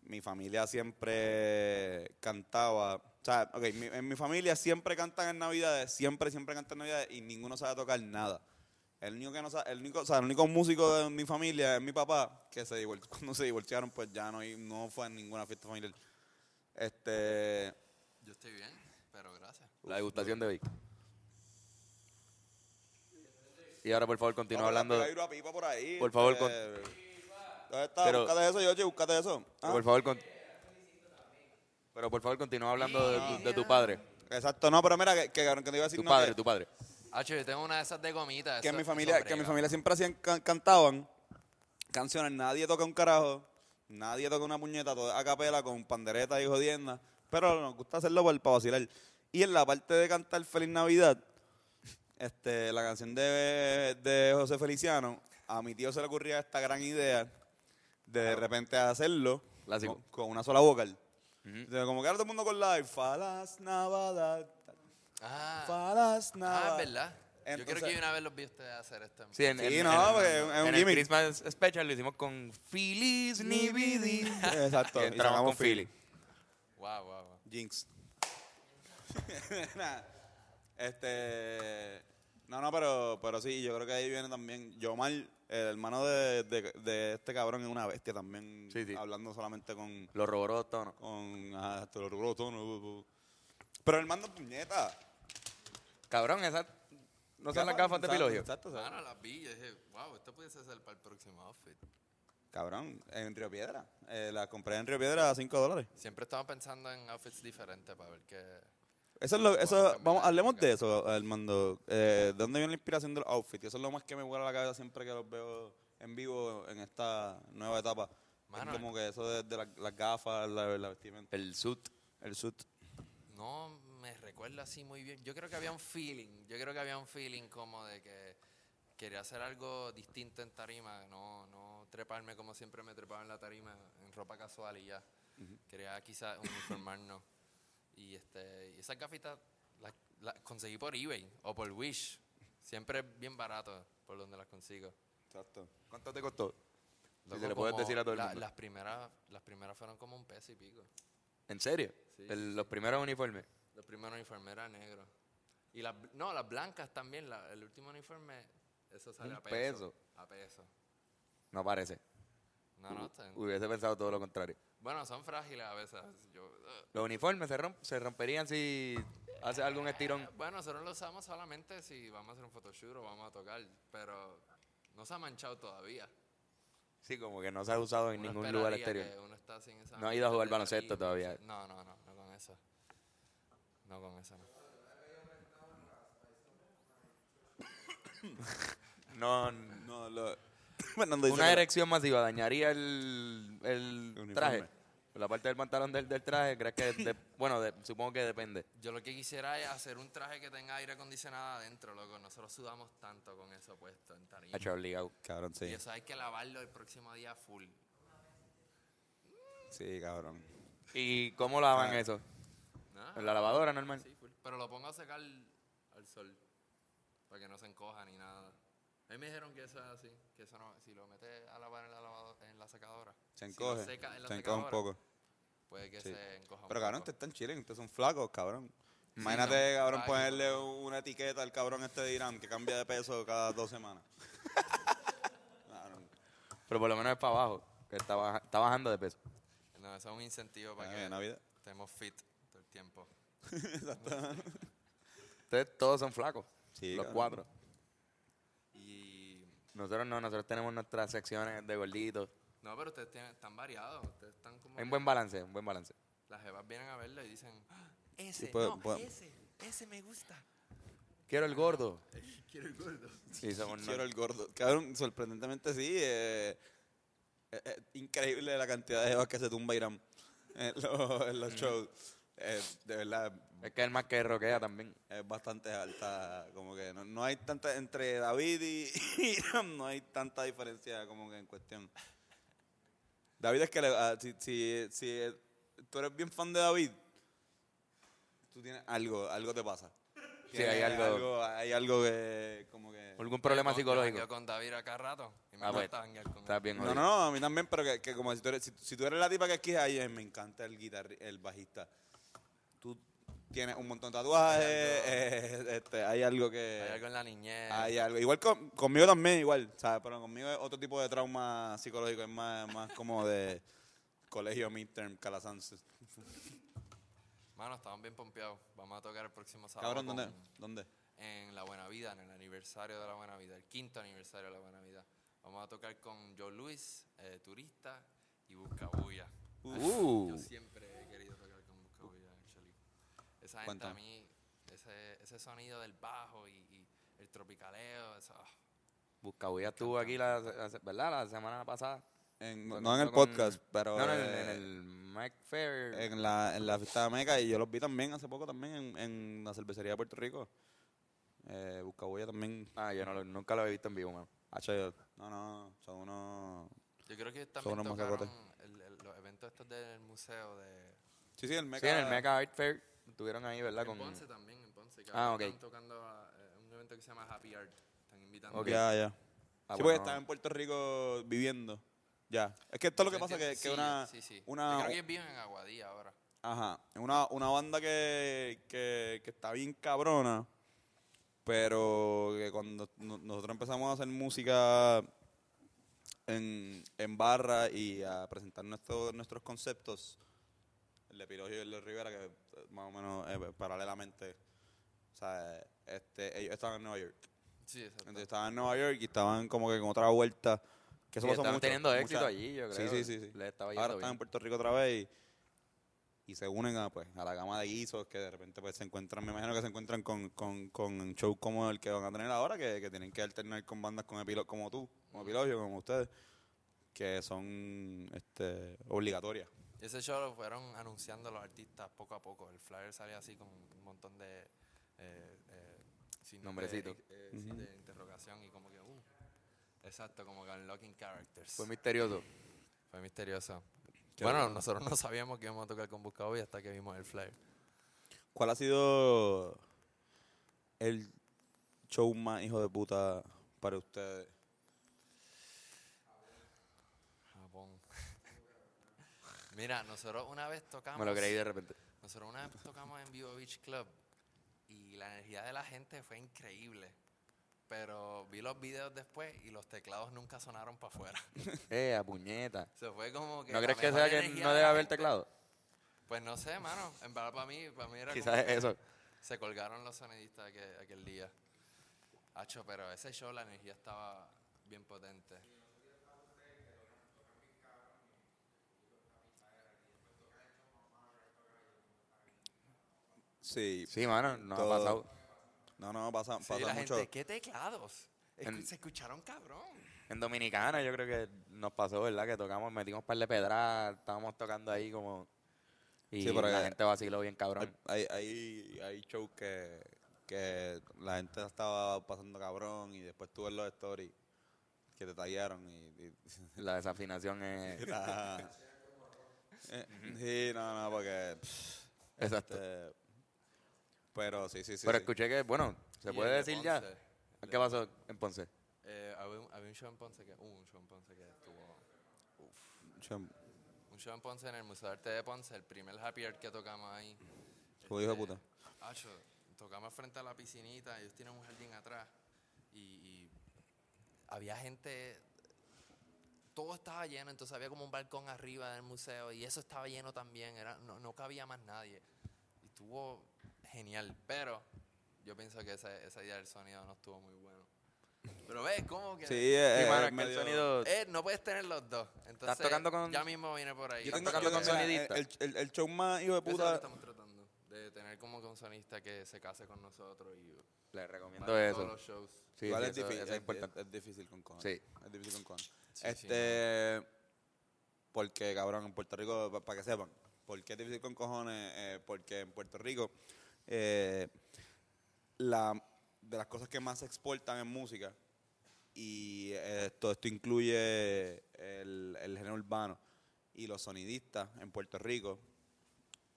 mi familia siempre cantaba. O sea, ok, mi- en mi familia siempre cantan en Navidades, siempre, siempre cantan en Navidades y ninguno sabe tocar nada. El único que no sabe, el único, o sea, el único músico de mi familia es mi papá, que se divor- cuando se divorciaron, pues ya no, i- no fue a ninguna fiesta familiar. Este. Yo estoy bien, pero gracias. La degustación de hoy. Y ahora, por favor, continúa Vamos, hablando. pega una pipa por ahí. Por favor, este, con- ¿Dónde está? Pero- búscate eso, Yoshi, búscate eso. Ah. Por favor, con- Pero por favor, continúa hablando de, tu- de tu padre. Exacto, no, pero mira, que, que, cabrón, que te iba a decir Tu no, eh, padre, que, tu padre. Hacho, Ah, yo tengo una de esas de gomita. eso- que en mi eso familia, que en mi brega. familia siempre hacían, can- cantaban canciones, nadie toca un carajo, nadie toca una puñeta, todo es a capela con pandereta y jodienda, pero nos gusta hacerlo para, para vacilar. Y en la parte de cantar Feliz Navidad, este, la canción de, de José Feliciano, a mi tío se le ocurría esta gran idea de de repente hacerlo Clásico. con, con una sola vocal. O sea, como que ahora todo el mundo con live, falas Navidad, Ah, falas ah, Navidad. es verdad. yo creo que Entonces- yo una vez los vi a ustedes hacer esto. en- Sí, en, Sí, en- no, en- porque es un- es un en gimmick. el Christmas Special lo hicimos con Feliz Nibidi. Exacto. Y y entramos sacamos con Philly. Wow, wow, wow. Jinx. Nada. Este. No, no, pero, pero sí, yo creo que ahí viene también Yomar, el hermano de, de- de este cabrón, es una bestia también, Sí, sí. hablando solamente con... Lo robó todo, ¿no? con ajá, te lo robó todo, no, bu- bu- Pero él manda puñeta. Cabrón, esa. No son las gafas de Exacto, Pilogio. Exacto, exacto. Ahora las vi y dije, wow, esto pudiese ser para el próximo outfit. Cabrón, en Río Piedra. Eh, la compré en Río Piedra a 5 dólares. Siempre estaba pensando en outfits diferentes para ver qué. Eso es lo, eso, cambiar vamos, la hablemos dinámica. de eso, Armando. Eh, ¿De dónde viene la inspiración del outfit? Eso es lo más que me vuela la cabeza siempre que los veo en vivo en esta nueva etapa. Mano, eh. es como que eso de, de la- las gafas, la, la vestimenta, El suit. el suit. No me recuerdo así muy bien. Yo creo que había un feeling. Yo creo que había un feeling como de que quería hacer algo distinto en tarima. No, no treparme como siempre me trepaba en la tarima, en ropa casual y ya. Quería quizás uniformarnos. y este, y esas gafitas las, las conseguí por eBay o por Wish. Siempre es bien barato por donde las consigo. Exacto. ¿Cuánto te costó? Si Loco, se lo puedes como decir a todo el la- mundo. Las primeras, las primeras fueron como un peso y pico. ¿En serio? Sí, El- los primeros uniformes. Los primeros uniformes eran negros. Y las, bl- no, las blancas también. la- el último uniforme, eso sale Un a peso, peso. A peso. No parece. No, no, están- Hubiese pensado todo lo contrario. Bueno, son frágiles a veces. Yo, eh, Los uniformes se, romp- se romperían si haces algún estirón. bueno, nosotros lo usamos solamente si vamos a hacer un photoshoot o vamos a tocar, pero no se ha manchado todavía. Sí, como que no se ha usado en Uno ningún lugar esperaría exterior. que uno está sin esa No ha ido a jugar mierda de baloncesto tarima, todavía. ese- No, no, no, no con eso. No con eso, no. No, No, lo, Fernando dice una que- erección masiva dañaría el, el Uniforme. traje. La parte del pantalón del, del traje, creo que. de- bueno, de- supongo que depende. Yo lo que quisiera es hacer un traje que tenga aire acondicionado adentro, loco. Nosotros sudamos tanto con eso puesto en tarima. Hacho, obligado. Cabrón, Y sí. eso hay que lavarlo el próximo día full. Sí, cabrón. ¿Y cómo lavan eso? Nada, ¿En la lavadora normal? Ah. sí, full. Pero lo pongo a secar al sol. Para que no se encoja ni nada. A mí me dijeron que eso es así. Que eso no, si lo metes a lavar en la, lavado- en la secadora. Se si lo encoge. seca en la se encoge un secadora, poco. Puede que Sí. se encoja un Pero cabrón, poco. ustedes están chilling, ustedes son flacos, cabrón. Imagínate, no. cabrón, Ay, ponerle una etiqueta al cabrón este de Irán que cambia de peso cada dos semanas. Pues Cabrón, Pero por lo menos es para abajo, que está, baja- está bajando de peso. No, eso es un incentivo para Ah, que bien, Navidad. estemos fit todo el tiempo. Ustedes todos son flacos. Sí, los cabrón. cuatro. Y... Nosotros no, nosotros tenemos nuestras secciones de gorditos. No, pero ustedes tienen, están variados. Ustedes están como... Hay un que- buen balance, un buen balance. Las jevas vienen a verlo y dicen... "Ah, Sí, pues, puedo- puedo- Quiero el gordo. Quiero el gordo. Sí, somos Quiero el gordo. Cabrón, sorprendentemente sí. eh, eh, eh, increíble la cantidad de jevas que se tumba Irán en los, en los shows. Eh, de verdad, Es que es el más que roquea también. es bastante alta. Como que no, no hay tanta. Entre David y Irán no hay tanta diferencia como que en cuestión. David es que le- ah, si, si, si, eh, tú eres bien fan de David, tú tienes algo, algo te pasa. Sí, hay Tienes algo- Hay algo que. Como que ¿Algún problema yo- yo psicológico? jangueo con David acá rato. Y me Ah, pues, encanta janguear con Estás él. bien No, jodido. no, no, a mí también, pero que, que como si tú eres, si, si tú eres la tipa que es que ay, ay, me encanta el guitarri, el bajista. Tú tienes un montón de tatuajes, eh, este, hay algo que... Hay algo en la niñez. hay algo. Igual con- conmigo también, igual, ¿sabes? Pero conmigo es otro tipo de trauma psicológico, es más, más como de colegio midterm, Calasanz. Mano, estamos bien pompeados. Vamos a tocar el próximo sábado. Cabrón, ¿dónde? con- ¿Dónde? En La Buena Vida, en el aniversario de La Buena Vida, el quinto aniversario de La Buena Vida. Vamos a tocar con Joe Luis, eh, turista y Buscabulla. Uh. Yo siempre he querido tocar con Buscabulla, actually. Esa gente a Cuéntame. mí, ese, ese sonido del bajo y, y el tropicaleo, eso, ah. Buscabulla estuvo aquí, la, la- ¿verdad? La semana pasada. En- no en Tocando el con- podcast, pero... No, no, en, eh, en el Mike Fair. en la, en la fiesta de Meca y yo los vi también hace poco también en, en la cervecería de Puerto Rico. Eh, Buscabulla también. Ah, yo no lo- nunca lo he visto en vivo, mano. Hacho, yo- no, no, son unos... Yo creo que Son también unos tocaron macacotes. el- el- los eventos estos del museo de... Sí, sí, el Meca. Sí, en el Mega Art Fair estuvieron ahí, ¿verdad? En Con, Ponce también, en Ponce. Que Ah, ahora ok. Están tocando a, eh, un evento que se llama Happy Art. Están invitando. Ok. Ya, ya. Ah, sí, porque bueno, estaba en Puerto Rico viviendo. Ya. Es que esto es lo que pasa, que, que Sí, una... Sí, sí. una- Yo creo que viven en Aguadilla ahora. Ajá. Una, una banda que, que, que está bien cabrona, pero que cuando no- nosotros empezamos a hacer música en, en barra y a presentar nuestro- nuestros conceptos, el de Pirogio y el de Rivera, que eh, más o menos eh, paralelamente, o sea, este, ellos estaban en Nueva York. Sí, exacto. Entonces estaban en Nueva York y estaban como que con otra vuelta. Que eso Y pasó estaban mucho, teniendo éxito mucha- allí, yo Sí, creo. Sí, sí, sí. Les estaba Ahora yendo están bien. en Puerto Rico otra vez y, y se unen a, pues, a la gama de guisos que de repente pues, se encuentran, me imagino que se encuentran con, con, con shows como el que van a tener ahora, que, que tienen que alternar con bandas con epilo- como tú, como Epilogio, como ustedes, que son este, obligatorias. Ese show lo fueron anunciando los artistas poco a poco. El flyer sale así con un montón de. eh, eh, signos de- Nombrecito. eh, sí, de interrogación y como que. uh, exacto, como que unlocking characters. Fue misterioso. Fue misterioso. bueno, nosotros no sabíamos que íbamos a tocar con Buscado y hasta que vimos el flyer. ¿Cuál ha sido el show más hijo de puta para ustedes? Japón. Ah, Mira, nosotros una vez tocamos. Me lo creí de repente. Nosotros una vez tocamos en Vivo Beach Club y la energía de la gente fue increíble. Pero vi los videos después y los teclados nunca sonaron para afuera. Eh, a puñeta. Se fue como que. ¿No la crees que mejor sea que energía no de debe la haber gente. teclado? Pues no sé, mano. En verdad, para mí, para mí era como Quizás que eso. Se colgaron los sonidistas aquel, aquel día. Hacho, pero ese show la energía estaba bien potente. Sí. Sí, mano, no Todo. ha pasado. No, no, pasa, Sí, pasa la mucho. gente, ¿qué teclados? Escu- En- Se escucharon cabrón. En Dominicana yo creo que nos pasó, ¿verdad? Que tocamos, metimos un par de pedras, estábamos tocando ahí como... Y Sí, pero la que- gente vaciló bien cabrón. Hay, hay, hay shows que, que la gente estaba pasando cabrón y después tú ves los stories que te tallaron y... y- La desafinación es... la- Eh, sí, no, no, porque... pff, Exacto. este, pero sí, sí, sí. pero sí. escuché que, bueno, ¿se Y puede el de decir ya? Ponce, el ¿Qué de- pasó en Ponce? Eh, había, un, había un show en Ponce que. hubo un show en Ponce que estuvo. Chum, Un show en Ponce en el Museo de Arte de Ponce, el primer happy hour que tocamos ahí. Como dijo de Este, puta. Acho, tocamos frente a la piscinita, ellos tienen un jardín atrás. Y, y había gente. Todo estaba lleno, entonces había como un balcón arriba del museo y eso estaba lleno también. Era, no, no cabía más nadie. Y estuvo genial, pero yo pienso que esa, esa idea del sonido no estuvo muy bueno. Pero ves, como que. Sí, eh, sí, eh, mano, es es que el medio- sonido... Eh, no puedes tener los dos. Entonces, tocando con- Ya mismo viene por ahí. Yo Están tengo, tocando yo con tengo- mira, sonidista. el, el, el show más hijo de Eso es lo que puta... estamos tratando. De tener como que un sonista que se case con nosotros y Les recomiendo vaya a todos eso. los shows. Sí, Igual sí, es, eso- difícil, es- eso es importante. es- es difícil con cojones. Sí. Es difícil con cojones. sí, este, porque, cabrón, en Puerto Rico, para que sepan, ¿por qué es difícil con cojones? Eh, porque en Puerto Rico, eh, la, de las cosas que más se exportan es música, y eh, esto, esto incluye el, el género urbano, y los sonidistas en Puerto Rico,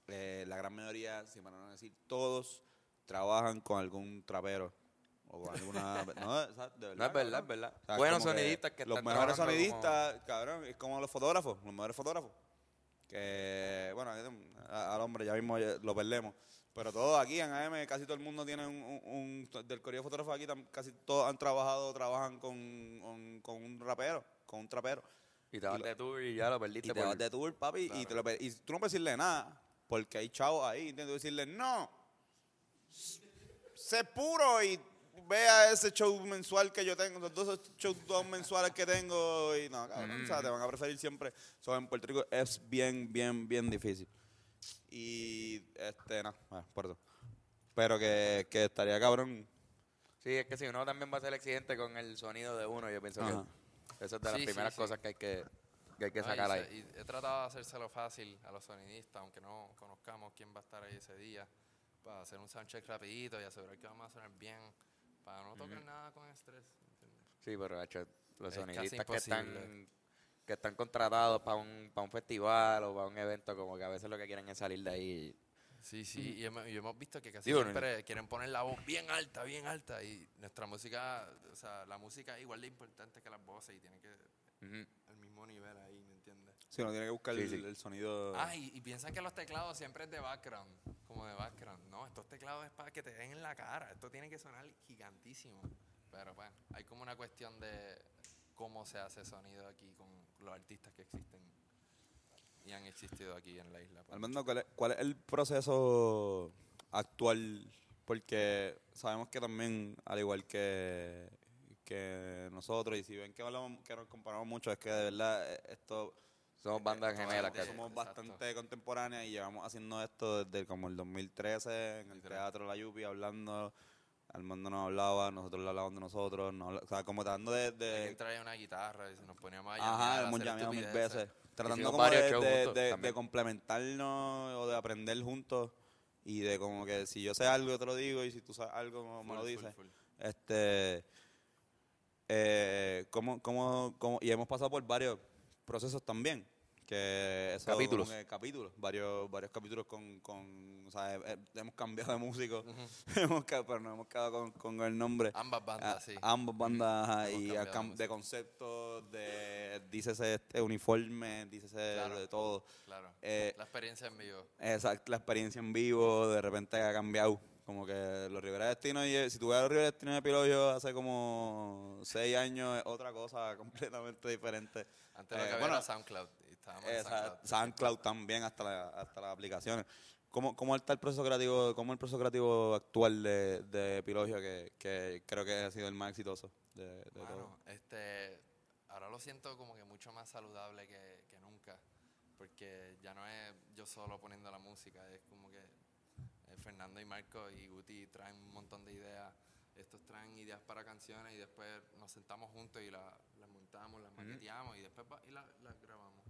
eh, la gran mayoría, si para no decir todos, trabajan con algún trapero. O con alguna. no, o sea, de verdad. No, es cabrón. verdad, es verdad. O sea, Buenos como que sonidistas que Los están mejores trabajando como- sonidistas, cabrón, es como los fotógrafos, los mejores fotógrafos. Que, bueno, a- al hombre ya mismo ya lo perdemos. Pero todos aquí en AM, casi todo el mundo tiene un. un- un- del correo de fotógrafos aquí, tam- casi todos han trabajado, trabajan con, con, con un rapero, con un trapero. Y te vas lo- de tour y ya lo perdiste. Y te por- vas de tour, papi, y, te lo pe- y tú no puedes decirle nada, porque hay chavos ahí, intento decirle, no, sé puro y vea ese show mensual que yo tengo, los dos shows dos mensuales que tengo, y no, cabrón, o sea, te Mm. van a preferir siempre. So, en Puerto Rico es bien, bien, bien difícil. Y, este, no, bueno, por eso. Pero que, que estaría cabrón. Sí, es que si uno también va a ser exigente con el sonido de uno, yo pienso Ajá. que eso es de las Sí, sí, primeras sí. cosas que hay que, que, hay que No, y sacar se- ahí. y he tratado de hacérselo fácil a los sonidistas, aunque no conozcamos quién va a estar ahí ese día, para hacer un soundcheck rapidito y asegurar que vamos a sonar bien, para no tocar nada con estrés. ¿entiendes? Sí, pero hacho, los Es casi sonidistas que están, imposible. que están contratados para un, para un festival o para un evento, como que a veces lo que quieren es salir de ahí. Sí, sí, y hemos, y hemos visto que casi Digo, siempre quieren poner la voz bien alta, bien alta, y nuestra música, o sea, la música es igual de importante que las voces y tiene que Ujú. al mismo nivel ahí, ¿me entiendes? Si uno tiene que buscar Sí, el, sí. el sonido. Ah, y, y piensan que los teclados siempre es de background. Como como de background. No, estos teclados es para que te den en la cara. Esto tiene que sonar gigantísimo. Pero bueno, hay como una cuestión de cómo se hace sonido aquí con los artistas que existen y han existido aquí en la isla. pues. Armando, ¿cuál es, cuál es el proceso actual? Porque sabemos que también, al igual que, que nosotros, y si ven que, hablamos, que nos comparamos mucho, es que de verdad eh, esto... Eh, Somos bandas Nosotros gemelas, casi. Somos Exacto. bastante contemporáneas y llevamos haciendo esto desde como el 2013 en el Literal. Teatro La Yupi, hablando. Armando nos hablaba, nosotros le hablábamos de nosotros. nos habla- o sea, como tratando de. de- Alguien traía una guitarra y se nos poníamos a llamear, a Eh, ajá, hacer hemos llameado mil estupideces. veces. Tratando Hicimos como de, varios shows de- juntos de- de también. complementarnos o de aprender juntos. Y de como que si yo sé algo, te lo digo, y si tú sabes algo, me- me Full, lo full, dices. full. Este, eh, ¿cómo- cómo- cómo- y hemos pasado por varios procesos también. Que eso, Capítulos. como que capítulos, varios, varios capítulos con, con o sea, eh, eh, hemos cambiado de músico, hemos, ca- pero nos hemos quedado con, con el nombre. Ambas bandas, A- sí. Ambas bandas ajá, Hemos y cambiado a de cam- músico. de conceptos, de dícese este uniforme, dícese Claro. de todo. Claro. Eh, la experiencia en vivo. Exacto, la experiencia en vivo de repente ha cambiado. Como que los Rivera Destino, y, eh, si tú ves a los Rivera Destino de Pilollo hace como seis años, es otra cosa completamente diferente. Antes lo Eh, que había bueno, era SoundCloud. y estábamos en Esa- SoundCloud. SoundCloud también, hasta, la- hasta las aplicaciones. ¿Cómo, cómo está el proceso creativo, cómo el proceso creativo actual de, de Pilogio, que, que creo que ha sido el más exitoso de, de todo? Mano, este, ahora lo siento como que mucho más saludable que, que nunca, porque ya no es yo solo poniendo la música, es como que eh, Fernando y Marco y Guti traen un montón de ideas, estos traen ideas para canciones y después nos sentamos juntos y la- las montamos, las maqueteamos y después va- y la- las grabamos.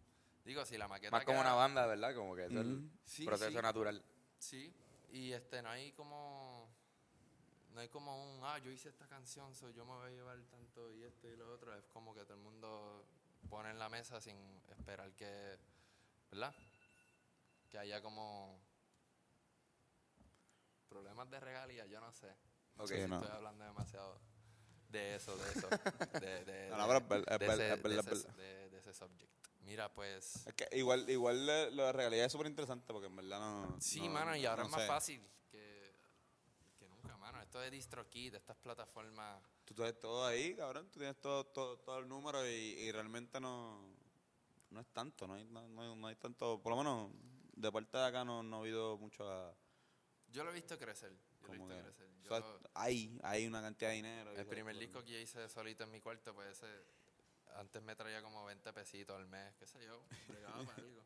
Digo, si la maqueta Más como queda- una banda, ¿verdad? Como que eso es el Sí, proceso sí. natural. Sí, y este, no hay como. No hay como un, ah, yo hice esta canción, so yo me voy a llevar tanto y esto y lo otro. Es como que todo el mundo pone en la mesa sin esperar que. ¿Verdad? Que haya como. Problemas de regalías, yo no sé. Ok, Si no. Estoy hablando demasiado de eso, de eso. de, de, No, no, pero es ver- es de ver- ese- es verdad, de es ese- de- de ese subject. Mira, pues. Es que igual, igual eh, lo de realidad es súper interesante porque en verdad no. Sí, no- mano, y ahora no es más sé. fácil que, que nunca, mano. Esto de DistroKid, estas plataformas. Tú tienes todo ahí, cabrón. Tú tienes todo, todo, todo el número y, y realmente no, no es tanto. No hay, no, no hay- no hay tanto. Por lo menos de parte de acá no, no ha habido mucho. a- Yo lo he visto crecer. Yo lo he como visto que- crecer. o sea, Yo- hay, hay una cantidad de dinero. y el eso- primer disco que yo hice solito en mi cuarto, pues ese. Antes me traía como 20 pesitos al mes, qué sé yo. bregaba para algo.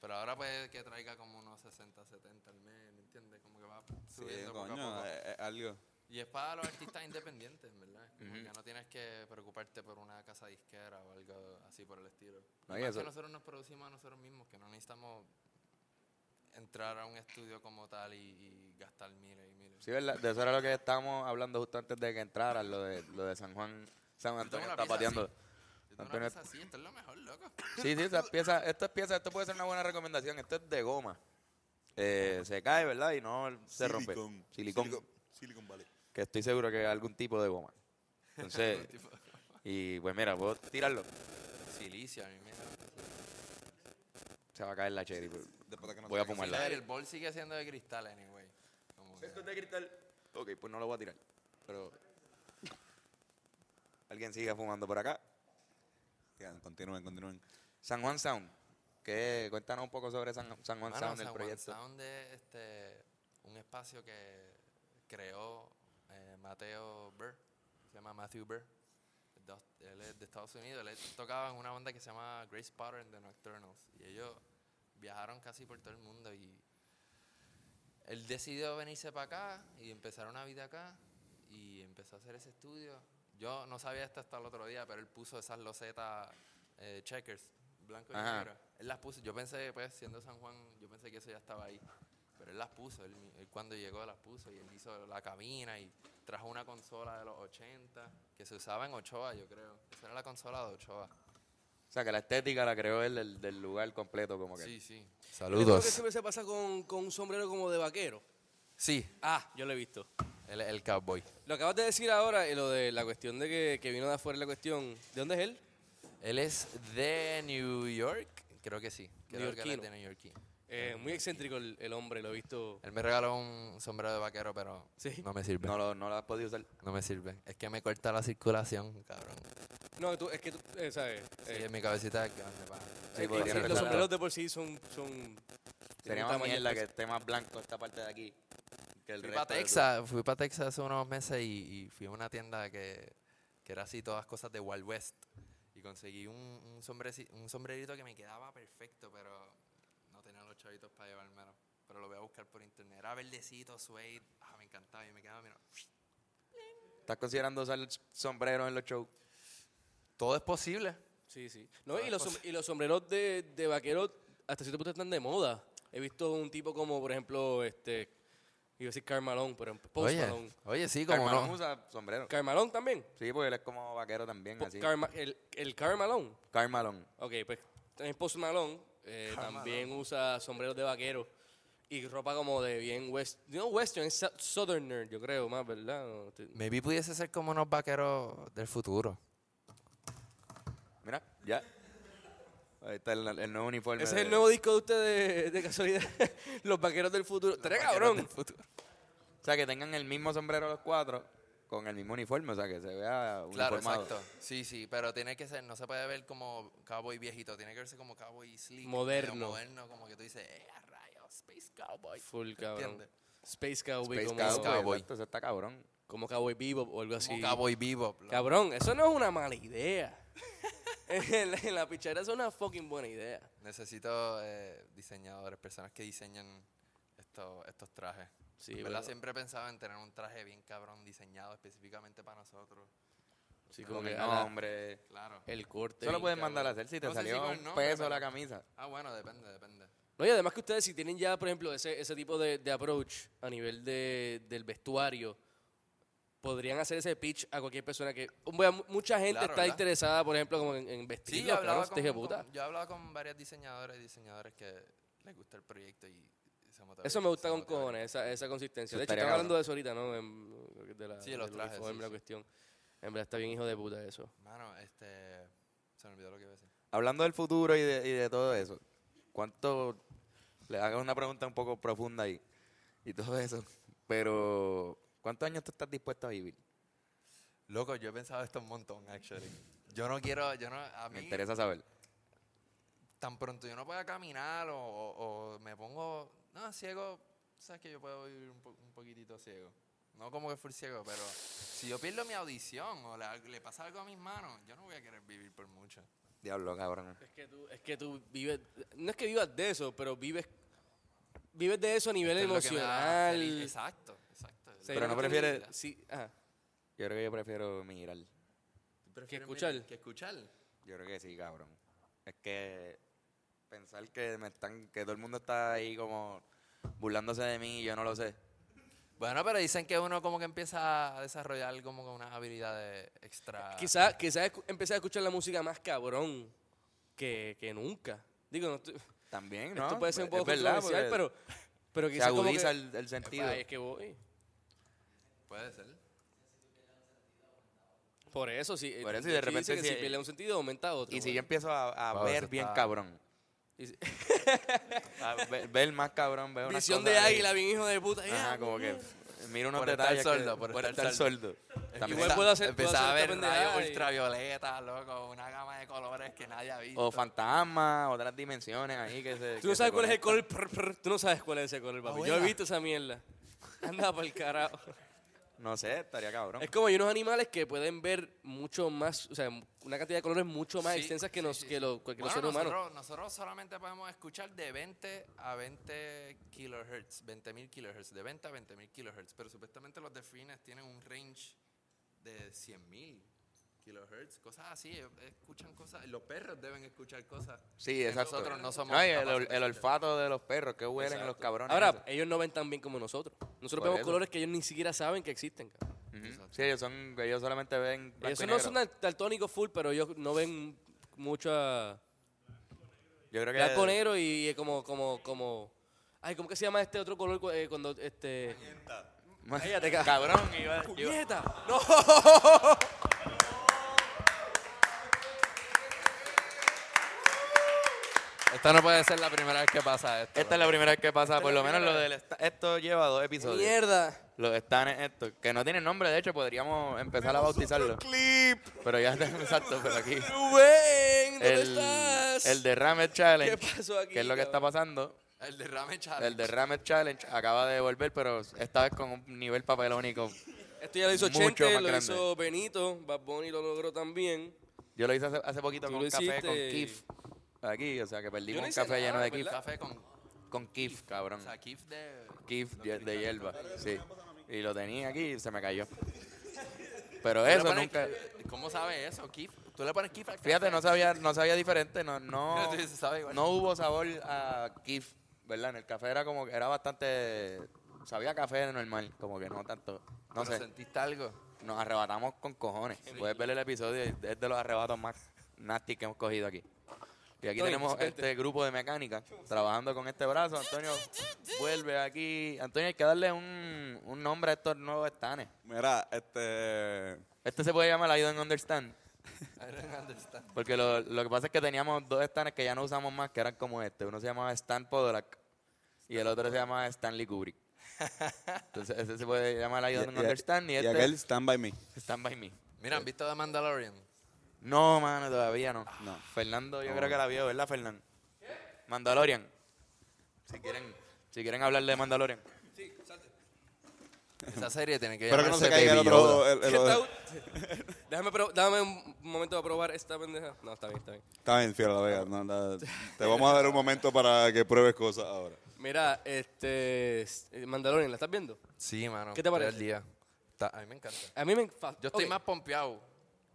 Pero ahora pues que traiga como unos 60, 70 al mes, ¿me entiendes? Como que va Sí, subiendo poco a coño, eh, poco. es- es algo. Y es para los artistas independientes, en ¿verdad? Como que no tienes que preocuparte por una casa disquera o algo así por el estilo. No, Además y eso- que nosotros nos producimos a nosotros mismos, que no necesitamos entrar a un estudio como tal y, y gastar miles y miles. Sí, ¿verdad? De eso era lo que estábamos hablando justo antes de que entraras, lo de, lo de San Juan, San Antonio una está pieza pateando. Yo tengo una Antonio- cosa así, esto es lo mejor, loco. Sí, sí, estas piezas, estas piezas, esto puede ser una buena recomendación. Esto es de goma. Eh, se cae, ¿verdad? Y no se rompe. Silicon. Silicón. Silicon, Silicon Valley. Que estoy seguro que es algún tipo de goma. Entonces, y pues mira, puedo tirarlo. Silicio, a mí me Se va a caer la cherry. pero Después de que no voy a saque- fumarla. El bol sigue siendo de cristal, anyway. Como que- de cristal. Ok, pues no lo voy a tirar. Pero. Alguien siga fumando por acá. Sigan, Continúen, continúen. San Juan Sound. ¿Qué? Cuéntanos un poco sobre San, San Juan Mano, Sound, el San Juan proyecto. Sound es este, un espacio que creó eh, Mateo Burr, se llama Matthew Burr. Dos- Él es de Estados Unidos, él es- tocaba en una banda que se llama Grace Potter and the Nocturnals. Y ellos viajaron casi por todo el mundo y él decidió venirse para acá y empezar una vida acá y empezó a hacer ese estudio. Yo no sabía esto hasta el otro día, pero él puso esas losetas eh, checkers, blanco y Ajá. negro. Él las puso, yo pensé, pues, siendo San Juan, yo pensé que eso ya estaba ahí. Pero él las puso, él, él cuando llegó las puso y él hizo la cabina y trajo una consola de los 80 que se usaba en Ochoa, yo creo. Esa era la consola de Ochoa. O sea, que la estética la creó él del, del lugar completo, como que. Sí, sí. Saludos. que siempre se pasa con, con un sombrero como de vaquero. Sí, Ah, yo lo he visto. él es el cowboy. Lo acabas de decir ahora, eh, lo de la cuestión de que, que vino de afuera la cuestión. ¿De dónde es él? Él es de New York, creo que sí. Creo que él es Neoyorquino. de New York. Eh, muy excéntrico el, el hombre, lo he visto. Él me regaló un sombrero de vaquero, pero Sí. no me sirve. No lo, no lo has podido usar. No me sirve. Es que me corta la circulación, cabrón. No, tú- es que tú, eh, ¿sabes? Sí, Eh, en mi cabecita es grande, pa. Sí, eh, porque y tiene los razón. sombreros de por sí son. son Sería tienen un más tamaño mierda que específico. esté más blanco esta parte de aquí. Que el Fui resto para de tu- Texas, fui para Texas hace unos meses y, y fui a una tienda que, que era así, todas cosas de Wild West. Y conseguí un, un, sombreci- un sombrerito que me quedaba perfecto, pero no tenía los chavitos para llevármelo. Pero lo voy a buscar por internet. Era verdecito, suede. Ah, me encantaba y me quedaba, mira. ¿Estás considerando usar el sombrero en los shows? Todo es posible. Sí, sí. No, Ah, y, pues. los, som- y los sombreros de, de vaquero hasta cierto punto están de moda. He visto un tipo como, por ejemplo, este. Iba a decir Carmalón, pero Post Malone. Oye, oye, sí, como Carmelo no. usa sombrero. Carmalón también. Sí, porque él es como vaquero también, Po- Pues Ah, así. Karma- el, el Carmalón. Carmalón. Ok, pues también Post Malone eh, también usa sombreros de vaquero y ropa como de bien west, no western, es sou- southerner, yo creo más, ¿verdad? No, estoy- Maybe pudiese ser como unos vaqueros del futuro. Mira, ya. Ahí está el, el nuevo uniforme. Ese es de- el nuevo disco de ustedes de, de casualidad, Los Vaqueros del Futuro. Estaría cabrón. O sea, que tengan el mismo sombrero los cuatro con el mismo uniforme, o sea, que se vea Claro, uniformado. exacto. Sí, sí, pero tiene que ser, no se puede ver como cowboy viejito, tiene que verse como cowboy sleek. medio Moderno. Moderno, como que tú dices, ¡eh, a rayos! Space cowboy. Full ¿Te cabrón. entiendes? Space Cowboy Space como Cowboy, Cowboy. exacto, eso está cabrón. como Cowboy Bebop o algo Como así. cowboy bebop. loco. Cabrón, eso no es una mala idea. en, la, en la pichadera eso es una fucking buena idea. Necesito eh, diseñadores, personas que diseñen estos, estos trajes. Sí, En ¿Verdad? bueno, Siempre he pensado en tener un traje bien cabrón diseñado específicamente para nosotros. sí, Como como que el haga nombre. Claro. el corte. Eso lo bien pueden cabrón. mandar a hacer si te ah, No sé si salió con el un nombre, peso pero- la camisa. Ah, bueno, depende, depende. No, y además que ustedes si tienen ya, por ejemplo, ese, ese tipo de, de approach a nivel de, del vestuario, podrían hacer ese pitch a cualquier persona que... Vea, mu- mucha gente Claro, está ¿verdad? interesada, por ejemplo, como en, en vestirlo, yo he claro, hablado este hijo de con- puta. con- yo he hablado con varias diseñadoras y diseñadores que les gusta el proyecto y se motivan- Eso me gusta se con motivan. cojones, esa, esa consistencia. Eso De hecho, estaría estaba hablando cabrón. de eso ahorita, ¿no? En- de la, Sí, los del trajes, uniforme, sí, la sí. cuestión. En verdad está bien hijo de puta eso. Mano, este. Se me olvidó lo que iba a decir. Hablando del futuro y de, y de todo eso, ¿cuánto. Le hago una pregunta un poco profunda ahí. Y todo eso. Pero, ¿cuántos años tú estás dispuesto a vivir? Loco, yo he pensado esto un montón, actually. Yo no quiero. Yo no, a mí, Me interesa saber. tan pronto yo no pueda caminar o, o- o me pongo. No, ciego. Sabes que yo puedo vivir un, po- un poquitito ciego. No como que full ciego, pero si yo pierdo mi audición o la- le pasa algo a mis manos, yo no voy a querer vivir por mucho. Diablo, cabrón. Es que tú, es que tú vives, no es que vivas de eso, pero vives vives de eso a nivel Esto es lo que me da emocional. feliz. Exacto, exacto. O sea, yo Pero no tengo- prefieres- Sí, ajá. Yo creo que yo prefiero migrar. que escuchar. Que escuchar. Yo creo que sí, cabrón. Es que pensar que me están, que todo el mundo está ahí como burlándose de mí, yo no lo sé. Bueno, pero dicen que uno como que empieza a desarrollar como que unas habilidades extra. Quizás quizá escu- empecé a escuchar la música más cabrón que, que nunca. Digo, no, estoy- También, ¿no? pues, esto puede ser un poco Es verdad, controversial, porque pero, pero se quizás como agudiza que- el, el sentido. Ay, es que voy. Puede ser. Por eso, sí. eh, Por eso, y Nietzsche dice de repente que si, si- pierde un sentido, aumenta otro. pues. Y si bueno. yo empiezo a, a Wow, ver eso bien está- cabrón, Y si- a ver, ver más cabrón, veo unas Visión cosas de ahí. águila, bien hijo de puta. Ajá, ya, como que mira unos Por estar detalles que- sordo, por estar sordo. También Igual está- puedo hacer- puedo Empezaba a hacer esta ver rayos pendejada y- ultravioleta, loco, una gama de colores que nadie ha visto. o fantasmas, otras dimensiones ahí que se Tú que no se sabes cuál es el conectan. color. prr, prr, Tú no sabes cuál es ese color, papi. Yo he Abuela. visto esa mierda. Anda para el carajo. No sé, estaría cabrón. Es como hay unos animales que pueden ver mucho más, o sea, una cantidad de colores mucho más Sí, extensas que, sí, nos, sí, que sí. los, que los Bueno, seres humanos. nosotros, nosotros solamente podemos escuchar de 20 a 20 kilohertz, 20.000 kilohertz, de 20 a 20.000 kilohertz, pero supuestamente los delfines tienen un range de 100.000 kilohertz, cosas así, ellos escuchan cosas, los perros deben escuchar cosas. Sí, exacto. Nosotros no somos y el, capaces ol- de el hacer olfato de los perros, que huelen los Exacto. cabrones. Ahora, esos. ellos no ven tan bien como nosotros. Nosotros Por vemos eso. colores que ellos ni siquiera saben que existen. cabrón. Ujú. Sí, ellos, son, ellos solamente ven. blanco Ellos y no negro. son daltónicos full, pero ellos no ven mucha... Yo creo que. Blanco, negro y, y como, como, como... Ay, ¿cómo que se llama este otro color cu- eh, cuando este... Cállate, ca- Cabrón, iba- iba- ¡Puñeta! ¡No! Esta no puede ser la primera vez que pasa esto. Esta es la primera vez que pasa, Esta por es la lo menos lo primera del... esta- Esto lleva dos episodios. Mierda. Los stands estos, que no tienen nombre, de hecho podríamos empezar a bautizarlo. Pero ya está, exacto, pero aquí. Rubén, ¿dónde El, estás? el Derrame Challenge, ¿Qué pasó aquí, que es lo que está cabrón? pasando. El derrame challenge. El Derrame Challenge acaba de volver, pero esta vez con un nivel papelónico. Esto ya lo hizo mucho Chente, lo más grande. hizo Benito, Bad Bunny lo logró también. Yo lo hice hace, hace poquito Tú con lo café, con hiciste. Kif. Aquí, o sea, que Yo perdimos no un hice café nada, lleno de Kif. ¿verdad? Café con. Con Kif, cabrón. O sea, Kif de. Kif de, de hierba, sí. Y lo tenía aquí y se me cayó. Pero ¿Tú le eso pones nunca... Kif? ¿Cómo sabe eso? Kif. Tú le pones Kif al café. Fíjate, no sabía, no sabía diferente, no, no, Sí, sí, sabe igual. no hubo sabor a kif, ¿verdad? En el café era como que era bastante, sabía a café normal, como que no tanto, no Pero sé, ¿Sentiste algo? nos arrebatamos con cojones. Puedes ver el episodio, y es de los arrebatos más nasty que hemos cogido aquí. Y aquí Antonio, tenemos vente. este grupo de mecánica trabajando con este brazo. Antonio, vuelve aquí. Antonio, hay que darle un, un nombre a estos nuevos stands. Mira, este. Este se puede llamar I don't understand. I don't understand. Porque lo, lo que pasa es que teníamos dos stands que ya no usamos más, que eran como este. Uno se llamaba Stan Podolak y el otro se llamaba Stanley Kubrick. Entonces, ese se puede llamar I Don't y- y- Understand y, y este aquel Stand By Me. Stand By Me. Mira, ¿han visto The Mandalorian? No, mano, todavía no. No. Fernando, yo creo que la vio, ¿verdad, Fernando? Mandalorian. Si quieren, si quieren hablar de Mandalorian. Esa serie tiene que Espero que no llamarse se caiga el Baby otro. Yoda. el- el- ¿Qué tal? Déjame, pro- dame un momento para probar esta pendeja. No, está bien, está bien. Está bien, fiel la vega. no, la- te vamos a dar un momento para que pruebes cosas ahora. Mira, este. s- eh, Mandalorian, ¿la estás viendo? Sí, mano. ¿Qué te todo parece? el día. Está- a mí me encanta. A mí me. fa- Yo estoy ok. más pompeado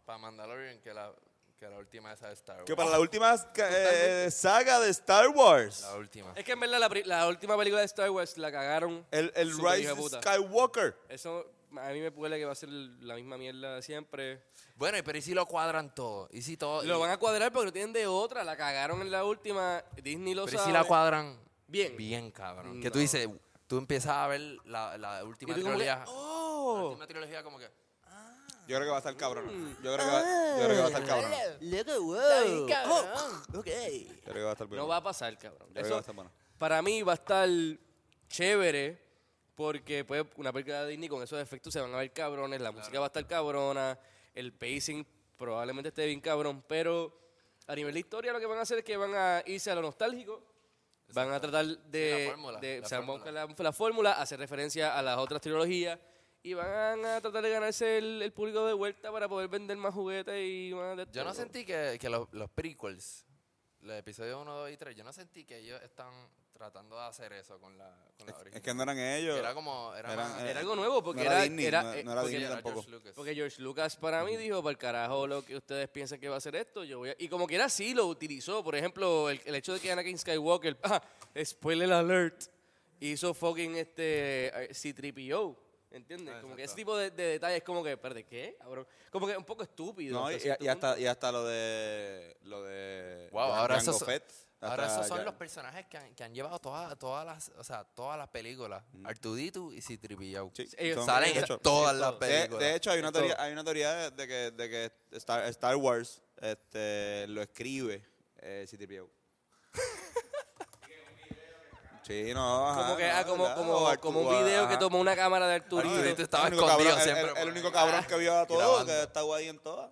para Mandalorian que la, que la última esa de Star Wars. Que para la última eh, saga de Star Wars, La última. Es que en verdad la, pri- la última película de Star Wars la cagaron. el, el Super Rise hija of puta. Skywalker. Eso a mí me huele que va a ser la misma mierda de siempre. Bueno, y- pero ¿y si lo cuadran todo? ¿Y si todo? Lo y- van a cuadrar porque no tienen de otra. La cagaron en la última. Disney lo pero ¿y sabe. si la cuadran? Bien. Bien, Mm, cabrón. Que No. tú dices, tú empiezas a ver la, la última Y tú como que, trilogía. La ¡Oh! última trilogía como que... Yo creo que va a estar cabrón. Yo creo que va, yo creo que va a estar cabrón. oh, Yo creo que va a No estar bueno. va a pasar, cabrón. Yo creo que va Eso, a estar bueno. para mí va a estar chévere porque pues una película de Disney con esos efectos se van a ver cabrones, la música va a estar cabrona, el pacing probablemente esté bien cabrón, pero a nivel de historia lo que van a hacer es que van a irse a lo nostálgico, van a tratar de, Sí, la fórmula, de- la o sea, van a fórmula. buscar la, la fórmula, hacer referencia a las otras trilogías y van a tratar de ganarse el, el público de vuelta para poder vender más juguetes y más de Yo no todo. sentí que, que los, los prequels, los episodios 1, 2 y 3, yo no sentí que ellos están tratando de hacer eso con la, con la Es original. que no eran ellos. Era como... Era, Eran- más- eh, Era algo nuevo porque no era era, Disney, era, no- eh, no era porque Disney era tampoco. George Lucas. Porque George Lucas para mí dijo, para el carajo lo que ustedes piensan que va a ser esto, yo voy a... Y como quiera sí lo utilizó, por ejemplo, el, el hecho de que Anakin Skywalker, ah, spoiler alert, hizo fucking este eh, C-3PO, ¿entiendes? Ah, como que exacto. ese tipo de, de detalles como que, espérate, ¿qué? cabrón? Como que un poco estúpido. No, y, hasta y- cierto y hasta, punto. y hasta lo de. Lo de. Wow, Jan- ahora Jango esos son- Fett, Ahora hasta esos son Jan- los personajes que han, que han llevado todas, todas las, o sea, todas las películas. Artuditu y Citripillau. Sí, ellos son- Salen de en hecho- todas las De- De, películas. hecho, hay una Esto- teoría, hay una teoría de- de que, de que Star, Star Wars este, lo escribe eh, C-3PO. sí, no. ajá, Como que, no, ah, como, como, ¿verdad? O como Arturo, un video que ajá. tomó una cámara de Arturito Arturito. estaba El único escondido cabrón- el- siempre. el, por el ahí. único cabrón que vio a todo, grabando. que estaba ahí en todas.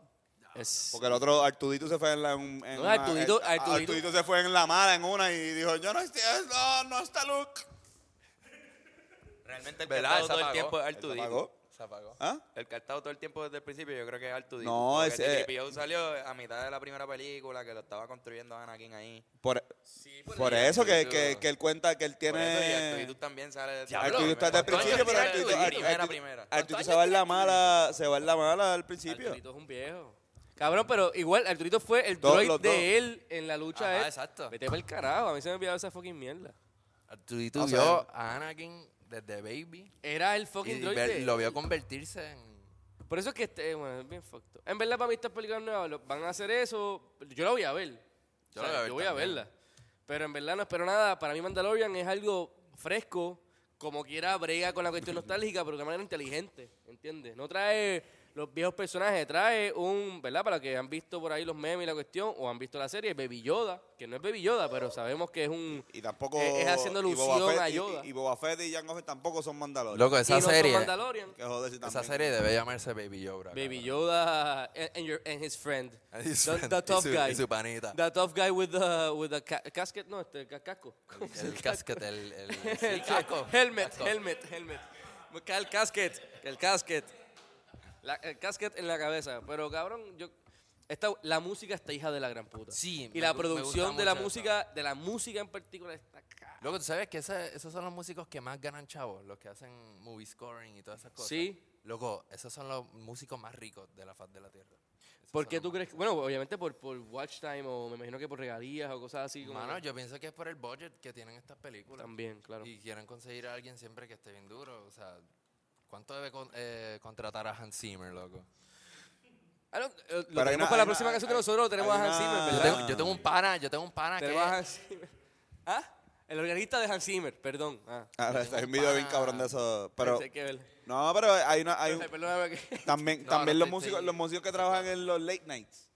Es- Porque el otro, Artudito se fue en la. un- en No, una- Artudito- eh, Artudito- Artudito se fue en la mala en una y dijo: Yo no estoy. No, no está Luke. Realmente el que ha estado ¿Verdad? Se todo el apagó. tiempo es Él se Artudito. apagó. Se apagó. ¿Ah? El que ha estado todo el tiempo desde el principio, yo creo que es Artudito. No, Porque ese- T-3PO salió a mitad de la primera película que lo estaba construyendo Anakin ahí. Por, por eso que, que, que él cuenta que él Por eso, y tiene. Artudito también sale desde Artudito está desde el ¿Cuántos principio, años pero tiene Artudito- Artudito? Artudito- primera, primera. Arturito se va en la mala, se va en la mala al principio. Arturito es un viejo. Cabrón, pero igual Arturito fue el Todos droid los dos. de él en la lucha. Ajá, él. exacto. Vete para el carajo, a mí se me olvidaba esa fucking mierda. Artuditu O sea, vio a Anakin desde baby. Era el Y fucking droid ver- de lo él. vio convertirse en... Por eso es que este, bueno, es bien fucked. up. En verdad, para mí estas películas nuevas lo- van a hacer eso. Yo la voy a ver. Yo la voy a ver también. verla. Pero en verdad no espero nada. Para mí Mandalorian es algo fresco, como quiera brega con la cuestión nostálgica, pero de una manera inteligente, ¿entiendes? No trae los viejos personajes. Trae un, ¿verdad? Para los que han visto por ahí los memes y la cuestión, o han visto la serie, Baby Yoda, que no es Baby Yoda, pero sabemos que es un. Y tampoco. Es, es haciendo y Boba alusión Fett a y- Yoda. Y, y Boba Fett y Jango Fett tampoco son Mandalorian. Loco, esa Y no son serie. Mandalorian. Que joder, si Esa también. serie debe llamarse Baby Yoda. Baby Yoda and, and your, and his friend. And his the, friend. the Y tough su- y guy. su panita. The tough guy with the, with the ca- casket. No, este, ca- casco. El casquet, el, el, El sí, casco. Helmet, Casco. helmet, helmet. Me cae el casquet, el casquet. La- el casquet en la cabeza. Pero cabrón, yo. Esta, la música está hija de la gran puta. Sí, Y me la gu- me gusta producción de la mucho música, de la música en particular está ca- Luego, tú sabes que ese- esos son los músicos que más ganan chavos, los que hacen movie scoring y todas esas cosas. Sí. Loco, esos son los músicos más ricos de la faz de la tierra. Esos ¿Por son qué los tú más- crees? que- Bueno, obviamente por, por watch time o me imagino que por regalías o cosas así. Como Mano, yo pienso que es por el budget que tienen estas películas. También, claro. Y quieren conseguir a alguien siempre que esté bien duro. O sea, ¿cuánto debe con- eh, contratar a Hans Zimmer, loco? Ah, no, eh, lo tenemos hay una- para la hay próxima una- canción hay- que nosotros lo tenemos a hay Hans una- Zimmer, Yo ¿verdad? tengo, yo tengo un pana, yo tengo un pana que... Tenemos a Hans Zimmer. ¿Ah? El organista de Hans Zimmer, perdón. Ah. Ahora está en video bien cabrón de eso. Pero. Pensé que- No, pero hay una. Hay un- Ay, perdóname que- también No, también no, los, estoy- músicos, estoy- los músicos que trabajan en los late nights.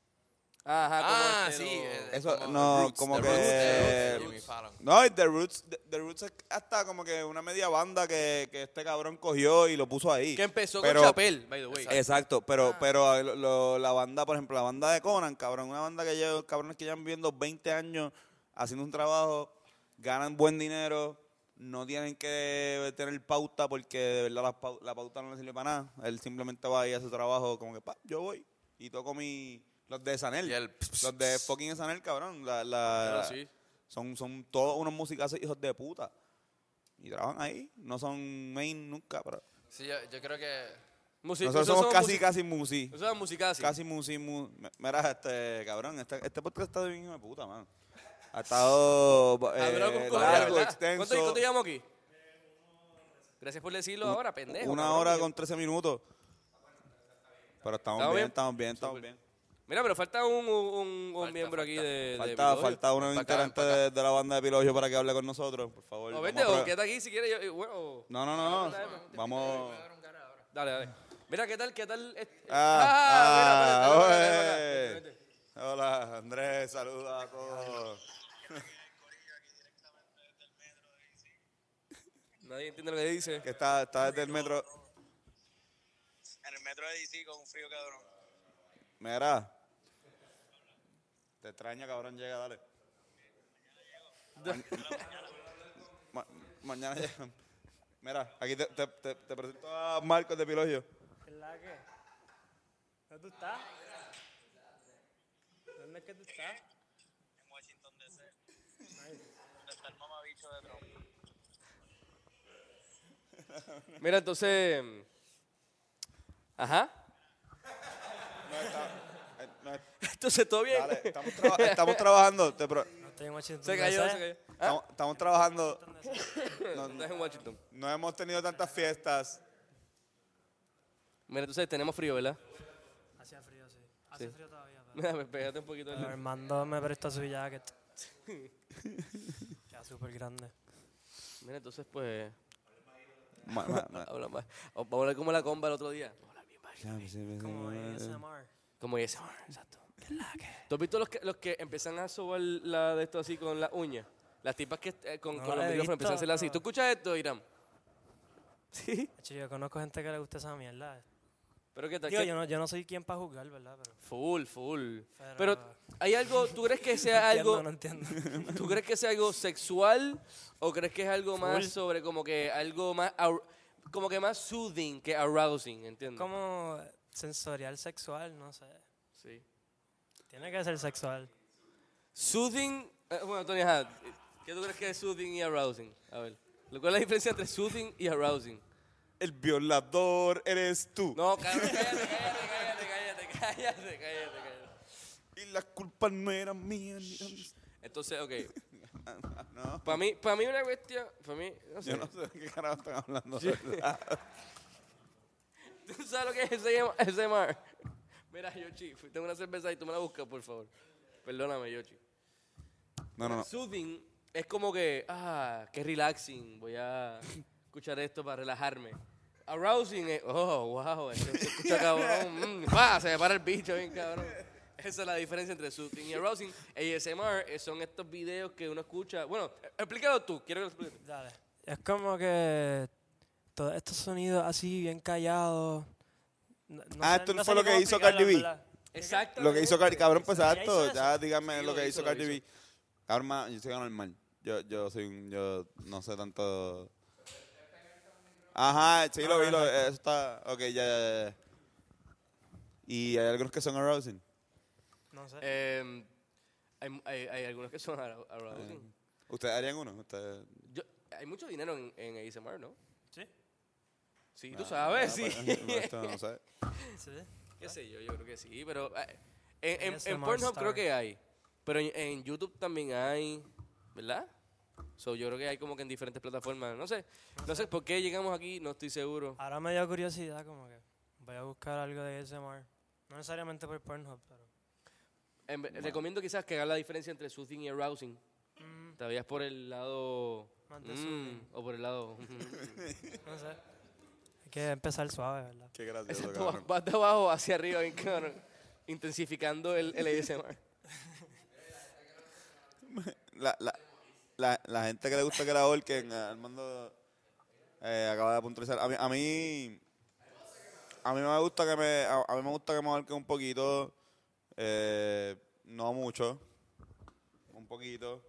Ajá, como Ah, este, sí. lo- eh, Eso, como no, The Roots, como The que- Roots, The Roots, The Jimmy Fallon. No, y The Roots, The, The Roots es hasta como que una media banda que, que este cabrón cogió y lo puso ahí. Que empezó Pero- con Chapel, by the way. Exacto, pero, pero eh, lo- lo- la banda, por ejemplo, la banda de Conan, cabrón, una banda que lleva, cabrones que llevan viviendo 20 años haciendo un trabajo, ganan buen dinero, no tienen que tener pauta porque de verdad la, pau- la pauta no le sirve para nada. Él simplemente va ahí a su trabajo, como que, pa, yo voy y toco mi. Los de Sanel. Y el los de fucking Sanel, cabrón. La, Claro, la, sí. son, son todos unos musicazos hijos de puta. Y trabajan ahí, no son main nunca, pero. Sí, yo, yo creo que... Musi- nosotros somos, casi, casi musi. musi- Nosotros somos musicasi. Casi musi, mu- Mira, este, cabrón, este, este podcast está de bien hijo de puta, mano. Ha estado eh, Hablamos con cojones, largo, ¿verdad? extenso. ¿Cuánto, cuánto llevamos aquí? Gracias por decirlo ahora, pendejo. Una cabrón, hora porque- con 13 minutos. Pero estamos ¿Estamos bien, bien? estamos bien, estamos Súper. bien. Mira, pero falta un, un- un- un Falta, miembro aquí falta. de. Falta, de falta uno Pa' acá, integrante pa' acá. de, de la banda de Pilogio para que hable con nosotros, por favor. O Vamos vete, a pro- o Ah, quédate aquí si quieres. yo- yo- bueno, o- no, no, no, Vamos. Dale, dale. Mira, ¿qué tal? ¿Qué tal? este- mira, Ah, ah, espérate, espérate, oye. espérate, espérate. Hola, Andrés, saluda a todos. Nadie entiende lo que dice. Que está, está desde el metro. En el metro de DC con un frío cabrón. Mira. Te extraño, cabrón, llega, dale. Ma- mañana llega. Mira, aquí te, te- te- te presento a Marcos de Pilogio. ¿Verdad que? ¿Dónde tú estás? ¿Dónde es que tú estás? En Washington DC. Donde está el mamabicho de Trump. Mira, entonces. Ajá. Eh, no, eh, Entonces, todo bien. dale, estamos, traba- estamos trabajando. te pro- No estoy en Washington. Se cayó, DC. se cayó. estamos, estamos trabajando. No, estás en Washington. No hemos tenido tantas fiestas. Mira, entonces tenemos frío, ¿verdad? Hacía frío, sí. Hace Sí. frío todavía, pero. Mira, pégate un poquito. pero El... Armando me prestó su jacket. Ya súper grande. Mira, entonces, pues. Ma- ma- ma- Habla más. O- Vamos a hablar como la comba el otro día. Vamos a hablar bien bajito. pues, Como ASMR. Como ese. ah, Exacto. ¿Tú has visto los que, los que empiezan a sobar la de esto así con las uñas? Las tipas que eh, con, No con los la he micrófonos empiezan a visto, hacerla así. no. ¿Tú escuchas esto, Irán? Sí. Hacho, yo conozco gente que le gusta esa mierda. eh. Pero qué tal. Digo, ¿Qué- yo no, yo no soy quien para juzgar, ¿verdad? Pero. Full, full. Pero- Pero, ¿hay algo, tú crees que sea algo, No entiendo, no entiendo. tú crees que sea algo sexual o crees que es algo más Full. sobre como que algo más, ar- como que más soothing que arousing, ¿entiendes? Como sensorial sexual, no sé. Sí. Tiene que ser sexual. Soothing, eh, bueno, Tony, ajá, ¿qué tú crees que es soothing y arousing? A ver, ¿cuál es la diferencia entre soothing y arousing? El violador eres tú. No, cabrón, cállate, cállate, cállate, cállate, cállate, cállate, cállate. Y la culpa no era mía. ni era mía. Entonces, ok, No, para mí, para mí una cuestión, para mí, no sé. yo no sé de qué carajo están hablando. ¿Tú sabes lo que es ese mar? Mira, Yoshi, fui- tengo una cerveza y tú me la buscas, por favor. Perdóname, Yoshi. No, no, no. Soothing ah, es como que, ah, qué relaxing. Voy a escuchar esto para relajarme. Arousing. eh, Oh, wow. Eso se escucha cabrón. Mm, pa, se me para el bicho bien cabrón. Esa es la diferencia entre soothing y arousing. ASMR eh, son estos videos que uno escucha. Bueno, eh, explícalo tú. Quiero que lo expliques. Dale. Es como que todos estos sonidos así, bien callados. no- no ah, sé- esto no sé fue ni lo que cómo hizo explicarlo, Cardi en B. verdad. Exacto. Lo que hizo Cardi Cabrón, pues Ella hizo exacto. eso. Ya díganme Sí, lo lo que hizo, hizo lo Cardi hizo. B. Cabrón, ma- yo soy normal. Yo, yo soy un. Yo no sé tanto. Ajá, sí, lo vi. Lo, eso está. Ok, ya, ya, ya. Y hay algunos que son arousing. No sé. Eh, hay, hay- hay algunos que son arou- arousing. ¿Ustedes harían uno? ¿Ustedes? Yo- hay mucho dinero en, en ASMR, ¿no? Sí. Sí, Ah, tú sabes, ah, sí. pues, no, esto no sé. Sí. Qué sé yo, yo creo que sí, pero eh, en, en- en ASMR Pornhub star. creo que hay, pero en, en YouTube también hay, ¿verdad? So, yo creo que hay como que en diferentes plataformas, no sé, no sé por qué llegamos aquí, no estoy seguro. Ahora me dio curiosidad, como que voy a buscar algo de ASMR. No necesariamente por Pornhub, pero. En ve- Recomiendo quizás que hagas la diferencia entre soothing y arousing. Mm, Te vayas por el lado Más de mm, soothing. o por el lado. mm. no sé. Hay que empezar suave, ¿verdad? Qué gracioso, Exacto, vas- cabrón. vas de abajo hacia arriba, bien cabrón, intensificando el, el ASMR. La, la, la, la gente que le gusta que la ahorquen, a Armando eh, acaba de puntualizar. A mí, a mí, a mí me gusta que me, a, a mí me gusta que me ahorquen un poquito, eh, no mucho, un poquito.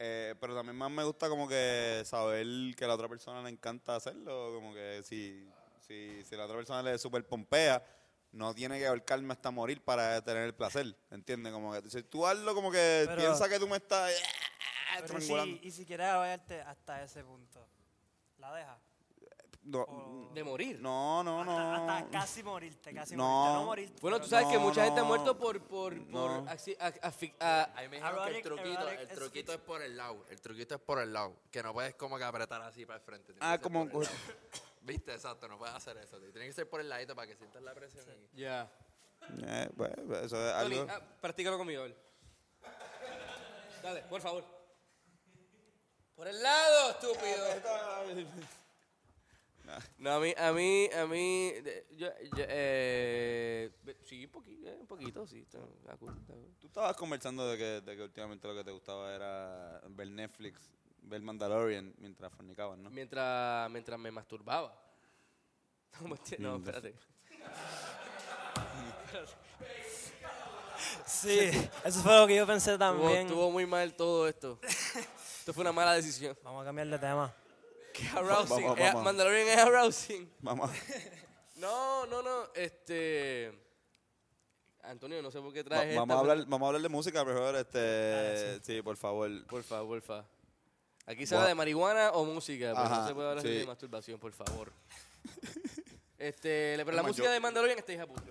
Eh, pero también más me gusta como que saber que a la otra persona le encanta hacerlo, como que si, si, si la otra persona le super pompea, no tiene que ahorcarme hasta morir para tener el placer, ¿entiendes? Como que si tú hazlo como que Pero- piensa que tú me estás... eh, Ah, Pero estrangulando. si, y si quieres vayarte hasta ese punto, ¿la dejas? No, O- De morir. Mm. no, no, Hasta, no. hasta casi morirte, casi No. morirte. No morirte. Bueno, pero- tú sabes que No, mucha gente ha no. muerto por, por, por No. axi- a- afi- a- Ahí me dijeron que Erotic- el truquito, erotic el es truquito es por el lado. El truquito es por el lado. Que no puedes como que apretar así para el frente. tiene Ah, que ser como- por el lado. Viste, exacto, no puedes hacer eso. tío. Tiene que ser por el ladito para que sientas la presión. aquí. Ya. Eh, pues, eso es Tony, algo. ah, practícalo conmigo. Abel. Dale, por favor. Por el lado, estúpido. No, a mí, a mí, a mí, de- yo, yo, eh, de- sí, un poquito, un poquito, sí, está, está cool, está cool. Tú estabas conversando de que, de que últimamente lo que te gustaba era ver Netflix, ver Mandalorian mientras fornicabas, ¿no? Mientras, mientras me masturbaba. No, mentira, no, Mm, de- espérate. Sí, eso fue lo que yo pensé Estuvo, también. estuvo muy mal todo esto. Esto fue una mala decisión. Vamos a cambiar de tema. Qué arousing. Vamos, eh, vamos. Mandalorian es arousing. Vamos. No, no, no. Este. Antonio, no Ah, sé por qué va- traes esta, vamos, a pero- hablar, vamos a hablar de música mejor. Este, sí. por favor. Porfa, porfa. Aquí se habla Gua- de marihuana o música, pero no Ajá, se puede hablar sí. de masturbación, por favor. este, la- pero la Toma, música yo- de Mandalorian está hija de puta.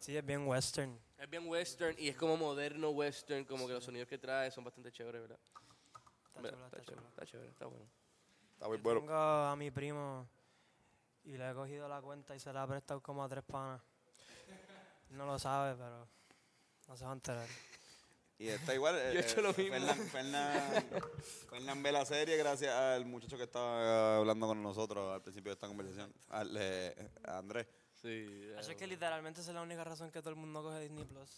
Sí, es bien western. Es bien western y es como moderno western, como que los sonidos que trae son bastante chéveres, ¿verdad? Está Mira, está, chulo, está chévere, chulo. está chévere, está bueno. Está muy bueno. Tengo a mi primo y le he cogido la cuenta y se la ha prestado como a tres panas. Él no lo sabe, pero no se va a enterar. Y está igual. eh, Yo he hecho lo eh, mismo. Fernán, Fernán, Fernán ve la serie gracias al muchacho que estaba hablando con nosotros al principio de esta conversación, al, eh, a Andrés. Sí. Eso eh. es que literalmente esa es la única razón que todo el mundo coge Disney Plus.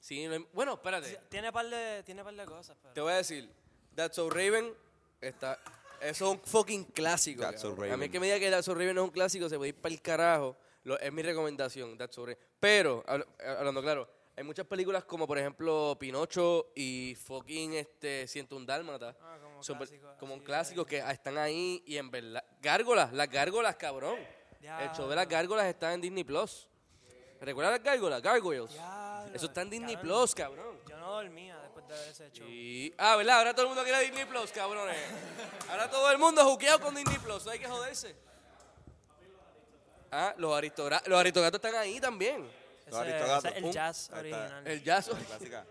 Sí, no hay- bueno, espérate. Tiene par de, tiene par de cosas, pero. Te voy a decir, That's So Raven está. Eso es un fucking clásico. That's So cabrón. A Raven. mí que me diga que That's So Raven no es un clásico, se puede ir para el carajo. Lo- es mi recomendación, That's So Raven. Pero, hablo- eh, hablando claro, hay muchas películas como, por ejemplo, Pinocho y fucking este, 101 Dálmata. Ah, como Son pel- clásico, como un así, eh. clásico que están ahí y en verdad. Gárgolas, las gárgolas, cabrón. El show de las Diablo. gárgolas está en Disney Plus. ¿Recuerdas las gárgolas? Gargoyles. Diablo, Eso está en Disney cabrón. Plus, cabrón. Yo no dormía después de ver ese show. Y- Ah, ¿verdad? Ahora todo el mundo quiere Disney Plus, cabrones. Ahora todo el mundo juqueado con Disney Plus, no hay que joderse. Ah, los, aristogra- los aristogatos están ahí también. Ese- Los Aristogatos. ese es el Pum. Ahí jazz está. original. El jazz. La clásica.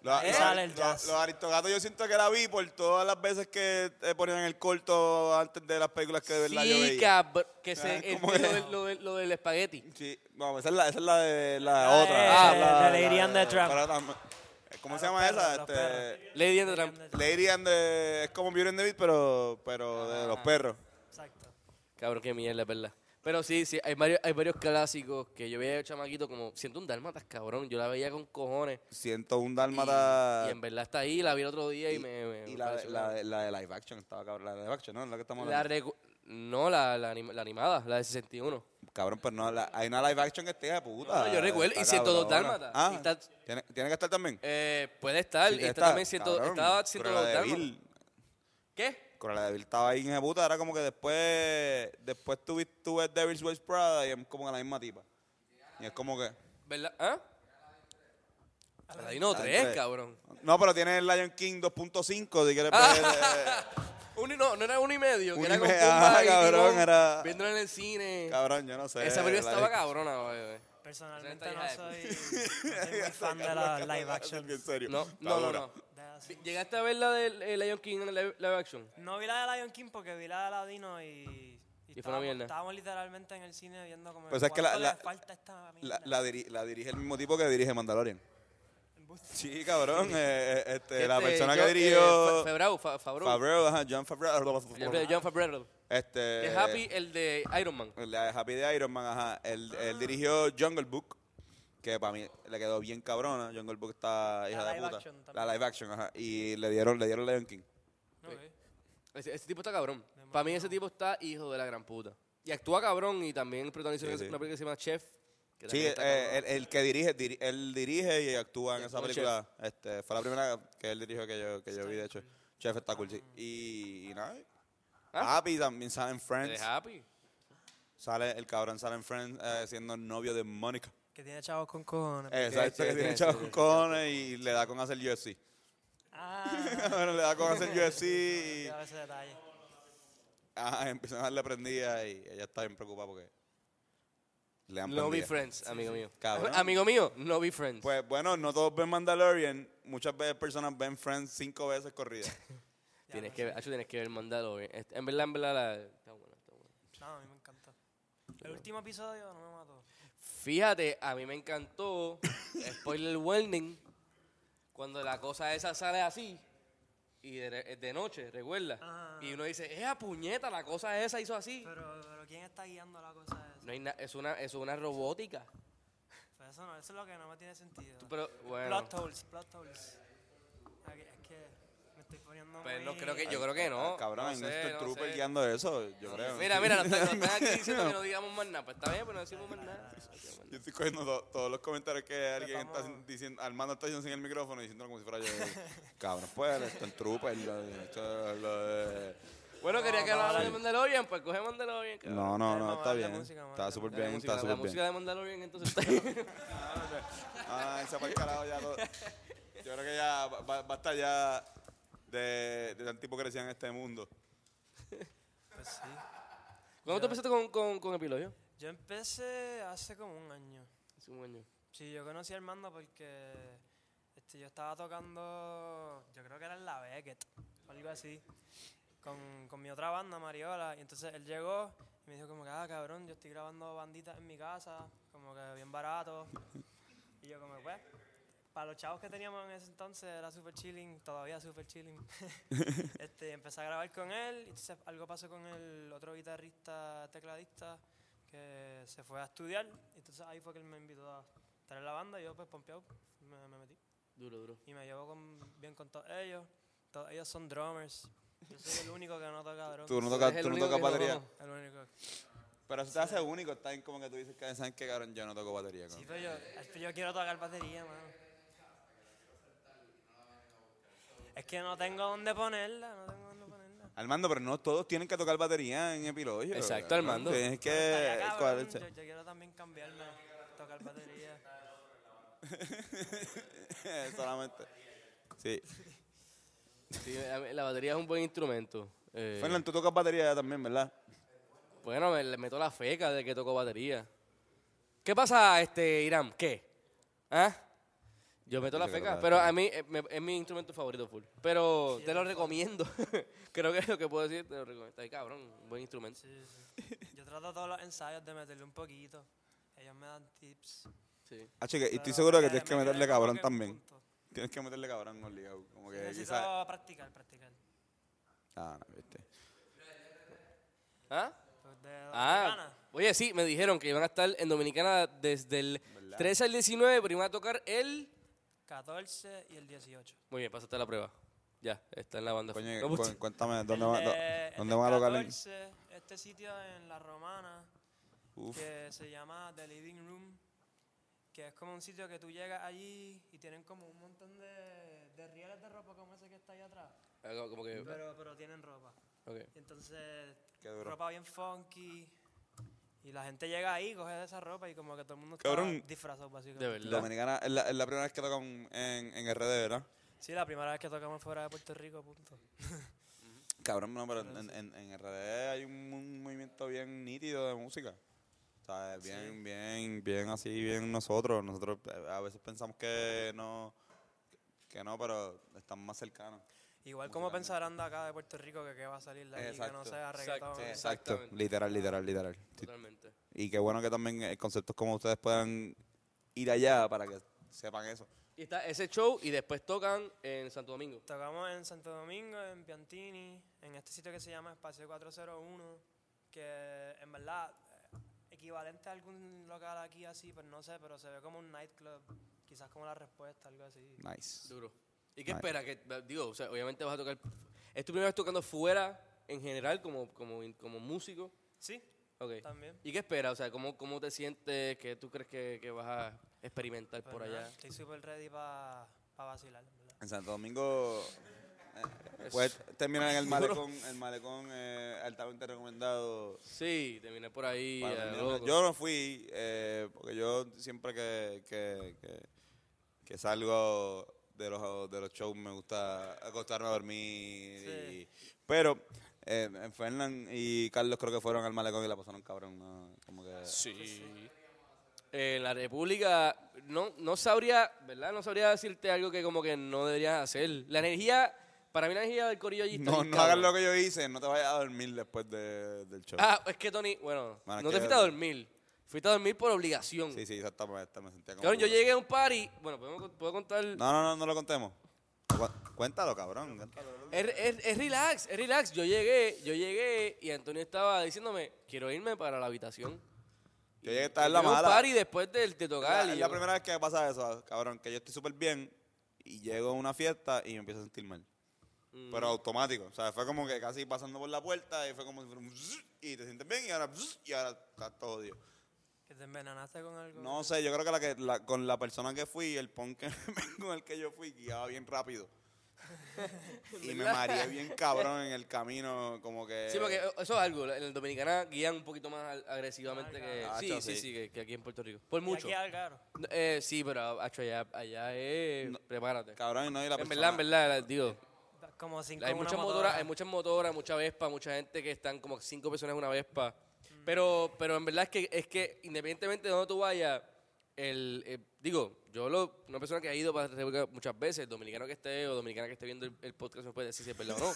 Los, Ahí los- sale el los- jazz. los aristogatos yo siento que la vi por todas las veces que eh, ponían el corto antes de las películas que de verdad yo Sí, veía. cabrón. Que se, Ah, el- ¿cómo lo, es? del, lo del- lo del espagueti. Sí, vamos, esa es la, esa es la de la Ah, otra. eh, esa es de- la, de Lady and the Tramp. para tam- eh, ¿Cómo A se los llama perros, esa? a los Este, Lady and the Tramp. Ah. Lady and the... Es como Beauty and the Beat, pero, pero de los perros. Exacto. Cabrón, qué mierda, es verdad. Pero sí, sí, hay varios, hay varios clásicos que yo veía de chamaquito como, siento un dálmatas, cabrón. Yo la veía con cojones. Siento un dálmata. Y en verdad está ahí, la vi el otro día y, me, me- Y me la, de- pareció la, una- de- la de live action estaba cabrón. La de live action, ¿no? La que estamos La hablando. recu- no, la, la anim- la animada, la de 61. Cabrón, pero no, la- hay una live action que esté de puta. No, no, yo recuerdo, y Está 102 cabrona. dálmatas. Ah, Y está- ¿tiene, tiene que estar también. Eh, puede estar, y está también 100 estaba 102 dálmatas. ¿Qué? Con la de Bill estaba ahí en esa puta. Era como que después. Después tú, vi- tú ves Devil's Wears Prada y es como que la misma tipa. Y es como que. ¿Verdad? ¿Ah? Aladino la de 3, tres. cabrón. No, pero tiene el Lion King 2.5. Si quieres ver. Ah, uno y- no, no era uno y medio, que Uno y era con medio, Pumba ajá, y cabrón, Timón, era- viéndola en el cine. Cabrón, yo no sé, Esa película la estaba vi. cabrona, güey. Personalmente no soy, no soy muy fan de la live action. No, no, no, no. ¿Llegaste a ver la del eh, Lion King en el live, live action? No vi la de Lion King porque vi la de Aladino y... Y, fue una estábamos, mierda. estábamos literalmente en el cine viendo como Pues es que la, ¿cuánto le la, falta esta la, la diri- la dirige el mismo tipo que dirige Mandalorian. Sí, cabrón. eh, eh, este, la Este, persona John- que eh, dirigió. Fa- Favreau, Fa- Favreau. Favreau, ajá, John Favreau. John Favreau. Este, Que Happy, el de Iron Man. El de Happy de Iron Man, ajá. Él, él dirigió Jungle Book, que para mí le quedó bien cabrona. Jungle Book está hija de live puta. action la también. live action, ajá. Y le dieron, le dieron Lion King. eh. Ese, ese tipo está cabrón. Para mí ese tipo está hijo de la gran puta. Y actúa cabrón y también protagoniza Sí, una sí. película que se llama Chef. que Sí, también está eh, cabrón. el, el que dirige, diri- él dirige y actúa en esa como película. Este, fue la primera que él dirigió que yo, que yo vi, de hecho. Chef está cool, sí. Y, y nada. Ah. Happy también sale en Friends. ¿De Happy? Sale, el cabrón sale en Friends eh, siendo el novio de Mónica. Que tiene chavos con Ah, cojones. Exacto, que tiene chavos con cojones y le da con hacer UFC. bueno, le da con hacer UFC y Cuidado Ah. ese detalle. ajá, empiezan a darle prendida y ella está bien preocupada porque le han No vi prendida. Friends, amigo mío. Cabrón. Amigo mío, no vi Friends. Pues bueno, no todos ven Mandalorian. Muchas veces personas ven Friends cinco veces corrida. Tienes que ver, Hacho, tienes que ver Mandalorian. Este, En verdad, en verdad, la- está buena, está buena. No, a mí me encanta. El último episodio no me mató. Fíjate, a mí me encantó, spoiler warning, cuando la cosa esa sale así, y de, re- de noche, recuerda, y uno dice, ¡Esa puñeta, la cosa esa hizo así! Pero, pero ¿quién está guiando la cosa esa? No hay na- es, una, es una robótica. Pues eso, no, eso es lo que no me tiene sentido. pero, bueno. Plot holes, plot holes. Ah, que- Es que me estoy poniendo Pues muy... no creo que- yo creo que no. Cabrón, No hay un sé, Star no Trooper sé. guiando eso, yo creo. Mira, mira, nos están, nos están aquí diciendo que no digamos más nada. Pues está bien, pero no decimos más nada. Ah, Yo estoy cogiendo to- todos los comentarios que alguien está sin- diciendo, Armando está diciendo sin el micrófono y diciéndolo como si fuera yo. Cabrón, pues el Star Trooper, lo de- esto, lo de- Bueno, quería que hablara de Sí. Mandalorian, pues coge Mandalorian. cabrón. No, no, no, Dale, está dale bien. música, mamá, Está dale súper música. bien, está La súper música bien. de Mandalorian entonces pues. está Ah, se fue al carajo ya todo. Yo creo que ya ba- ba- basta ya de, de tan tipo que crecían en este mundo. Pues sí. ¿Cuándo tú empezaste con, con, con Epilodio? Yo empecé hace como un año. Hace un año. Sí, yo conocí a Armando porque este, yo estaba tocando, yo creo que era en la Beckett o algo así, con, con mi otra banda, Mariola. Y entonces él llegó y me dijo como que, ah, cabrón, yo estoy grabando banditas en mi casa, como que bien barato. Y yo como, pues, para los chavos que teníamos en ese entonces era super chilling, todavía super chilling. este, empecé a grabar con él y entonces algo pasó con el otro guitarrista, tecladista, que se fue a estudiar. Y entonces ahí fue que él me invitó a estar en la banda y yo pues pompeado me, me metí. Duro, duro. Y me llevo con- bien con todos ellos. Todos ellos son drummers. Yo soy el único que no toca drums. Tú no tocas- Eres el tú no único tocas Ah. que no batería. toca. El único. Pero eso te hace único, está bien como que tú dices que saben que cabrón yo no toco batería. Sí, cabrón". pero yo, es que yo quiero tocar batería, mano. Es que no tengo dónde ponerla, no tengo dónde ponerla. Armando, pero no todos tienen que tocar batería en epilodio. Exacto, cabrón. Armando. Tienes que. Estaría cabrón, cuadrarse. yo, yo quiero también cambiarme, tocar batería. Solamente. Sí. Sí, a mí- la batería es un buen instrumento. Eh, Fernan, tú tocas batería también, ¿verdad? bueno, me le meto la feca de que toco batería. ¿Qué pasa, este Irán? ¿Qué? ¿Ah? Yo meto la Dice que feca, toca pero batería. a mí eh, me- es mi instrumento favorito, full. Pero te lo recomiendo. Creo que es lo que puedo decir, te lo recomiendo. Está ahí, cabrón, un buen instrumento. Yo trato todos los ensayos de meterle un poquito. Ellos me dan tips. Sí. Ah, chica, y estoy Pero seguro que me- tienes que me quedé meterle como cabrón que en un también. punto. Tienes que meterle cabrón, obligado. Como que Necesito quizás. practicar, practicar. Ah, no, viste. ¿Ah? Pues de Ah, oye, sí, me dijeron que iban a estar en Dominicana desde el 13 al 19, pero iban a tocar el... 14 y el 18. Muy bien, pasaste la prueba. Ya, está en la banda. Coño, No, cu- pues- cuéntame, ¿dónde, va- Eh, dónde este van a tocar? en- 14, Este sitio en La Romana, Uf. que se llama The Living Room, que es como un sitio que tú llegas allí y tienen como un montón de, de rieles de ropa como ese que está allá atrás. Ah, como- como que- Pero, pero tienen ropa. Ok. Y Entonces, Qué duro. ropa bien funky. Y la gente llega ahí, coge esa ropa y como que todo el mundo está Cabrón. disfrazado básicamente. Dominicana es la, es la primera vez que tocan en, en RD, ¿verdad? Sí, la primera vez que tocamos fuera de Puerto Rico, punto. Cabrón, no, pero en, en, en RD hay un, un movimiento bien nítido de música. O sea, es bien, Sí. bien, bien así, bien nosotros. Nosotros eh, a veces pensamos que no, que no, pero están más cercanos. Igual como pensarán de acá de Puerto Rico que qué va a salir de allí, que no sea reggaetón. Exacto, exacto. literal, literal, literal. Sí. Totalmente. Y qué bueno que también eh, conceptos como ustedes puedan ir allá para que sepan eso. Y está ese show y después tocan en Santo Domingo. Tocamos en Santo Domingo, en Piantini, en este sitio que se llama Espacio 401, que en verdad eh, equivalente a algún local aquí así, pues no sé, pero se ve como un nightclub, quizás como la respuesta, algo así. Nice. Duro. ¿Y qué Nice. esperas? Que, digo, o sea, obviamente vas a tocar... ¿Es tu primera vez tocando fuera en general como, como, como músico? Sí, Ok. también. ¿Y qué esperas? O sea, ¿cómo, cómo te sientes? ¿Qué tú crees que, que vas a experimentar Pues por nada, allá? Estoy súper ready para vacilar, en verdad. En Santo Domingo eh, puedes terminar en el Duro. malecón, el malecón eh, altamente recomendado. Sí, terminé por ahí. Para a terminar. loco. yo no fui, eh, porque yo siempre que, que, que- que salgo de los, de los shows me gusta acostarme a dormir. y- pero eh, Fernán y Carlos creo que fueron al malecón y la pasaron cabrón. ¿no? Como que, Sí. Eh, la República, no, no sabría, ¿verdad? No sabría decirte algo que como que no deberías hacer. La energía, para mí la energía del corillo allí está No, bien no hagas cabrón. lo que yo hice, no te vayas a dormir después de- del show. Ah, es que Tony, bueno, Mano, no es te que- fuiste a dormir. Fuiste a dormir por obligación. Sí, sí, exactamente. Me sentía mm. como Cabrón, yo culo. llegué a un party, bueno, ¿podemos- ¿puedo contar? No, no, no, no lo contemos. Cu- Cuéntalo, cabrón. cuéntalo. Es, es- es relax, es relax. Yo llegué, yo llegué y Antonio estaba diciéndome, quiero irme para la habitación. Yo llegué a estar en la Llegué a un mala. party después de, de Es tocar. la, y es la yo- primera vez que me pasa eso, cabrón, que yo estoy súper bien y llego a una fiesta y me empiezo a sentir mal. Mm. Pero automático, o sea, fue como que casi pasando por la puerta y fue como si fuera un zzz, y te sientes bien y ahora zzz, y ahora está todo odio. ¿Que te envenenaste con algo? No sé, yo creo que, la que la- con la persona que fui, el pon que- con el que yo fui, guiaba bien rápido. y me ¿Verdad? mareé bien cabrón en el camino, como que... Sí, porque eso es algo. En el Dominicana guían un poquito más al- agresivamente que, Ah, sí, chao, sí, sí. sí, que, que aquí en Puerto Rico. Por Y mucho. aquí ah, al Garo. No, eh, sí, pero acho, allá, allá es. prepárate. Cabrón, no, y la En persona- verdad, en verdad, la- digo. Como cinco Hay en una muchas motoras, motora. hay muchas motoras, mucha vespa, mucha gente que están como cinco personas en una vespa. Pero, pero en verdad es que, es que independientemente de dónde tú vayas, el, eh, digo, yo lo, una persona que ha ido para la República muchas veces, dominicano que esté o dominicana que esté viendo el, el podcast, me puede decir si es verdad o no.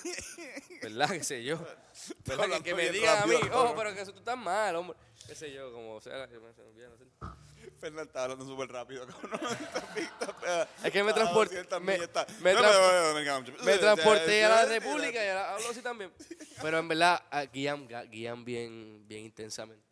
¿Verdad? ¿Qué sé yo? ¿Verdad? Que, hablando que me bien digan a mí, rápido, oh, cabrón". pero que eso tú estás mal, hombre. ¿Qué sé yo? Como, o sea, que me- se me olvida, no sé. Fernan está hablando súper rápido, cabrón. Está- está- Es que me está a transporté. 200 Me, millas, está- me No, trans- pero, bueno, venga, mucho- me transporté a la Sí, sí, sí, República y ahora hablo así también. Pero en verdad, ah, guían, ga- guían bien, bien intensamente.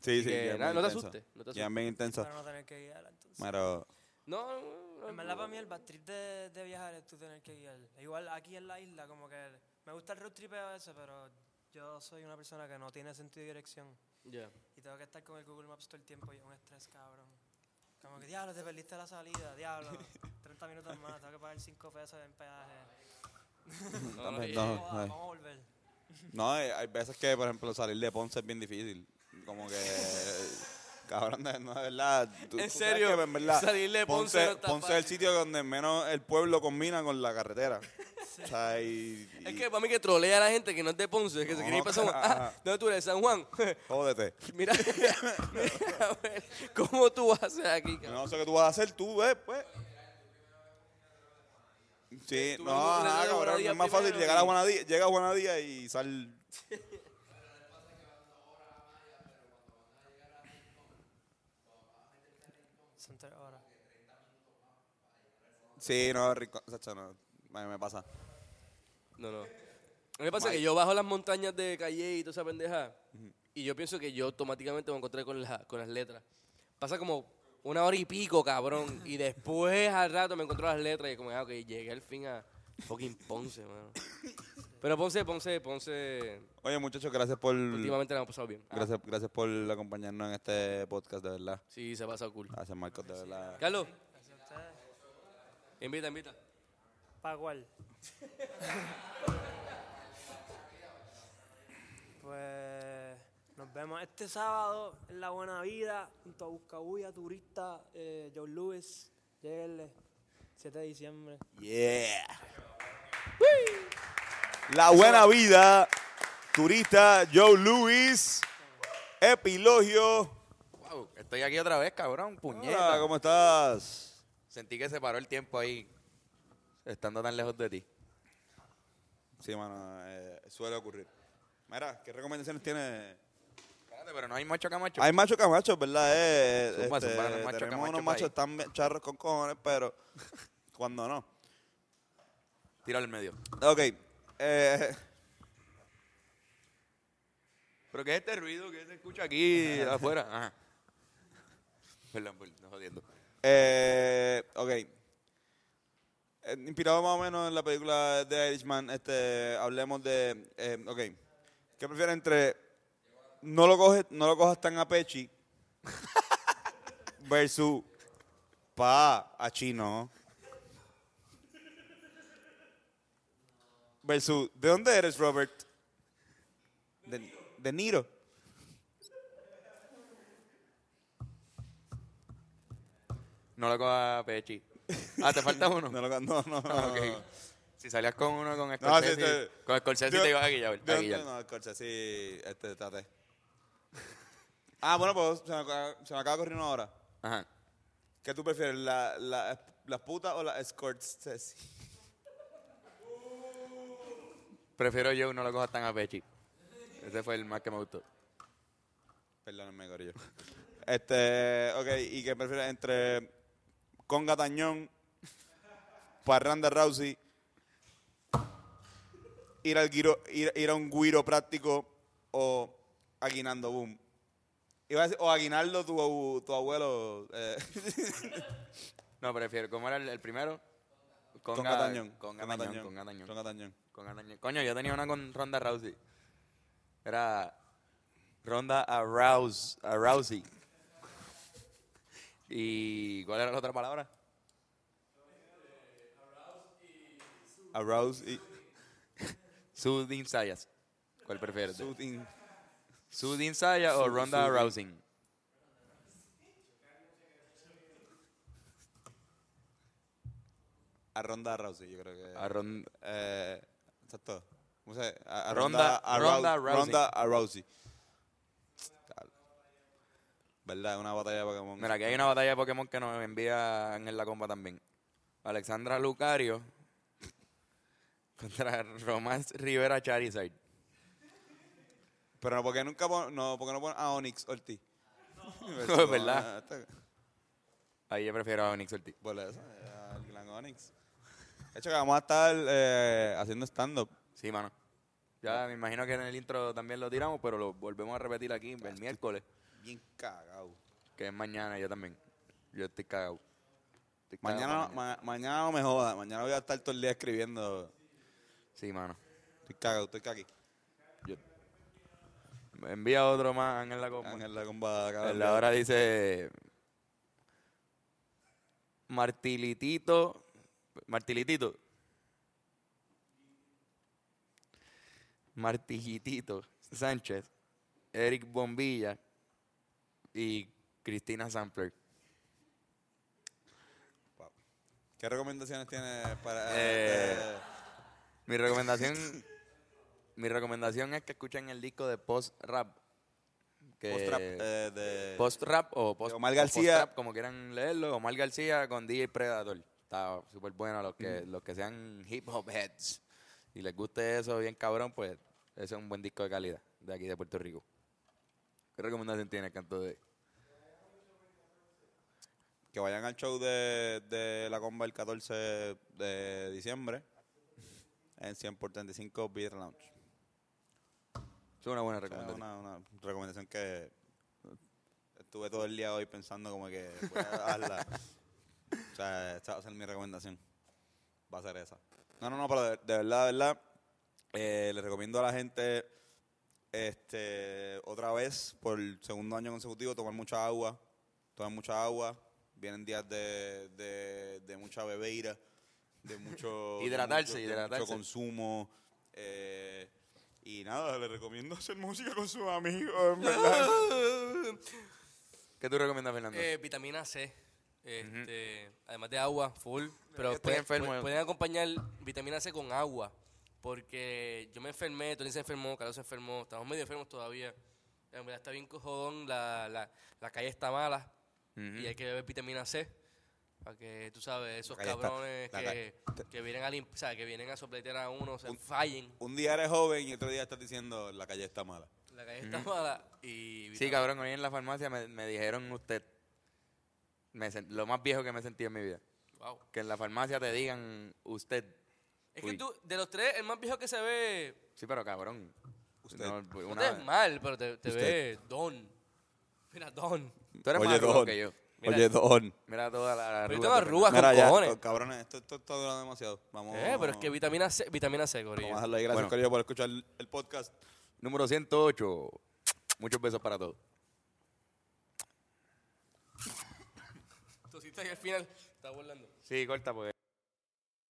Sí, Así sí, que, bien nada, no te intenso. asustes. No te Bien, asustes. bien intenso. Para no tener que guiar, entonces. Pero No, no, no, En verdad, no. para mí el backtrip de, de viajar es tú tener que guiar. Igual aquí en la isla, como que me gusta el road trip a veces, pero yo soy una persona que no tiene sentido de dirección. Ya. Y tengo que estar con el Google Maps todo el tiempo y es un estrés, cabrón. Como que, diablo, te perdiste la salida, diablo. 30 minutos más, tengo que pagar 5 pesos en peaje. No, no, Y no, vamos a- ay. vamos a volver. No, hay, hay veces que, por ejemplo, salir de Ponce es bien difícil. Como que. Cabrón, de- no, de verdad. tú- En tú sabes serio, que, en verdad, salir de Ponce no está Ponce es el fácil. sitio donde menos el pueblo combina con la carretera. O sea, y. y- Es que para mí que trolea a la gente que no es de Ponce, que se No, quiere ir para San Juan. Ah, ajá. ¿Dónde tú eres? ¿San Juan? Jódete. mira, mira, a ver, ¿cómo tú vas a hacer aquí, cabrón? No sé qué tú vas a hacer, tú, ves, pues. Sí, Tú no, vas a un- ajá, a cabrón. Juanadía Es más fácil primero llegar a y- Juanadía, llega a Juanadía y sal. Son 3 horas. Sí, no, rico. Sacho, no. Me, me pasa. No, no. A mí me pasa Mike. que yo bajo las montañas de Calle y toda esa pendeja. y yo pienso que yo automáticamente me encontré con, la- con las letras. Pasa como una hora y pico, cabrón. Y después al rato me encontró las letras y como, ah, ok, llegué al fin a fucking Ponce, mano. Pero Ponce, Ponce, Ponce. Oye, muchachos, gracias por. Últimamente la hemos pasado bien. Ah. Mm. Gracias, gracias por acompañarnos en este podcast, de verdad. Sí, se ha pasado cool. Gracias, Marcos, de verdad. Carlos, Gracias a ustedes. invita, invita. ¿Para cuál? pues nos vemos este sábado en La Buena Vida, junto a Buscabulla, Turista, eh, Joe Lewis. Lléguenle, 7 de diciembre. Yeah. La buena vida. Turista, Joe Luis. Epilogio. Wow, estoy aquí otra vez, cabrón, puñeta. Hola, ¿cómo estás? Sentí que se paró el tiempo ahí, estando tan lejos de ti. Sí, mano, eh, suele ocurrir. Mira, ¿qué recomendaciones tiene? Espérate, pero no hay macho camacho. Hay macho camachos, ¿verdad? Eh, eh, Zumba, este, zumba, no hay macho tenemos camacho unos pa' ahí. machos tan bien charros con cojones, pero cuando no. Tira al medio. Ok. eh, ¿Pero qué es este ruido que se escucha aquí afuera? Ajá. Perdón, perdón, no jodiendo. Eh, ok. Eh, Inspirado más o menos en la película de Irishman, este, hablemos de. eh, ok. ¿Qué prefieres entre. No lo, coges, no lo cojas tan a pechi. versus. Pa, a chino. Versus. ¿De dónde eres, Robert? De, de Niro. No lo coja Pechi. Ah, ¿te falta uno? No, lo- no, no. Ah, ok. Si salías con uno con No, sí, Scorsese, te- con Scorsese Yo- te ibas a guillar. ¿De a dónde? guillar. No, Scorsese, este, traté. Ah, bueno, pues se me, acaba- se me acaba corriendo ahora. Ajá. ¿Qué tú prefieres, la- la- las putas o las Scorsese? Prefiero yo no lo coja tan a Pechi. Ese fue el más que me gustó. Perdónenme, Corillo. Este, ok, ¿y qué prefieres entre Conga Tañón, Parranda Rousey, ir, al guiro, ir, ir a un guiro práctico o Aguinaldo Boom? Iba a decir, o Aguinaldo, tu, abu- tu abuelo. eh. No, prefiero. ¿Cómo era el, el primero? Con Conga- Gatañón. Con Con Gatañón. Gatañón. Con Gatañón. Con Gatañón. Con Gatañón. Coño, yo tenía una con Ronda Rousey. Era Ronda Arouse, Rousey. ¿Y cuál era la otra palabra? Arouse y. Sudin Sayas. ¿Cuál prefieres? Sudin. Sudin Sayas o Su- Ronda Sudin. Rousing. A Ronda Rousey, yo creo que. A Ron- Eh, exacto. ¿Cómo se a, a Ronda- Ronda, Ronda, Ronda Rousey. Ronda a Rousey. ¿Verdad? Una batalla de Pokémon. Mira, aquí hay una batalla de Pokémon que nos envía en la compa también. Alexandra Lucario contra Román Rivera Charizard. Pero no, porque nunca pon, no, porque no ponen a Onyx Ortiz. Pues, Es verdad. esta- Ahí yo prefiero a Onix Ortiz. Por eso, eh, al Glan Onyx. De hecho, que vamos a estar eh, haciendo stand-up. Sí, mano. Ya me imagino que en el intro también lo tiramos, pero lo volvemos a repetir aquí el miércoles, Bien cagado. que es mañana yo también. Yo estoy cagado. Estoy cagado Mañana, pa' ma- mañana no me joda. Mañana voy a estar todo el día escribiendo. Sí, mano. Estoy cagado, estoy cagado. Me envía otro más Ángel la compa. Ángel la comba acaba de Ángel ahora dice Martilitito Martilitito Martillitito Sánchez, Eric Bombilla y Cristina Sampler. ¿Qué recomendaciones tienes para Eh, eh, Mi recomendación, mi recomendación es que escuchen el disco de Post Rap. que- Post-rap, eh, de- Post Rap o Post de Omar o García. Post-rap, como quieran leerlo. Omar García con DJ Predator. Está súper bueno. Los que, Mm. los que sean hip hop heads y les guste eso bien cabrón, pues ese es un buen disco de calidad de aquí de Puerto Rico. ¿Qué recomendación tiene canto de que vayan al show de, de la comba el 14 de diciembre en 100 por 35 Beer Lounge? es una buena O sea, recomendación. Una, una recomendación que estuve todo el día hoy pensando como que voy a darla. o sea, esta va a ser mi recomendación. Va a ser esa. No, no, no, pero de, de verdad, de verdad, eh, le recomiendo a la gente este otra vez por el segundo año consecutivo tomar mucha agua. Tomar mucha agua. Vienen días de, de, de mucha bebeira, de mucho... de Hidratarse, mucho- de hidratarse. Mucho consumo. eh, y nada, le recomiendo hacer música con sus amigos, en verdad. ¿Qué tú recomiendas, Fernando? Eh, vitamina C. Este, Además de agua, full. Pero estoy pueden, enfermo. pu- pueden acompañar vitamina C con agua. Porque yo me enfermé, Tony se enfermó, Carlos se enfermó, estamos medio enfermos todavía. En verdad está bien cojodón, la, la, la calle está mala Ujú. y hay que beber vitamina C. Para que tú sabes, esos calle está- cabrones la que, que vienen a limp- o sea, que vienen a sopletear a uno, se fallen. Un día eres joven y otro día estás diciendo la calle está mala. La calle está Ujú. mala y Sí, cabrón, hoy en la farmacia me, me dijeron usted me sen- lo más viejo que me sentí en mi vida. Wow. Que en la farmacia te digan usted. Es Uy, que tú, de los tres, el más viejo que se ve, Sí, pero cabrón. Usted. No, pues, no una- te ves mal, pero te, te Usted. ve don. Mira, don. Tú eres más arrugado que yo. Mira- Mira toda la Pero yo arruga. tengo tú, arrugas Fernando. con cojones. cabrones, esto, esto está durando demasiado. Vamos, Eh, pero es que vitamina C, vitamina C, Corillo. vamos a dejarlo ahí. Gracias, Bueno. Corillo, por escuchar el el podcast. Número 108. Muchos besos para todos. Tosiste ahí al final. Está volando. Sí, corta pues. porque...